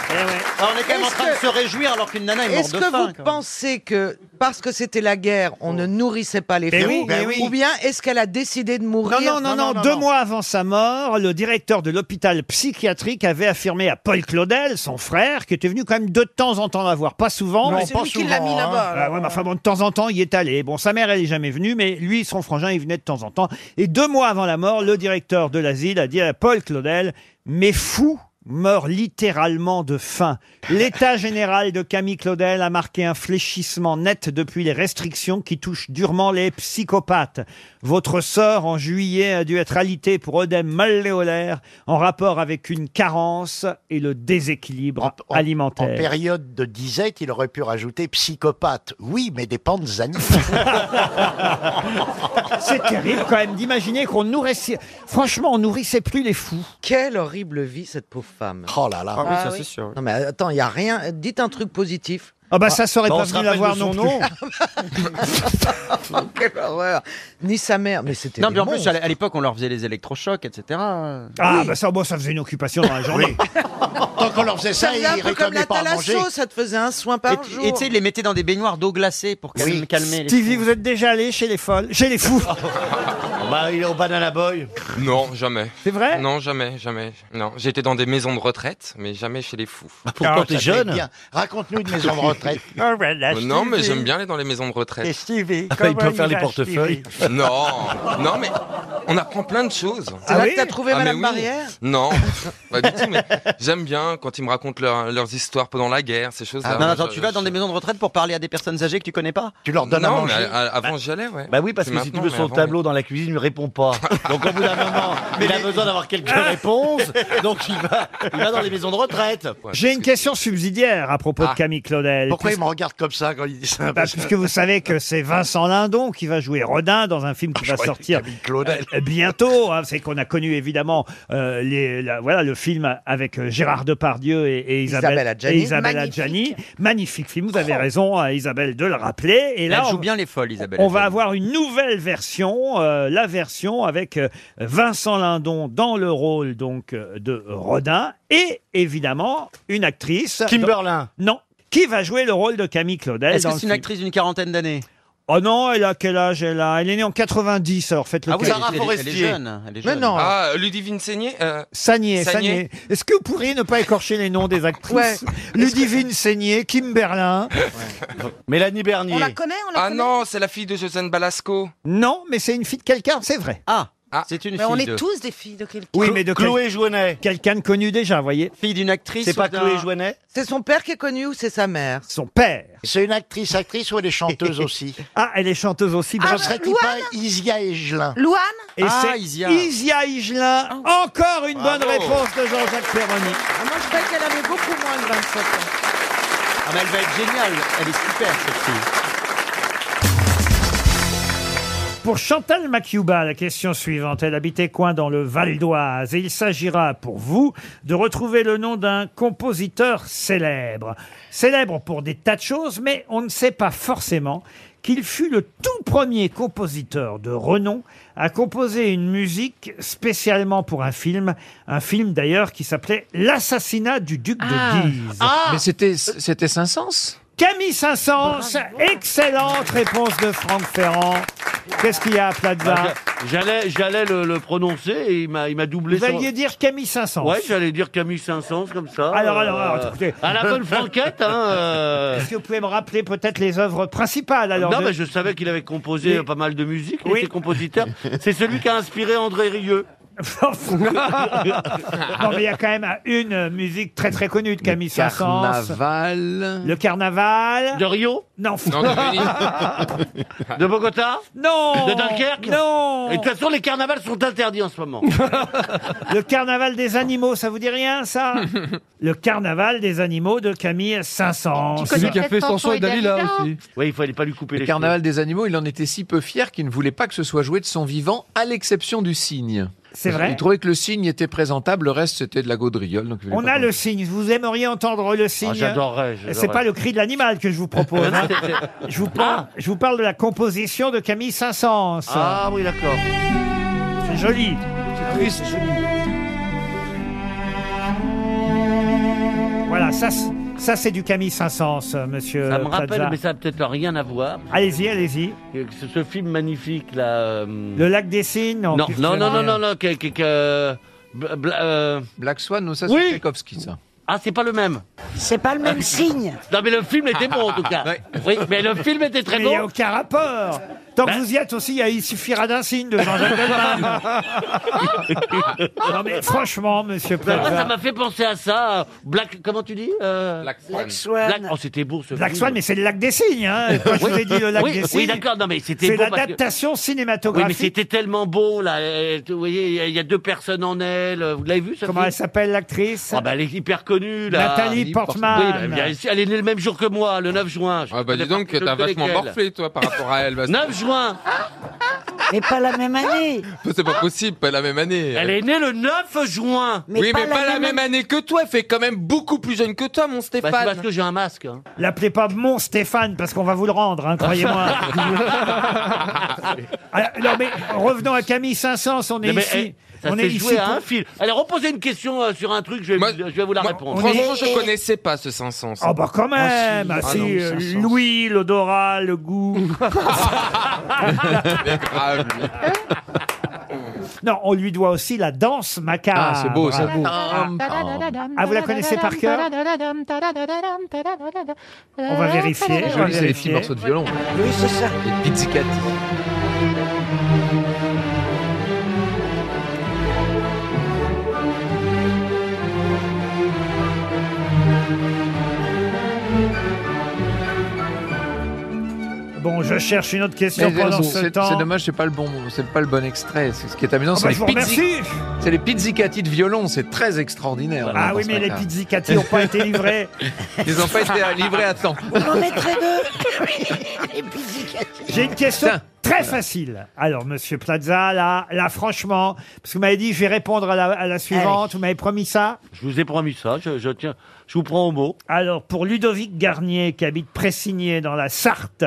Eh Ah, on est quand même en
Est-ce
train de
que-
se réjouir alors qu'une nana est morte
Est-ce
de
que
faim.
vous pensez que parce que c'était la guerre, on ne nourrissait pas les
Mais
femmes
oui, mais oui.
Ou bien est-ce qu'elle a décidé de
Non,
mourir
non, non, non, deux mois avant sa mort, le directeur de l'hôpital psychiatrique avait affirmé à Paul Claudel, son frère, qui était venu quand même de temps en temps la voir, pas souvent.
Non, Oh, Mais c'est pas lui qui l'a souvent, mis là-bas,
Ah ouais, mais enfin bon, de temps en temps, il y est allé. Bon, sa mère, elle est jamais venue, mais lui, son frangin, il venait de temps en temps. Et deux mois avant la mort, le directeur de l'asile a dit à Paul Claudel, mais fou Mort littéralement de faim. L'état général de Camille Claudel a marqué un fléchissement net depuis les restrictions qui touchent durement les psychopathes. Votre sort en juillet a dû être alité pour œdème malléolaire en rapport avec une carence et le déséquilibre alimentaire.
En période de disette, il aurait pu rajouter psychopathe. Oui, mais des panzanis.
[LAUGHS] C'est terrible quand même d'imaginer qu'on nourrissait. Franchement, on nourrissait plus les fous.
Quelle horrible vie cette pauvre femme.
Oh là là.
Ah oui, ça, c'est sûr. Non mais attends, il y a rien. Dites un truc positif.
Ah bah, ça serait pas venu la voir non
plus. [LAUGHS] Quelle horreur. Ni sa mère, mais c'était.
Non,
des
mais en plus,
monstres.
à l'- à l'époque, on leur faisait les électrochocs, etc.
Ah bah ça, bon, ça faisait une occupation dans la journée.
Tant qu'on leur faisait
Ça
ça,
faisait
ils
un peu comme
réclamaient
la
pas à
thalasso,
manger.
ça te faisait un soin par
Et-
jour.
Et tu sais, ils les mettaient dans des baignoires d'eau glacée pour calmer, calmer les
Stevie, vous êtes déjà allé chez les folles, chez les
[LAUGHS]
fous.
bah, il est au Banana Boy.
Non, jamais.
C'est vrai
Non, jamais, jamais. Non, j'étais dans des maisons de retraite, mais jamais chez les fous. Euh,
Ah, ça fait bien. Raconte-nous une maison de retraite.
Oh, Non, mais j'aime bien aller dans les maisons de retraite.
Et Stevie, Ah, bah, il comment peut il faire les va, portefeuilles.
Non, non, mais on apprend plein de choses.
C'est là que Ah t'as trouvé
mais
Madame
Ah oui.
Barrière
Non, pas du tout, mais j'aime bien quand ils me racontent leur- leurs histoires pendant la guerre, ces choses-là.
Ah, non,
Moi,
attends,
je-
tu vas dans des maisons de retraite pour parler à des personnes âgées que tu connais pas euh,
Tu leur
non, mais à- à- avant j'y allais, hein. ouais.
Bah oui,
parce
C'est
que si tu
maintenant,
veux
mais
son
avant,
tableau dans la cuisine, il ne
[LAUGHS]
répond pas. Donc au bout d'un moment, [LAUGHS] il a besoin d'avoir quelques réponses. [LAUGHS] Donc il va, il va dans les maisons de retraite.
J'ai une question subsidiaire à propos
Ah.
de Camille Claudel.
Pourquoi il
puisque-
me regarde comme ça quand il dit ça
Bah, puisque vous savez que c'est Vincent Lindon qui va jouer Rodin dans un film qui va
Ah, croyais
sortir euh, bientôt. hein. C'est qu'on a connu évidemment euh, les, la- voilà, le film avec euh, Gérard Depardieu et, et Isabelle,
Isabelle Adjani.
et Isabelle
Magnifique.
Adjani. Magnifique film, vous avez
Oh.
raison euh, Isabelle de le rappeler. Et
Elle
là,
joue
on-
bien les folles, Isabelle.
on va avoir une nouvelle version, euh, la version avec euh, Vincent Lindon dans le rôle donc euh, de Rodin et évidemment une actrice.
Kimberlin.
Non. Qui va jouer le rôle de Camille Claudel
Est-ce
dans
que
le
c'est une
film
actrice d'une quarantaine d'années
Oh non, elle a quel âge elle a Elle est née en 90, alors faites le
Ah oui,
calcul.
Sarah Elle est- elle est Forestier. jeune,
elle est
Mais non.
Ah, Ludivine Seigné euh,
Sagné, Sagné. Est-ce que vous pourriez ne pas écorcher les noms des actrices [LAUGHS] Ludivine Sagné, Kim Berlin.
Mélanie [LAUGHS] Bernier.
Ah non, c'est la fille de Josiane Balasco.
Non, mais c'est une fille de quelqu'un, c'est vrai.
Ah, c'est une
Mais on est
tous
des filles de quelqu'un.
Oui, mais de quel-
Chloé Jouenet.
Quelqu'un de connu déjà, vous voyez.
Fille d'une actrice.
C'est pas
ou d'un-
Chloé Jouenet
C'est son père qui est connu ou c'est sa mère
Son père.
C'est une actrice, actrice ou elle
[LAUGHS]
est chanteuse aussi
Ah, elle est chanteuse aussi.
Ah,
bravo.
ne serait-il pas Isia Egelin
Louane Et
Ah,
c'est
Isia.
Isia. Higelin. Encore une bonne
Bravo.
réponse de Jean-Jacques Perroni.
Ah,
Moi, je croyais qu'elle avait beaucoup moins de 27 ans.
Ah, mais elle va être géniale. Elle est super, cette fille.
Pour Chantal Macuba, la question suivante. Elle habitait coin dans le Val d'Oise et il s'agira pour vous de retrouver le nom d'un compositeur célèbre. Célèbre pour des tas de choses, mais on ne sait pas forcément qu'il fut le tout premier compositeur de renom à composer une musique spécialement pour un film, un film d'ailleurs qui s'appelait L'assassinat du duc de Guise.
Ah.
Mais c'était c'était Saint-Sens
Camille Saint-Saëns, excellente réponse de Franck Ferrand. Qu'est-ce qu'il y a à Plaza
Ah, j'a- J'allais, j'allais le, le prononcer et il m'a, il m'a doublé.
Vous
sur-
alliez dire Camille Saint-Saëns.
Ouais, j'allais dire Camille Saint-Saëns comme ça.
Alors,
euh,
alors, alors, écoutez.
À
[LAUGHS]
la bonne franquette, hein. euh.
Est-ce que vous pouvez me rappeler peut-être les œuvres principales alors
non,
de-
mais je savais qu'il avait composé
Mais-
euh, pas mal de musique. Il
Oui.
était compositeur. C'est celui qui a inspiré André Rieu.
[LAUGHS] [LAUGHS] non, mais il y a quand même une musique très très connue de Camille Saint-Saëns.
carnaval.
Le carnaval.
De Rio
Non.
Non, de Venise. [LAUGHS] De Bogota
[LAUGHS] Non
De Dunkerque
Non Euh,
Et de toute façon, les carnavals sont interdits en ce moment.
Le carnaval des animaux, ça vous dit rien, ça
[LAUGHS]
Le carnaval des animaux de Camille Saint-Saëns.
Tu connais Celui Oh, qui a peut-être fait Samson Samson et et Dalila Dalila aussi.
Oui, il fallait pas lui couper
Le
les
carnaval des animaux, il en était si peu fier qu'il ne voulait pas que ce soit joué de son vivant, à l'exception du cygne.
C'est vrai
Il trouvait que le cygne était présentable, le reste c'était de la gaudriole. donc il voulait
On
pas
a
qu'on-
le signe. Vous aimeriez entendre le
Ah,
signe
j'adorerais, j'adorerais.
C'est pas le cri de l'animal que je vous propose.
[LAUGHS]
hein. je, vous parle, je vous parle de la composition de Camille Saint-Saëns.
Ah oui, d'accord.
C'est joli.
C'est triste,
Voilà, ça, c- ça c'est du Camille Saint-Saëns, euh, monsieur.
Ça me rappelle,
Plaza.
mais ça a peut-être rien à voir.
Allez-y, allez-y.
Ce, ce film magnifique, là. euh,
Le lac des signes.
Non,
qu'est-ce
non,
que
non,
c'est
non, non, non, que- que- que- bla- bla- euh,
Black Swan, non, ça c'est
Oui.
Tchaikovsky, ça.
Ah, c'est pas le même.
C'est pas le même signe.
Non, mais le film était bon, en
[LAUGHS]
tout cas.
Ouais.
Oui, mais le film était très
Mais
bon. Ben-
Il n'y a aucun rapport. Tant que vous y êtes aussi, il y a- il suffira d'un signe de
[LAUGHS]
Jean-Jacques Goldman. non mais franchement, monsieur
Ben, moi,
Plaza.
ça m'a fait penser à ça. euh, Black, comment tu dis euh, Black
Swan. Black Swan.
Black- oh, c'était beau ce
Black
film.
Swan, mais c'est le lac des signes. Hein. Quand je vous ai dit le lac
oui,
des
oui,
signes.
d'accord, non, mais c'était
C'est
beau parce que-
l'adaptation
Oui, mais
cinématographique.
c'était tellement beau, là. euh, Vous voyez, il y a- il y a deux personnes en elle. euh, Vous l'avez vu, ça
Comment elle s'appelle l'actrice
Ah bah, elle est hyper connue là.
Nathalie Nathalie Portman.
Oui, bah, bien sûr, elle est née le même jour que moi, le 9 juin.
Ah bah dis donc,
que
t'as vachement morflé toi par rapport à elle. bah, parce que
9 juin.
Mais pas la même année.
C'est pas possible, pas la même année.
Elle est née le 9 juin.
oui, mais pas la même année que toi. Elle fait quand même beaucoup plus jeune que toi, mon Stéphane.
Bah, c'est parce que j'ai un masque. hein.
L'appelez pas mon Stéphane parce qu'on va vous le rendre, hein,
[LAUGHS]
croyez-moi. Alors, non mais revenons à Camille Saint-Saëns, on est
Non, mais,
ici.
eh, ça
on est
s'est
ici
joué à
pour-
un fil. Allez, reposez une question euh, sur un truc, je vais, vous- je vais vous la répondre.
Franchement, je connaissais pas ce Saint-Saëns.
Oh bah quand même
Ah,
ah, si,
non,
euh, L'ouïe, l'odorat, le goût.
[LAUGHS]
euh,
Mais
Ah,
grave.
non, on lui doit aussi la danse macabre.
Ah, c'est beau, c'est beau.
Ah, vous la connaissez par cœur On va vérifier.
C'est joli,
on va
c'est les
vérifier.
petits morceaux de violon.
Oui, c'est ça.
Les pizzicati.
Bon, je cherche une autre question
Mais
pendant
c'est-
ce
c'est-
temps.
C'est dommage, c'est pas le bon, c'est pas le bon extrait. C'est- Ce qui est amusant,
Oh,
c'est
bah,
les
je vous
pizzi-
remercie.
C'est les pizzicati de violon, c'est très extraordinaire.
Ah oui, mais les pizzicati n'ont pas été livrés.
Ils n'ont pas été
[LAUGHS]
livrés
Ah.
à temps.
On en mettrait [LAUGHS] deux. Et puis,
J'ai une question très facile. Alors, monsieur Plaza, là, là, franchement, parce que vous m'avez dit, je vais répondre à la, à la suivante. Vous m'avez promis ça.
Je vous ai promis ça, je, je tiens, je vous prends au mot.
Alors, pour Ludovic Garnier, qui habite Pressigné dans la Sarthe,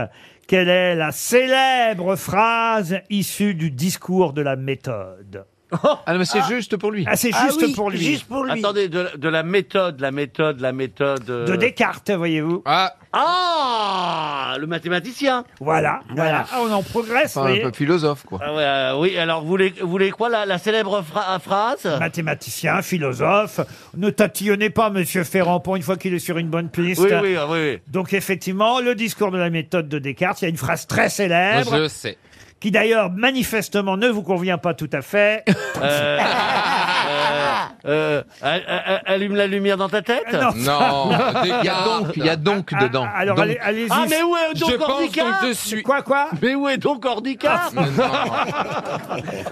quelle est la célèbre phrase issue du discours de la méthode
Ah non, mais c'est juste pour lui.
Ah, c'est juste pour lui.
Attendez, de, la- de la méthode, la méthode, la méthode. euh,
De Descartes, voyez-vous.
Ah,
Ah Le mathématicien
Voilà, voilà. Ah, on en progresse, vous
Enfin, un
voyez.
peu philosophe, quoi.
Ah ouais, euh, Oui, alors vous voulez, vous voulez quoi, la, la célèbre phra- phrase
Mathématicien, philosophe. Ne tatillonnez pas, monsieur Ferrand, pour une fois qu'il est sur une bonne piste.
Oui, oui, ah, oui, oui.
Donc effectivement, le discours de la méthode de Descartes, il y a une phrase [LAUGHS] très célèbre,
je sais.
qui d'ailleurs manifestement ne vous convient pas tout à fait.
[LAUGHS] Euh, euh, euh, euh, allume la lumière dans ta tête
Euh, [LAUGHS] Non.
Non,
Il y a donc, il y a donc dedans.
Ah, Alors
Donc.
allez- allez-y.
Oh, Ah mais où est
Je
donc
pense
Ordica
donc je suis.
Quoi, quoi
Mais où est donc
Ah,
Ordica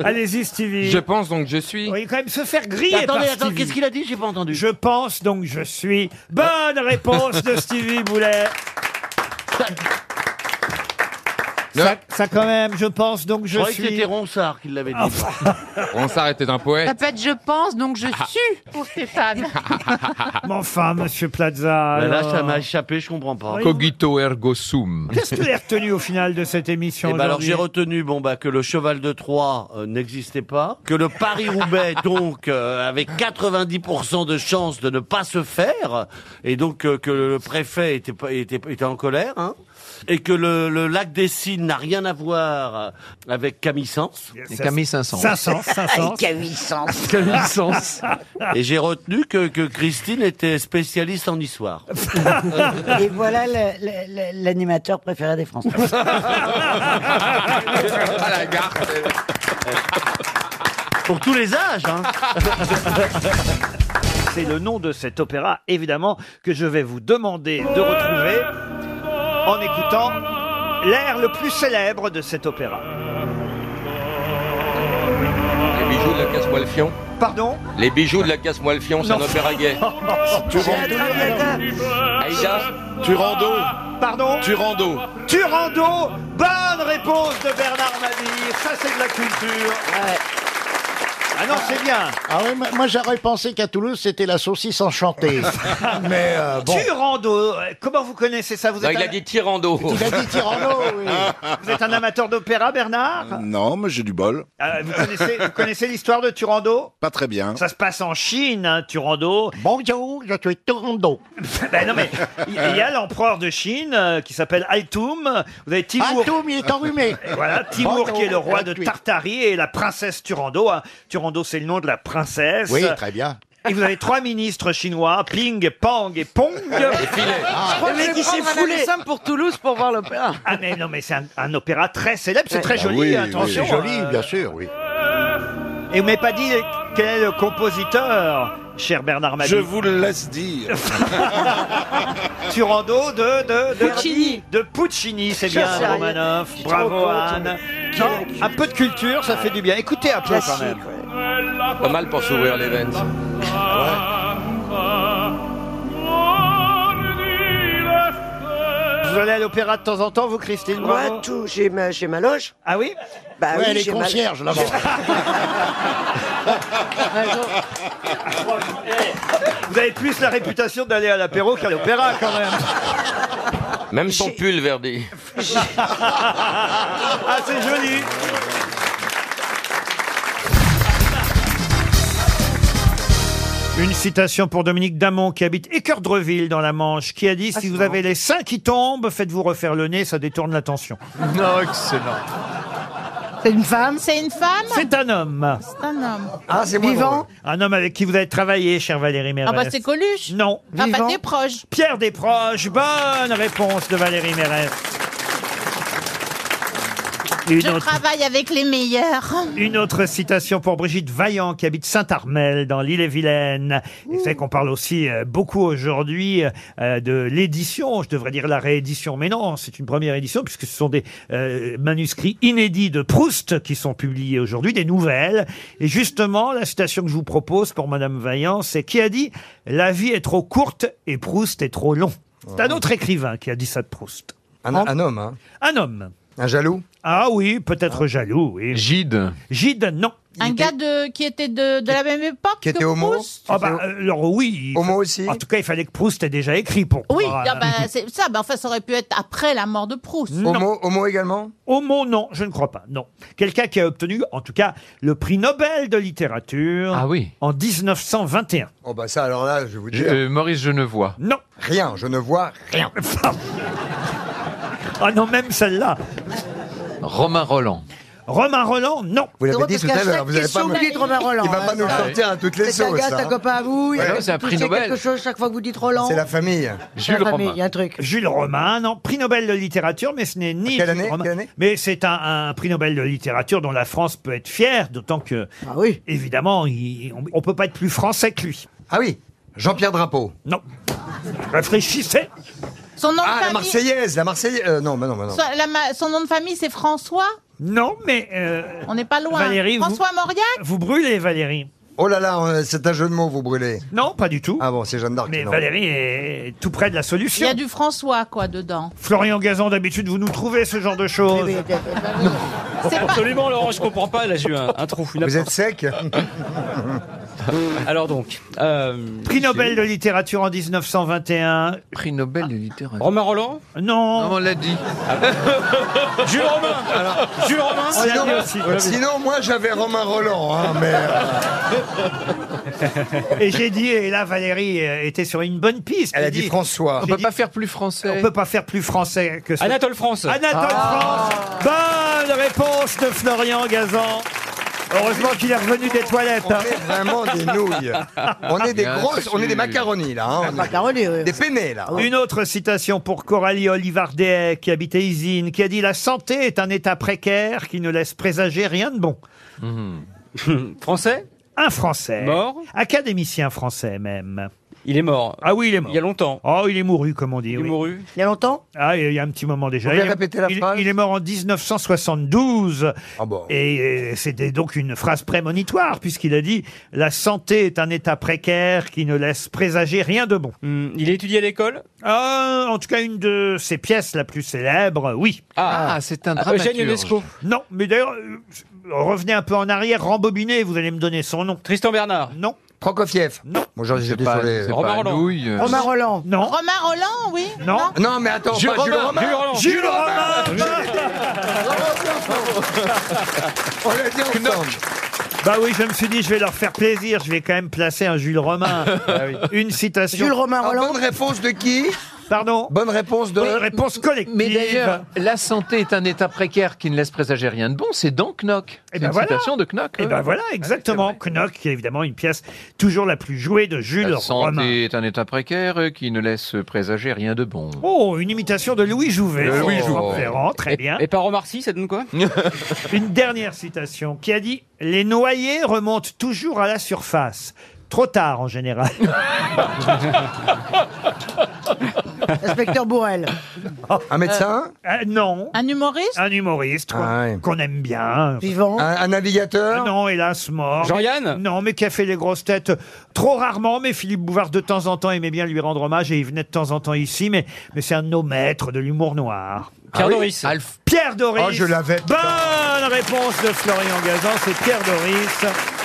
Allez-y, Stevie.
Je pense donc je suis.
Vous voyez, quand même se faire
Mais
griller par
Attendez, attendez,
Stevie.
qu'est-ce qu'il a dit J'ai pas entendu.
Je pense, donc je suis. Bonne réponse de Stevie Boulet. Ça, ça quand même, je pense, donc
Je
je
croyais que
suis.
c'était Ronsard qui
Ah.
l'avait dit.
On s'arrête d'un
Ça
poète.
peut être je pense, donc je suis pour Stéphane.
[LAUGHS] Mais enfin, monsieur Plaza.
Mais là,
alors.
ça m'a échappé, je comprends pas.
Oui.
Cogito ergo sum.
Qu'est-ce que vous avez retenu au final de cette émission
Eh ben alors
aujourd'hui
j'ai retenu bon bah que le cheval de Troie euh, n'existait pas, que le Paris
[LAUGHS]
Roubaix donc euh, avait 90% de chances de ne pas se faire, et donc euh, que le préfet était pas- était était en colère, hein, et que le, le lac des Cygnes n'a rien à voir euh, avec Camille Sens.
Et Camille Saint-Saëns.
500, 500.
Avec 800.
[LAUGHS] Camille Saint-Saëns.
Et j'ai retenu que, que Christine était spécialiste en histoire.
Et voilà le- le- le- l'animateur préféré des Français.
Ah,
À la gare.
Pour tous les âges, hein.
[LAUGHS] C'est le nom de cet opéra, évidemment, que je vais vous demander de retrouver en écoutant l'air le plus célèbre de cet opéra.
Les bijoux de la casse-moi le fion.
Pardon
Les bijoux de la casse-moi le fion, c'est un
Non.
opéra
[LAUGHS]
gay. Aïda, Turando.
Pardon
Turando.
Turando, bonne réponse de Bernard Mabille, ça c'est de la culture. Ah non, c'est [LAUGHS] bien.
Ah oui, moi- moi j'aurais pensé qu'à Toulouse c'était la saucisse
[LAUGHS]
enchantée. Mais euh, bon.
Turando, euh, comment vous connaissez ça vous
Non,
êtes
il
un-
a dit Tirando.
Il a dit Tirando,
[LAUGHS]
oui. Vous êtes un amateur d'opéra, Bernard
Non, mais j'ai du bol.
Ah, vous connaissez, vous connaissez l'histoire de Turando
Pas très bien.
Ça se passe en Chine, hein, Turando.
Bonjour, je suis Turando.
[LAUGHS] ben non, mais il il y a l'empereur de Chine euh, qui s'appelle Altoum. Vous avez Timour.
Altoum, il est enrhumé.
[LAUGHS] Et voilà, Timour
Bonjour,
qui est le roi de
gratuit.
Tartarie et la princesse Turando. hein. Turando, c'est le nom de la princesse.
Oui, très bien.
Et vous avez trois ministres chinois, Ping, Pang et Ah. Pong.
Ah,
Je crois que je vais prendre un Alessandre pour Toulouse pour voir l'opéra.
Ah mais non, mais c'est un, un opéra très célèbre, c'est
Ouais.
très
Bah
joli,
oui, oui,
attention. hein.
c'est joli, bien
sûr, oui.
Et vous m'avez pas dit quel est le compositeur, cher Bernard Mabie
Je vous le laisse dire.
Turando de, de, de
Puccini.
De Puccini, c'est
Je
bien,
sais rien.
Romanoff.
Je suis trop
Bravo,
con,
Anne. Non, un peu de culture, ça fait du bien. Écoutez un peu quand même.
Pas mal pour s'ouvrir les veines.
Vous allez à l'opéra de temps en temps, vous, Christine Bravo
Moi, tout, j'ai ma, j'ai ma loge.
Ah oui
Bah
Ouais,
oui,
elle est
j'ai ma-
concierge,
[LAUGHS]
là-bas.
Vous avez plus la réputation d'aller à l'apéro qu'à l'opéra, quand même.
Même son pull, Verdi.
ah, c'est joli. Une citation pour Dominique Damon qui habite Équerdreville dans la Manche, qui a dit Si vous avez les seins qui tombent, faites-vous refaire le nez, ça détourne l'attention.
Non, excellent.
C'est une femme Ah,
C'est une femme
C'est un homme.
C'est un homme.
Ah,
Un homme avec qui vous avez travaillé, cher Valérie Mérès.
Ah bah c'est Coluche
Non.
Ah bah t'es proche
Pierre Desproges, bonne réponse de Valérie Mérès. Une
Je
autre-
travaille avec les meilleurs
Une autre citation pour Brigitte Vaillant qui habite Saint-Armel dans l'île-et-Vilaine. Et c'est qu'on parle aussi euh, beaucoup aujourd'hui euh, de l'édition, je devrais dire la réédition, mais non, c'est une première édition puisque ce sont des euh, manuscrits inédits de Proust qui sont publiés aujourd'hui, des nouvelles. Et justement, la citation que je vous propose pour Madame Vaillant, c'est qui a dit « La vie est trop courte et Proust est trop long ». C'est un autre écrivain qui a dit ça de Proust.
Un, un homme, hein.
Un homme.
Un jaloux
Ah oui, peut-être jaloux. Oui. Gide. Gide, non.
Un gars de, qui était de, de la même époque que Proust
Ah bah, euh, alors oui. Homo aussi En tout cas, il fallait que Proust ait déjà écrit pour
Oui,
pouvoir,
ah
euh,
bah, c'est ça, bah, enfin, ça aurait pu être après la mort de [LAUGHS] Proust.
également Homo, non, je ne crois pas, non. Quelqu'un qui a obtenu, en tout cas, le prix Nobel de littérature en 1921.
Oh bah ça, alors là, je vais vous
Je-
dire.
euh, Maurice Genevois.
Non.
Rien, je ne vois rien.
[LAUGHS] Ah non, même celle-là.
Romain Roland.
Romain Roland, non.
Vous l'avez dit tout à l'heure, vous n'avez pas. me- Il
hein.
va pas nous sortir à toutes les
C'est un
sauces.
gars, c'est un
hein.
copain à vous. il
Ah Ouais,
a
non, c'est un prix
touché
Nobel.
quelque chose chaque fois que vous dites Roland.
C'est la famille.
C'est la famille, Il y a un truc.
Jules Romain, non, prix Nobel de littérature, mais ce n'est ni
Quelle
Jules
année
Romain,
Quelle année
mais c'est un, un prix Nobel de littérature dont la France peut être fière, d'autant que,
Ah
évidemment, il- on, on peut pas être plus français que lui. Ah oui, Jean-Pierre Drapeau. Non. Réfléchissez.
Son nom
Ah,
de
la
famille,
Marseillaise, la Marseillaise. euh, non, mais non, mais non.
so- la ma- son nom de famille, c'est François
Non, mais. euh,
On n'est pas loin.
Valérie, vous-
François Mauriac
Vous brûlez, Valérie.
Oh là là, euh, c'est un jeu de mots, vous brûlez.
Non, pas du tout.
Ah bon, c'est Jeanne d'Arc.
Mais
non.
Valérie est tout près de la
Il y
solution.
a du François, quoi, dedans.
Florian Gazan, d'habitude, vous nous trouvez ce genre de choses.
Absolument, Laurent, je comprends pas. Là, j'ai eu un, un trou. Vous êtes
[LAUGHS]
sec Alors donc. euh,
Prix Nobel de littérature en 1921. Prix Nobel de littérature. Romain Roland Non. on l'a dit.
[LAUGHS] Jules Romain Alors, Jules Romain
Sinon, euh, sinon, moi j'avais Romain Roland,
Ah,
hein, mais. euh,
Et j'ai dit, et là Valérie euh, était sur une bonne piste. Elle a dit François. On peut pas faire plus français. On peut pas faire plus français que ça.
Anatole France.
Anatole France. Bonne réponse de Florian Gazan. Heureusement qu'il est revenu des toilettes. hein.
On est vraiment des nouilles. On est des
Bien
grosses, on est des
sûr.
macaronis là. hein, on est- Des penne là.
Une autre citation pour Coralie Olivardet, qui habitait Isine, qui a dit La santé est un état précaire qui ne laisse présager rien de bon. [LAUGHS] Français Un Français. Mort Académicien français même. Il est mort. Ah oui, il est mort. Il y a longtemps. Oh, il est mouru, comme on dit. Il
est mouru.
Il y a longtemps Ah, il y a un petit moment déjà.
Vous pouvez
Il est-
répéter la
il-
phrase
Il est mort en 1972.
Ah bah.
Et euh, c'était donc une phrase prémonitoire, puisqu'il a dit « La santé est un état précaire qui ne laisse présager rien de bon Hmm. Il étudie à l'école En tout cas, une de ses pièces la plus célèbre, oui.
Ah, Ah, c'est un dramaturge. Eugène Ionesco.
Non, mais d'ailleurs, euh, revenez un peu en arrière, rembobinez, vous allez me donner son nom. Tristan Bernard Non.
Prokofiev
Non.
Bonjour, j'ai
C'est pas-
désolé.
c'est Romain pas Roland. Nouille, euh. Romain
Roland.
Non.
Romain Roland, oui
Non.
Non, mais attends,
Jules
pas Jules
Romain,
Romain.
Jules Roland. Jules Romain.
[LAUGHS]
On l'a dit ensemble.
Bah oui, je me suis dit, je vais leur faire plaisir, je vais quand même placer un
[LAUGHS]
Jules Romain.
Ah
Une citation.
Jules Romain Roland. Bonne réponse de qui
Pardon
Bonne réponse de.
réponse collective.
Mais d'ailleurs, la santé est un état précaire qui ne laisse présager rien de bon. C'est dans Knock.
Et
C'est
ben
une
voilà.
citation de Knock. hein. Ah,
Et ben voilà, exactement. Knock, qui est évidemment une pièce toujours la plus jouée de Jules
La santé
Romain.
est un état précaire euh, qui ne laisse présager rien de bon.
Oh, une imitation de Louis Jouvet.
Euh, Louis
Oh,
Jouvet.
Ferrand, très bien.
Et par Romarcy, ça donne quoi
[LAUGHS] Une dernière citation qui a dit Les noyés remontent toujours à la surface. Trop tard en général.
[LAUGHS] Inspecteur Bourrel.
Oh.
Un médecin
Euh, Non.
Un humoriste
Un humoriste qu'on qu'on aime bien.
Vivant.
Ah, Un, navigateur
Non, hélas, mort. Jean-Yann Non, mais qui a fait les grosses têtes trop rarement. Mais Philippe Bouvard, de temps en temps, aimait bien lui rendre hommage et il venait de temps en temps ici. Mais, mais c'est un de nos maîtres de l'humour noir.
Pierre Ah oui
Doris. Pierre Doris.
Oh, je l'avais.
Ah, Bonne réponse de Florian Gazan, c'est Pierre Doris.